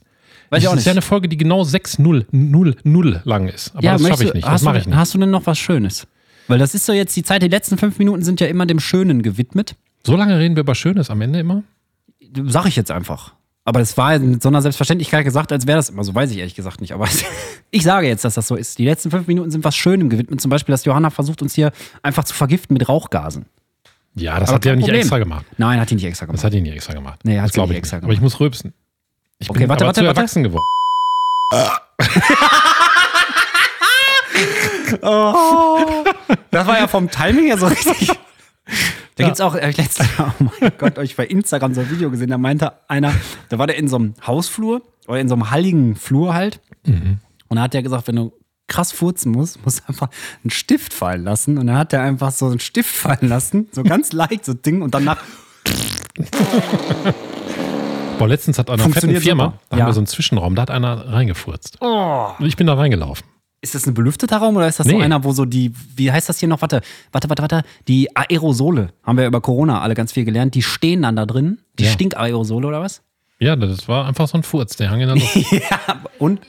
Speaker 2: Weiß ich auch
Speaker 3: Das ist ja
Speaker 2: nicht.
Speaker 3: eine Folge, die genau 6 0 0 0 lang ist. Aber das
Speaker 2: möchtest
Speaker 3: schaffe ich
Speaker 2: du-
Speaker 3: nicht.
Speaker 2: Hast,
Speaker 3: Das mache
Speaker 2: du-
Speaker 3: ich nicht.
Speaker 2: hast du denn noch was Schönes? Weil das ist so jetzt die Zeit, die letzten fünf Minuten sind ja immer dem Schönen gewidmet.
Speaker 3: So lange reden wir über Schönes am Ende immer?
Speaker 2: Sag ich jetzt einfach. Aber das war mit so einer Selbstverständlichkeit gesagt, als wäre das immer so. Weiß ich ehrlich gesagt nicht. Aber [LAUGHS] ich sage jetzt, dass das so ist. Die letzten fünf Minuten sind was Schönem gewidmet. Zum Beispiel, dass Johanna versucht, uns hier einfach zu vergiften mit Rauchgasen.
Speaker 3: Ja, das
Speaker 2: Aber
Speaker 3: hat er
Speaker 2: kein
Speaker 3: nicht
Speaker 2: Problem.
Speaker 3: extra gemacht.
Speaker 2: Nein, hat die nicht extra
Speaker 3: Das
Speaker 2: gemacht.
Speaker 3: hat ihn nicht extra gemacht.
Speaker 2: Nee, hat sie
Speaker 3: das glaub
Speaker 2: nicht
Speaker 3: ich
Speaker 2: extra
Speaker 3: Aber ich muss rülpsen. Ich
Speaker 2: Okay,
Speaker 3: bin
Speaker 2: warte,
Speaker 3: aber
Speaker 2: warte,
Speaker 3: zu
Speaker 2: warte.
Speaker 3: erwachsen geworden.
Speaker 2: Das war ja vom Timing [LAUGHS] her so richtig. Da gibt's [LAUGHS] auch, äh, ich letztes Mal, oh mein Gott, euch bei Instagram so ein Video gesehen, da meinte einer, da war der in so einem Hausflur oder in so einem halligen Flur halt.
Speaker 3: Mhm.
Speaker 2: Und da hat der gesagt, wenn du krass furzen musst, musst du einfach einen Stift fallen lassen. Und dann hat er einfach so einen Stift fallen lassen, so ganz leicht so ein Ding und danach
Speaker 3: Boah, letztens hat einer fetten
Speaker 2: Funktioniert
Speaker 3: Firma,
Speaker 2: super.
Speaker 3: da haben
Speaker 2: Ja. Oh.
Speaker 3: wir so einen Zwischenraum, da hat einer reingefurzt. Und ich bin da reingelaufen.
Speaker 2: Ist das ein belüfteter Raum oder ist das so
Speaker 3: Nee.
Speaker 2: einer, wo so die, wie heißt das hier noch? Warte, warte, warte, warte. Die Aerosole haben wir über Corona alle ganz viel gelernt. Die stehen dann da drin. Die
Speaker 3: Ja.
Speaker 2: Stinkaerosole oder was?
Speaker 3: Ja, das war einfach so ein Furz, der hang in
Speaker 2: [LAUGHS]
Speaker 3: der Luft.
Speaker 2: Und?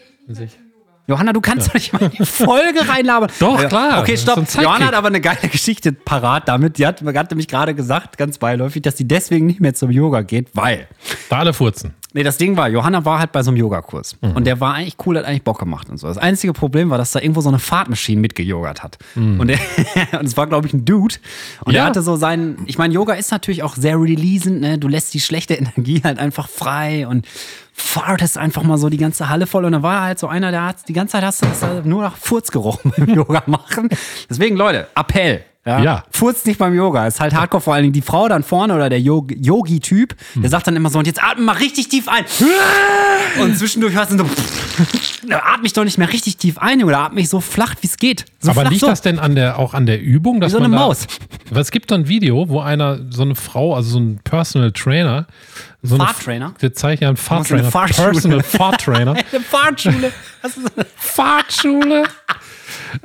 Speaker 2: Johanna, du kannst doch nicht mal in die Folge reinlabern.
Speaker 3: [LAUGHS] Doch, klar.
Speaker 2: Okay,
Speaker 3: Das ist so
Speaker 2: stopp.
Speaker 3: ein Sidekick.
Speaker 2: Johanna hat aber eine geile Geschichte parat damit. Die hat, hat nämlich gerade gesagt, ganz beiläufig, dass sie deswegen nicht mehr zum Yoga geht, weil.
Speaker 3: da alle furzen.
Speaker 2: Nee, das Ding war, Johanna war halt bei so einem Yogakurs. Und der war eigentlich cool, hat eigentlich Bock gemacht und so. Das einzige Problem war, dass da irgendwo so eine Fahrtmaschine mitgejogert hat. Und, der, [LAUGHS] und es war, glaube ich, ein Dude. Und
Speaker 3: Ja.
Speaker 2: der hatte so seinen. Ich meine, Yoga ist natürlich auch sehr releasend, ne? Du lässt die schlechte [LAUGHS] Energie halt einfach frei und fartest einfach mal so die ganze Halle voll. Und da war halt so einer, der hat die ganze Zeit hast du hast du nur nach Furz gerochen [LAUGHS] beim Yoga machen. Deswegen, Leute, Appell. Ja.
Speaker 3: Ja.
Speaker 2: Furzt nicht beim Yoga. Ist halt hardcore. Vor allen Dingen die Frau dann vorne oder der Yog- Yogi-Typ,
Speaker 3: Hm.
Speaker 2: der sagt dann immer so, und jetzt atme mal richtig tief
Speaker 3: [LAUGHS]
Speaker 2: ein. Und zwischendurch hörst du so, [LAUGHS] ne, atme ich doch nicht mehr richtig tief ein oder atme ich so flach, wie es geht. So
Speaker 3: Aber
Speaker 2: flach
Speaker 3: liegt
Speaker 2: so.
Speaker 3: das denn an der, auch an der Übung? Dass
Speaker 2: so eine
Speaker 3: man da,
Speaker 2: Maus.
Speaker 3: Weil es gibt so ein Video, wo einer, so eine Frau, also so ein Personal Trainer, so eine-
Speaker 2: Fahrtrainer?
Speaker 3: Der zeigt ja einen
Speaker 2: musst in
Speaker 3: Fahrtrainer.
Speaker 2: eine Fahrschule.
Speaker 3: Personal Fahrtrainer.
Speaker 2: [LAUGHS] Eine Fahrtschule. Das ist
Speaker 3: Fahrtschule.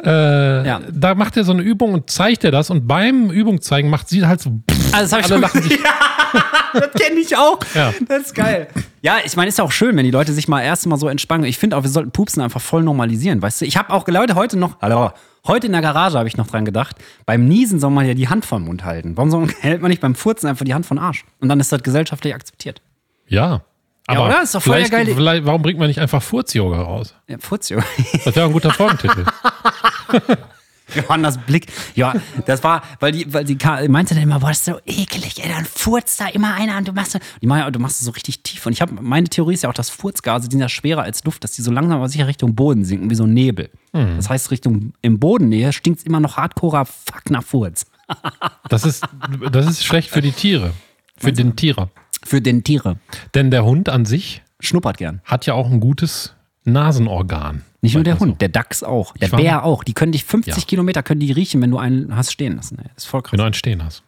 Speaker 3: äh,
Speaker 2: Ja. Also,
Speaker 3: Da macht er so eine Übung und zeigt er das und beim Übung zeigen macht sie halt so.
Speaker 2: Also das
Speaker 3: Alle
Speaker 2: habe
Speaker 3: lachen
Speaker 2: ich schon [LAUGHS] ja, Das kenne ich auch.
Speaker 3: Ja.
Speaker 2: Das ist geil. Ja, ich meine, ist ja auch schön, wenn die Leute sich mal erst mal so entspannen. Ich finde auch, wir sollten Pupsen einfach voll normalisieren, weißt du? Ich habe auch Leute heute noch, hallo, heute in der Garage habe ich noch dran gedacht, beim Niesen soll man ja die Hand vor den Mund halten. Warum soll, hält man [LAUGHS] nicht beim Furzen einfach die Hand vor den Arsch? Und dann ist das gesellschaftlich akzeptiert.
Speaker 3: Ja. Aber
Speaker 2: oder? Ist doch voll der
Speaker 3: vielleicht,
Speaker 2: geile-
Speaker 3: vielleicht, warum bringt man nicht einfach Furz-Yoga raus?
Speaker 2: Ja, Furz, Junge.
Speaker 3: Das wäre ein guter Folgentitel.
Speaker 2: Johannas Blick. Ja, das war, weil die, weil die Ka- meinte dann immer, boah, das ist so ekelig, ey, dann furzt da immer einer und du machst, so- die meinte, du machst es so richtig tief. Und ich habe, meine Theorie ist ja auch, dass Furzgase, die sind ja schwerer als Luft, dass die so langsam aber sicher Richtung Boden sinken, wie so ein Nebel.
Speaker 3: Hm.
Speaker 2: Das heißt, Richtung im Bodennähe stinkt es immer noch hardcore fuck nach Furz.
Speaker 3: Das ist, das ist schlecht für die Tiere. Für den Tierer.
Speaker 2: Für den Tiere.
Speaker 3: Denn der Hund an sich
Speaker 2: Schnuppert gern.
Speaker 3: hat ja auch ein gutes Nasenorgan.
Speaker 2: Nicht nur der
Speaker 3: Manchmal
Speaker 2: Hund, der Dachs auch, der
Speaker 3: also Ich war-
Speaker 2: Bär auch. Die können dich 50
Speaker 3: Ja. Genau.
Speaker 2: Kilometer können die riechen, wenn du einen hast stehen lassen. Ey. Das ist voll
Speaker 3: so.
Speaker 2: krass.
Speaker 3: Wenn du einen stehen hast.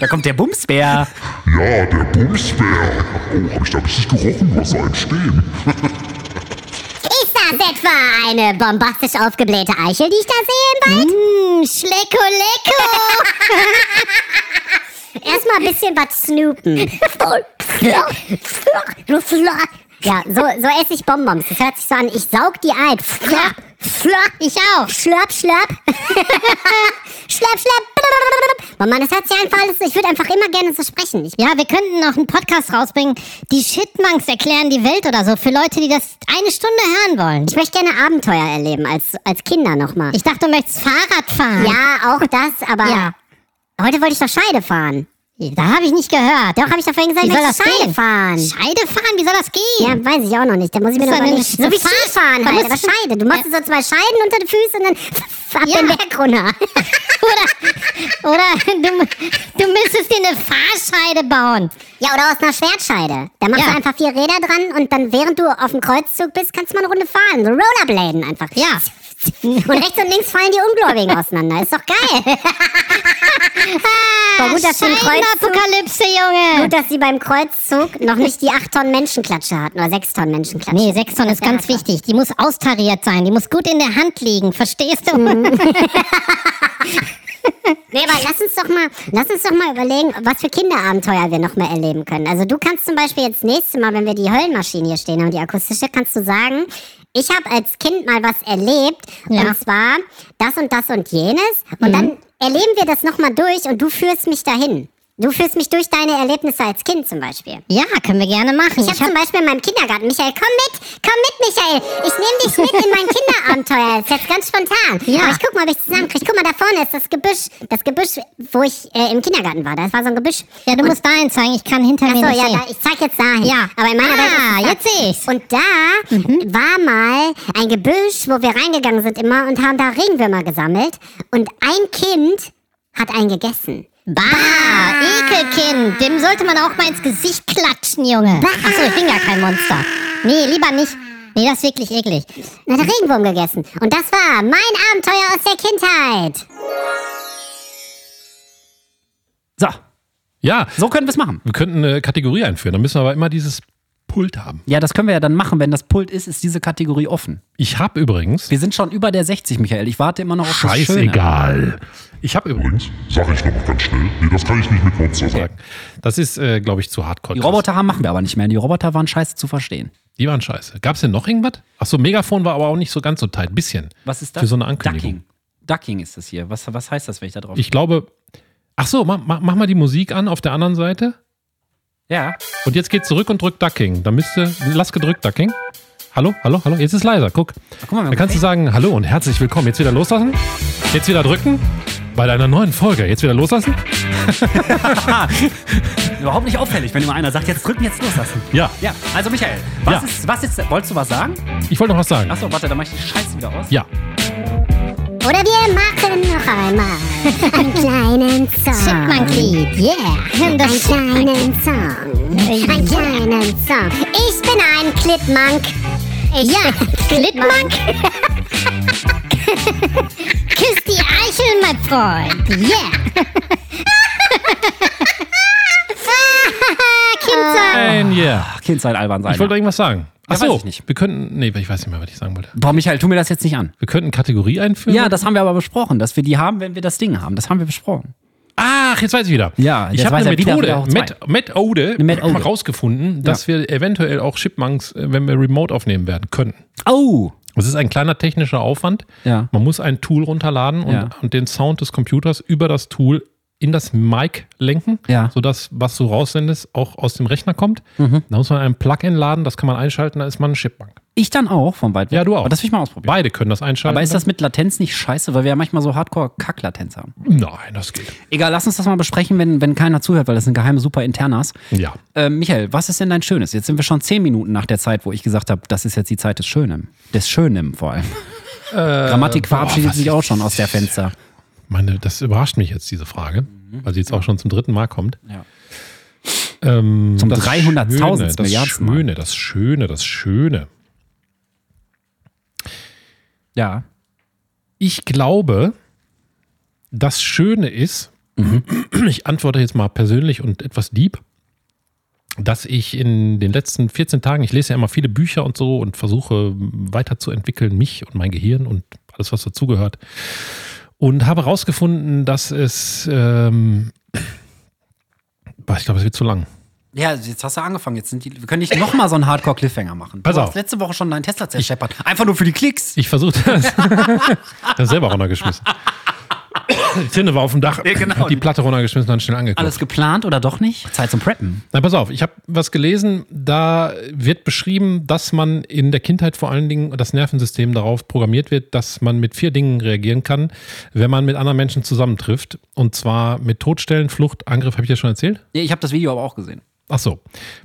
Speaker 2: Da kommt der Bumsbär.
Speaker 7: [LAUGHS] Ja, der Bumsbär. Oh, hab ich da richtig gerochen, was da entstehen.
Speaker 5: Ist das etwa eine bombastisch aufgeblähte Eichel, die ich da sehe im Wald?
Speaker 8: Mh, Hm, Schlecko, Lecko. [LAUGHS] Erstmal ein bisschen was snoopen. Hm. Ja, so, so esse ich Bonbons. Das hört sich so an, ich saug die ein. Ich auch. Schlapp, schlapp.
Speaker 5: Schlapp, schlapp.
Speaker 8: Oh Mann, das hört sich einfach alles. Ich würde einfach immer gerne so sprechen. Ich,
Speaker 5: Ja, wir könnten noch einen Podcast rausbringen, die Shitmunks erklären die Welt oder so, für Leute, die das eine Stunde hören wollen.
Speaker 8: ich möchte gerne Abenteuer erleben als, als Kinder nochmal.
Speaker 5: Ich dachte, du möchtest Fahrrad fahren.
Speaker 8: Ja, auch das, aber
Speaker 5: Ja.
Speaker 8: heute wollte ich doch Scheide fahren.
Speaker 5: Da habe ich nicht gehört.
Speaker 8: Doch, habe ich doch vorhin gesagt,
Speaker 5: Wie
Speaker 8: ich
Speaker 5: soll
Speaker 8: möchte
Speaker 5: das
Speaker 8: Scheide
Speaker 5: gehen?
Speaker 8: fahren.
Speaker 5: Scheide fahren, wie soll das gehen?
Speaker 8: Ja, weiß ich auch noch nicht. Da muss ich mir
Speaker 5: Ist
Speaker 8: noch
Speaker 5: doch
Speaker 8: überlegen.
Speaker 5: eine-
Speaker 8: So
Speaker 5: eine
Speaker 8: wie
Speaker 5: Fahrt-
Speaker 8: Skifahren
Speaker 5: da
Speaker 8: halt.
Speaker 5: musst
Speaker 8: Aber
Speaker 5: du-
Speaker 8: Scheide. Du machst so zwei Scheiden unter den Füßen und dann ab den
Speaker 5: Ja.
Speaker 8: Berg runter.
Speaker 5: [LAUGHS] Oder, oder du, du müsstest dir eine Fahrscheide bauen.
Speaker 8: Ja, oder aus einer Schwertscheide. Da machst
Speaker 5: Ja.
Speaker 8: du einfach vier Räder dran und dann, während du auf dem Kreuzzug bist, kannst du mal eine Runde fahren. So Rollerbladen einfach.
Speaker 5: Ja.
Speaker 8: [LAUGHS] Und rechts und links fallen die Ungläubigen auseinander. Ist doch geil. Boah, gut, dass du einen Kreuzzug
Speaker 5: Apokalypse, Junge.
Speaker 8: Gut, dass sie beim Kreuzzug noch nicht die 8 Tonnen Menschenklatsche hatten oder 6 Tonnen Menschenklatsche.
Speaker 5: Nee, sechs Tonnen ist ganz wichtig. Die muss austariert sein. Die muss gut in der Hand liegen. Verstehst du?
Speaker 8: Mhm. [LAUGHS] Nee, aber lass uns doch mal, lass uns doch mal überlegen, was für Kinderabenteuer wir noch mehr erleben können. Also du kannst zum Beispiel jetzt nächstes Mal, wenn wir die Höllenmaschine hier stehen haben, die akustische, kannst du sagen, ich habe als Kind mal was erlebt
Speaker 5: Ja.
Speaker 8: und zwar das und das und jenes und dann erleben wir das nochmal durch und du führst mich dahin. Du führst mich durch deine Erlebnisse als Kind zum Beispiel.
Speaker 5: Ja, können wir gerne machen.
Speaker 8: Ich habe zum Beispiel in meinem Kindergarten, Michael, komm mit, komm mit, Michael. Ich nehme dich mit in mein Kinderabenteuer. Ist jetzt ganz spontan.
Speaker 5: Ja.
Speaker 8: Aber ich guck mal, ob ich zusammenkriege. Guck mal, da vorne ist das Gebüsch, das Gebüsch, wo ich äh, im Kindergarten war. Das war so ein Gebüsch.
Speaker 5: ja, du musst dahin zeigen. Ich kann hinter
Speaker 8: Achso,
Speaker 5: mir nicht
Speaker 8: ja,
Speaker 5: sehen.
Speaker 8: da, ich zeig jetzt dahin.
Speaker 5: Ja.
Speaker 8: Aber in meiner Welt ist es
Speaker 5: ah,
Speaker 8: da.
Speaker 5: jetzt sehe ich's. Mhm.
Speaker 8: Und da war mal ein Gebüsch, wo wir reingegangen sind immer und haben da Regenwürmer gesammelt. Und ein Kind hat einen gegessen.
Speaker 5: Bah, Ekelkind. Dem sollte man auch mal ins Gesicht klatschen, Junge. Achso, ich bin gar kein Monster. Nee, lieber nicht. Nee, das ist wirklich eklig.
Speaker 8: Hat einen Regenwurm gegessen. Und das war mein Abenteuer aus der Kindheit.
Speaker 2: So,
Speaker 3: Ja,
Speaker 2: so können wir es machen.
Speaker 3: wir könnten eine Kategorie einführen. Dann müssen wir aber immer dieses Pult haben.
Speaker 2: Ja, das können wir ja dann machen. Wenn das Pult ist, ist diese Kategorie offen.
Speaker 3: Ich habe übrigens.
Speaker 2: Wir sind schon über der 60, Michael. Ich warte immer noch auf das Schöne.
Speaker 3: Scheißegal. Ich habe übrigens.
Speaker 7: Übrigens, sag ich nochmal ganz schnell, nee, das kann ich nicht mit Monster sagen.
Speaker 3: Das ist, äh, glaube ich, zu hardcore.
Speaker 2: Die Roboter haben machen wir aber nicht mehr. Die Roboter waren scheiße zu verstehen.
Speaker 3: Die waren scheiße. Gab es denn noch irgendwas? Achso, Megafon war aber auch nicht so ganz so tight. Bisschen.
Speaker 2: Was ist das?
Speaker 3: Für so eine Ankündigung.
Speaker 2: Ducking. Ducking ist das hier. Was, was heißt das, wenn ich da drauf
Speaker 3: Ich glaube. Achso, mach, mach, mach mal die Musik an auf der anderen Seite.
Speaker 2: Ja.
Speaker 3: Und jetzt geht zurück und drückt Ducking. Dann müsste. Lass gedrückt Ducking. Hallo, hallo, hallo. Jetzt ist leiser. Guck.
Speaker 2: guck mal, wir
Speaker 3: Dann
Speaker 2: haben-
Speaker 3: kannst du sagen, hallo und herzlich willkommen. Jetzt wieder loslassen. Jetzt wieder drücken. Bei deiner neuen Folge. Jetzt wieder loslassen. [LAUGHS]
Speaker 2: Überhaupt nicht auffällig, wenn immer einer sagt, jetzt drücken, jetzt loslassen.
Speaker 3: Ja.
Speaker 2: Ja, also Michael, was,
Speaker 3: Ja.
Speaker 2: ist, was ist, wolltest du was sagen?
Speaker 3: Ich wollte noch was sagen.
Speaker 2: Achso, warte, dann mach ich die Scheiße wieder aus.
Speaker 3: Ja.
Speaker 8: Oder wir machen noch einmal einen kleinen Song.
Speaker 5: Chipmunk-Lied, yeah.
Speaker 8: Einen
Speaker 5: Das
Speaker 8: kleinen Song. Einen kleinen Song. Ich bin ein Klippmank. Ich ja, [LAUGHS]
Speaker 5: Klittmank? Küss die Eicheln, mein Freund, yeah.
Speaker 3: Ein yeah.
Speaker 2: Ach, Kind seid albern sein.
Speaker 3: Ich wollte irgendwas sagen.
Speaker 2: Ah, Ja,
Speaker 3: Achso,
Speaker 2: weiß ich nicht.
Speaker 3: wir könnten. Nee, ich weiß nicht mehr, was ich sagen wollte.
Speaker 2: Boah, Michael, tu mir das jetzt nicht an.
Speaker 3: Wir könnten Kategorie einführen.
Speaker 2: Ja, das haben wir aber besprochen, dass wir die haben, wenn wir das Ding haben. Das haben wir besprochen.
Speaker 3: Ach, jetzt weiß ich wieder.
Speaker 2: Ja,
Speaker 3: ich
Speaker 2: jetzt
Speaker 3: habe
Speaker 2: weiß
Speaker 3: eine
Speaker 2: er wieder, wieder
Speaker 3: Methode,
Speaker 2: auch zwei.
Speaker 3: Matt, Matt Ode,
Speaker 2: Matt Ode.
Speaker 3: rausgefunden, dass wir eventuell auch Chipmunks, äh, wenn wir remote aufnehmen werden, können.
Speaker 2: Oh!
Speaker 3: Das ist ein kleiner technischer Aufwand.
Speaker 2: Ja.
Speaker 3: Man muss ein Tool runterladen und,
Speaker 2: Ja.
Speaker 3: und den Sound des Computers über das Tool in das Mic lenken,
Speaker 2: Ja. Mhm.
Speaker 3: sodass, was du raussendest, auch aus dem Rechner kommt. Da muss man einen Plugin laden, das kann man einschalten, da ist man eine Chipbank.
Speaker 2: Ich dann auch vom weit weg.
Speaker 3: Ja, du auch.
Speaker 2: Aber das will ich mal ausprobieren.
Speaker 3: Beide können das einschalten.
Speaker 2: Aber ist das mit Latenz nicht scheiße? Weil wir ja manchmal so Hardcore-Kack-Latenz haben.
Speaker 3: Nein, das geht.
Speaker 2: Egal, lass uns das mal besprechen, wenn, wenn keiner zuhört, weil das sind geheime super Internas.
Speaker 3: Ja.
Speaker 2: Ähm, Michael, was ist denn dein Schönes? Jetzt sind wir schon zehn Minuten nach der Zeit, wo ich gesagt habe, das ist jetzt die Zeit des Schönen. Des Schönen vor allem. Grammatik verabschiedet
Speaker 3: was
Speaker 2: sich
Speaker 3: ist-
Speaker 2: auch schon aus der Fenster.
Speaker 3: Meine, das überrascht mich jetzt, diese Frage, weil sie jetzt auch schon zum dritten Mal kommt.
Speaker 2: Mhm. Ja.
Speaker 3: Ähm,
Speaker 2: Zum
Speaker 3: das
Speaker 2: 300.000.
Speaker 3: Schöne, Das
Speaker 2: Milliardsten Mal.
Speaker 3: Schöne, das Schöne, das Schöne.
Speaker 2: Ja.
Speaker 3: Ich glaube, das Schöne ist, [CLEARS THROAT] ich antworte jetzt mal persönlich und etwas deep, dass ich in den letzten 14 Tagen, ich lese ja immer viele Bücher und so und versuche weiterzuentwickeln, mich und mein Gehirn und alles, was dazugehört. Und habe herausgefunden, dass es, ähm, [CLEARS THROAT] boah, ich glaube, es wird zu lang.
Speaker 2: Ja, jetzt hast du angefangen. Jetzt sind die, wir können nicht nochmal so einen Hardcore-Cliffhanger machen.
Speaker 3: Pass
Speaker 2: du
Speaker 3: auf.
Speaker 2: hast letzte Woche schon deinen Tesla zerscheppert. Einfach nur für die Klicks.
Speaker 3: Ich versuche das. [LAUGHS] das selber runtergeschmissen. Die Zinne war auf dem Dach,
Speaker 2: Ja, genau.
Speaker 3: hab die Platte runtergeschmissen und dann schnell angeguckt.
Speaker 2: Alles geplant oder doch nicht? Zeit zum Preppen.
Speaker 3: Na, pass auf, ich habe was gelesen, da wird beschrieben, dass man in der Kindheit vor allen Dingen das Nervensystem darauf programmiert wird, dass man mit vier Dingen reagieren kann, wenn man mit anderen Menschen zusammentrifft. Und zwar mit Todstellen, Flucht, Angriff, habe ich ja schon erzählt?
Speaker 2: Ja, Ich habe das Video aber auch gesehen.
Speaker 3: Ach so.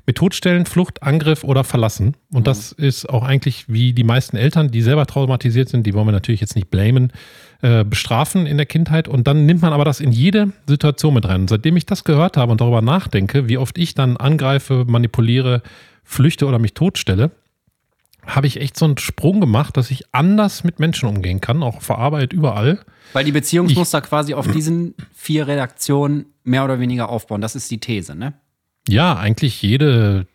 Speaker 3: Mit Todstellen, Flucht, Angriff oder Verlassen. Und das ist auch eigentlich wie die meisten Eltern, die selber traumatisiert sind, die wollen wir natürlich jetzt nicht blamen, äh, bestrafen in der Kindheit. Und dann nimmt man aber das in jede Situation mit rein. Und seitdem ich das gehört habe und darüber nachdenke, wie oft ich dann angreife, manipuliere, flüchte oder mich totstelle, habe ich echt so einen Sprung gemacht, dass ich anders mit Menschen umgehen kann, auch auf der Arbeit, überall.
Speaker 2: Weil die Beziehungsmuster quasi auf diesen vier Redaktionen mehr oder weniger aufbauen. Das ist die These, ne?
Speaker 3: Ja, eigentlich jede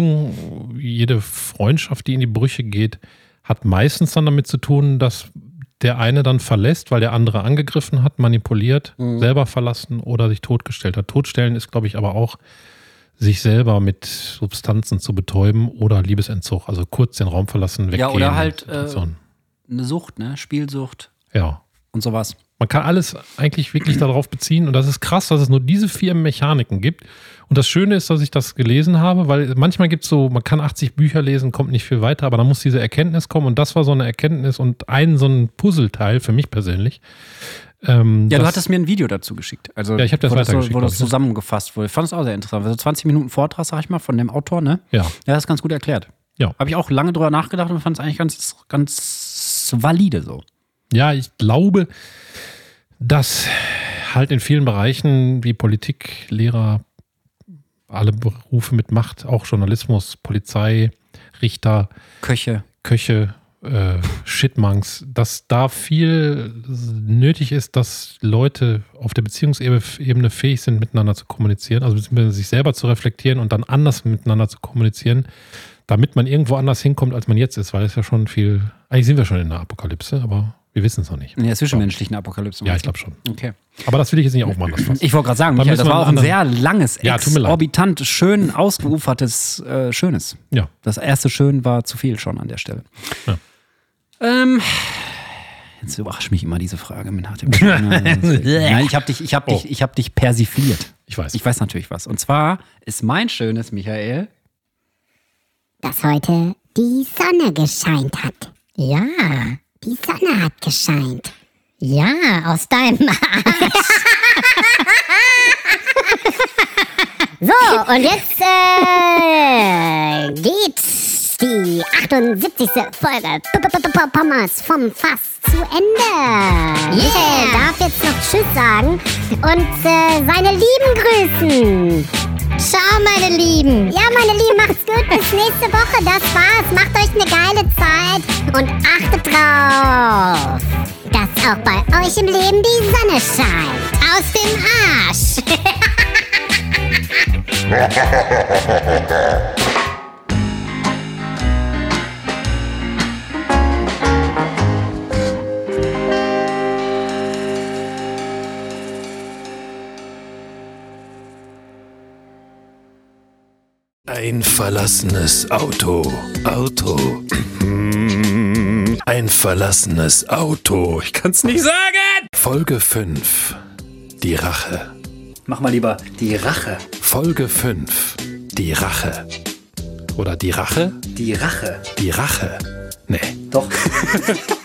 Speaker 3: Trennung, jede Freundschaft, die in die Brüche geht, hat meistens dann damit zu tun, dass der eine dann verlässt, weil der andere angegriffen hat, manipuliert,
Speaker 2: Mhm.
Speaker 3: selber verlassen oder sich totgestellt hat. Totstellen ist, glaube ich, aber auch sich selber mit Substanzen zu betäuben oder Liebesentzug, also kurz den Raum verlassen, weggehen.
Speaker 2: Ja, oder halt, äh,
Speaker 3: Situation.
Speaker 2: Eine Sucht, ne? Spielsucht
Speaker 3: ja.
Speaker 2: und sowas.
Speaker 3: Man kann alles eigentlich wirklich darauf beziehen. Und das ist krass, dass es nur diese vier Mechaniken gibt. Und das Schöne ist, dass ich das gelesen habe, weil manchmal gibt es so, man kann 80 Bücher lesen, kommt nicht viel weiter, aber dann muss diese Erkenntnis kommen. Und das war so eine Erkenntnis und ein so ein Puzzleteil für mich persönlich. Ähm,
Speaker 2: Ja, du
Speaker 3: das-
Speaker 2: hattest mir ein Video dazu geschickt. Also,
Speaker 3: Ja, ich hab das
Speaker 2: wo das, so-
Speaker 3: weitergeschickt,
Speaker 2: wo das
Speaker 3: glaub ich, ne?
Speaker 2: zusammengefasst wurde. Ich fand es auch sehr interessant. Also 20 Minuten Vortrag, sag ich mal, von dem Autor, ne?
Speaker 3: Ja.
Speaker 2: Ja, das ist ganz gut erklärt.
Speaker 3: Ja.
Speaker 2: Habe ich auch lange drüber nachgedacht und fand es eigentlich ganz, ganz valide so.
Speaker 3: Ja, ich glaube, dass halt in vielen Bereichen wie Politik, Lehrer, alle Berufe mit Macht, auch Journalismus, Polizei, Richter,
Speaker 2: Köche.
Speaker 3: Köche, äh, Shitmunks, dass da viel nötig ist, dass Leute auf der Beziehungsebene fähig sind, miteinander zu kommunizieren, also beziehungsweise sich selber zu reflektieren und dann anders miteinander zu kommunizieren, damit man irgendwo anders hinkommt, als man jetzt ist, weil es ja schon viel. Eigentlich sind wir schon in der Apokalypse, aber wir wissen es noch nicht.
Speaker 2: In der zwischenmenschlichen Apokalypse.
Speaker 3: Ja, ich glaube schon.
Speaker 2: Okay.
Speaker 3: Aber das will ich jetzt nicht aufmachen, das Fass.
Speaker 2: Ich wollte gerade sagen,
Speaker 3: Dann
Speaker 2: Michael,
Speaker 3: müssen
Speaker 2: das
Speaker 3: wir
Speaker 2: war auch ein
Speaker 3: einen
Speaker 2: sehr langes,
Speaker 3: Ja, tut mir leid.
Speaker 2: exorbitant schön ausgeufertes äh, Schönes.
Speaker 3: Ja.
Speaker 2: Das erste Schön war zu viel schon an der Stelle.
Speaker 3: Ja.
Speaker 2: Ähm, jetzt überrascht mich immer diese Frage mit hartem
Speaker 3: [LAUGHS]
Speaker 2: Ne? Also, Nein, ich habe dich, ich hab dich, ich hab dich persifliert.
Speaker 3: Oh. Ich weiß.
Speaker 2: Ich weiß natürlich was. Und zwar ist mein Schönes, Michael.
Speaker 8: Dass heute die Sonne gescheint hat. Ja, die Sonne hat gescheint. Ja, aus deinem Arsch. so, und jetzt äh, geht die 78. Folge P- P- P- P- Pommes vom Fass zu Ende. Michael darf jetzt noch Tschüss sagen und äh, seine Lieben grüßen. Ciao, meine Lieben. Ja, meine Lieben, macht's gut. Bis nächste Woche. Das war's. Macht euch eine geile Zeit und achtet drauf, dass auch bei euch im Leben die Sonne scheint. Aus dem Arsch.
Speaker 14: Ein verlassenes Auto. Auto. Mhm. Ein verlassenes Auto. Ich kann's nicht sagen. Folge 5. Die Rache.
Speaker 15: Mach mal lieber die Rache.
Speaker 14: Folge 5. Die Rache. Oder die Rache?
Speaker 15: Die Rache.
Speaker 14: Die Rache. Nee.
Speaker 15: Doch.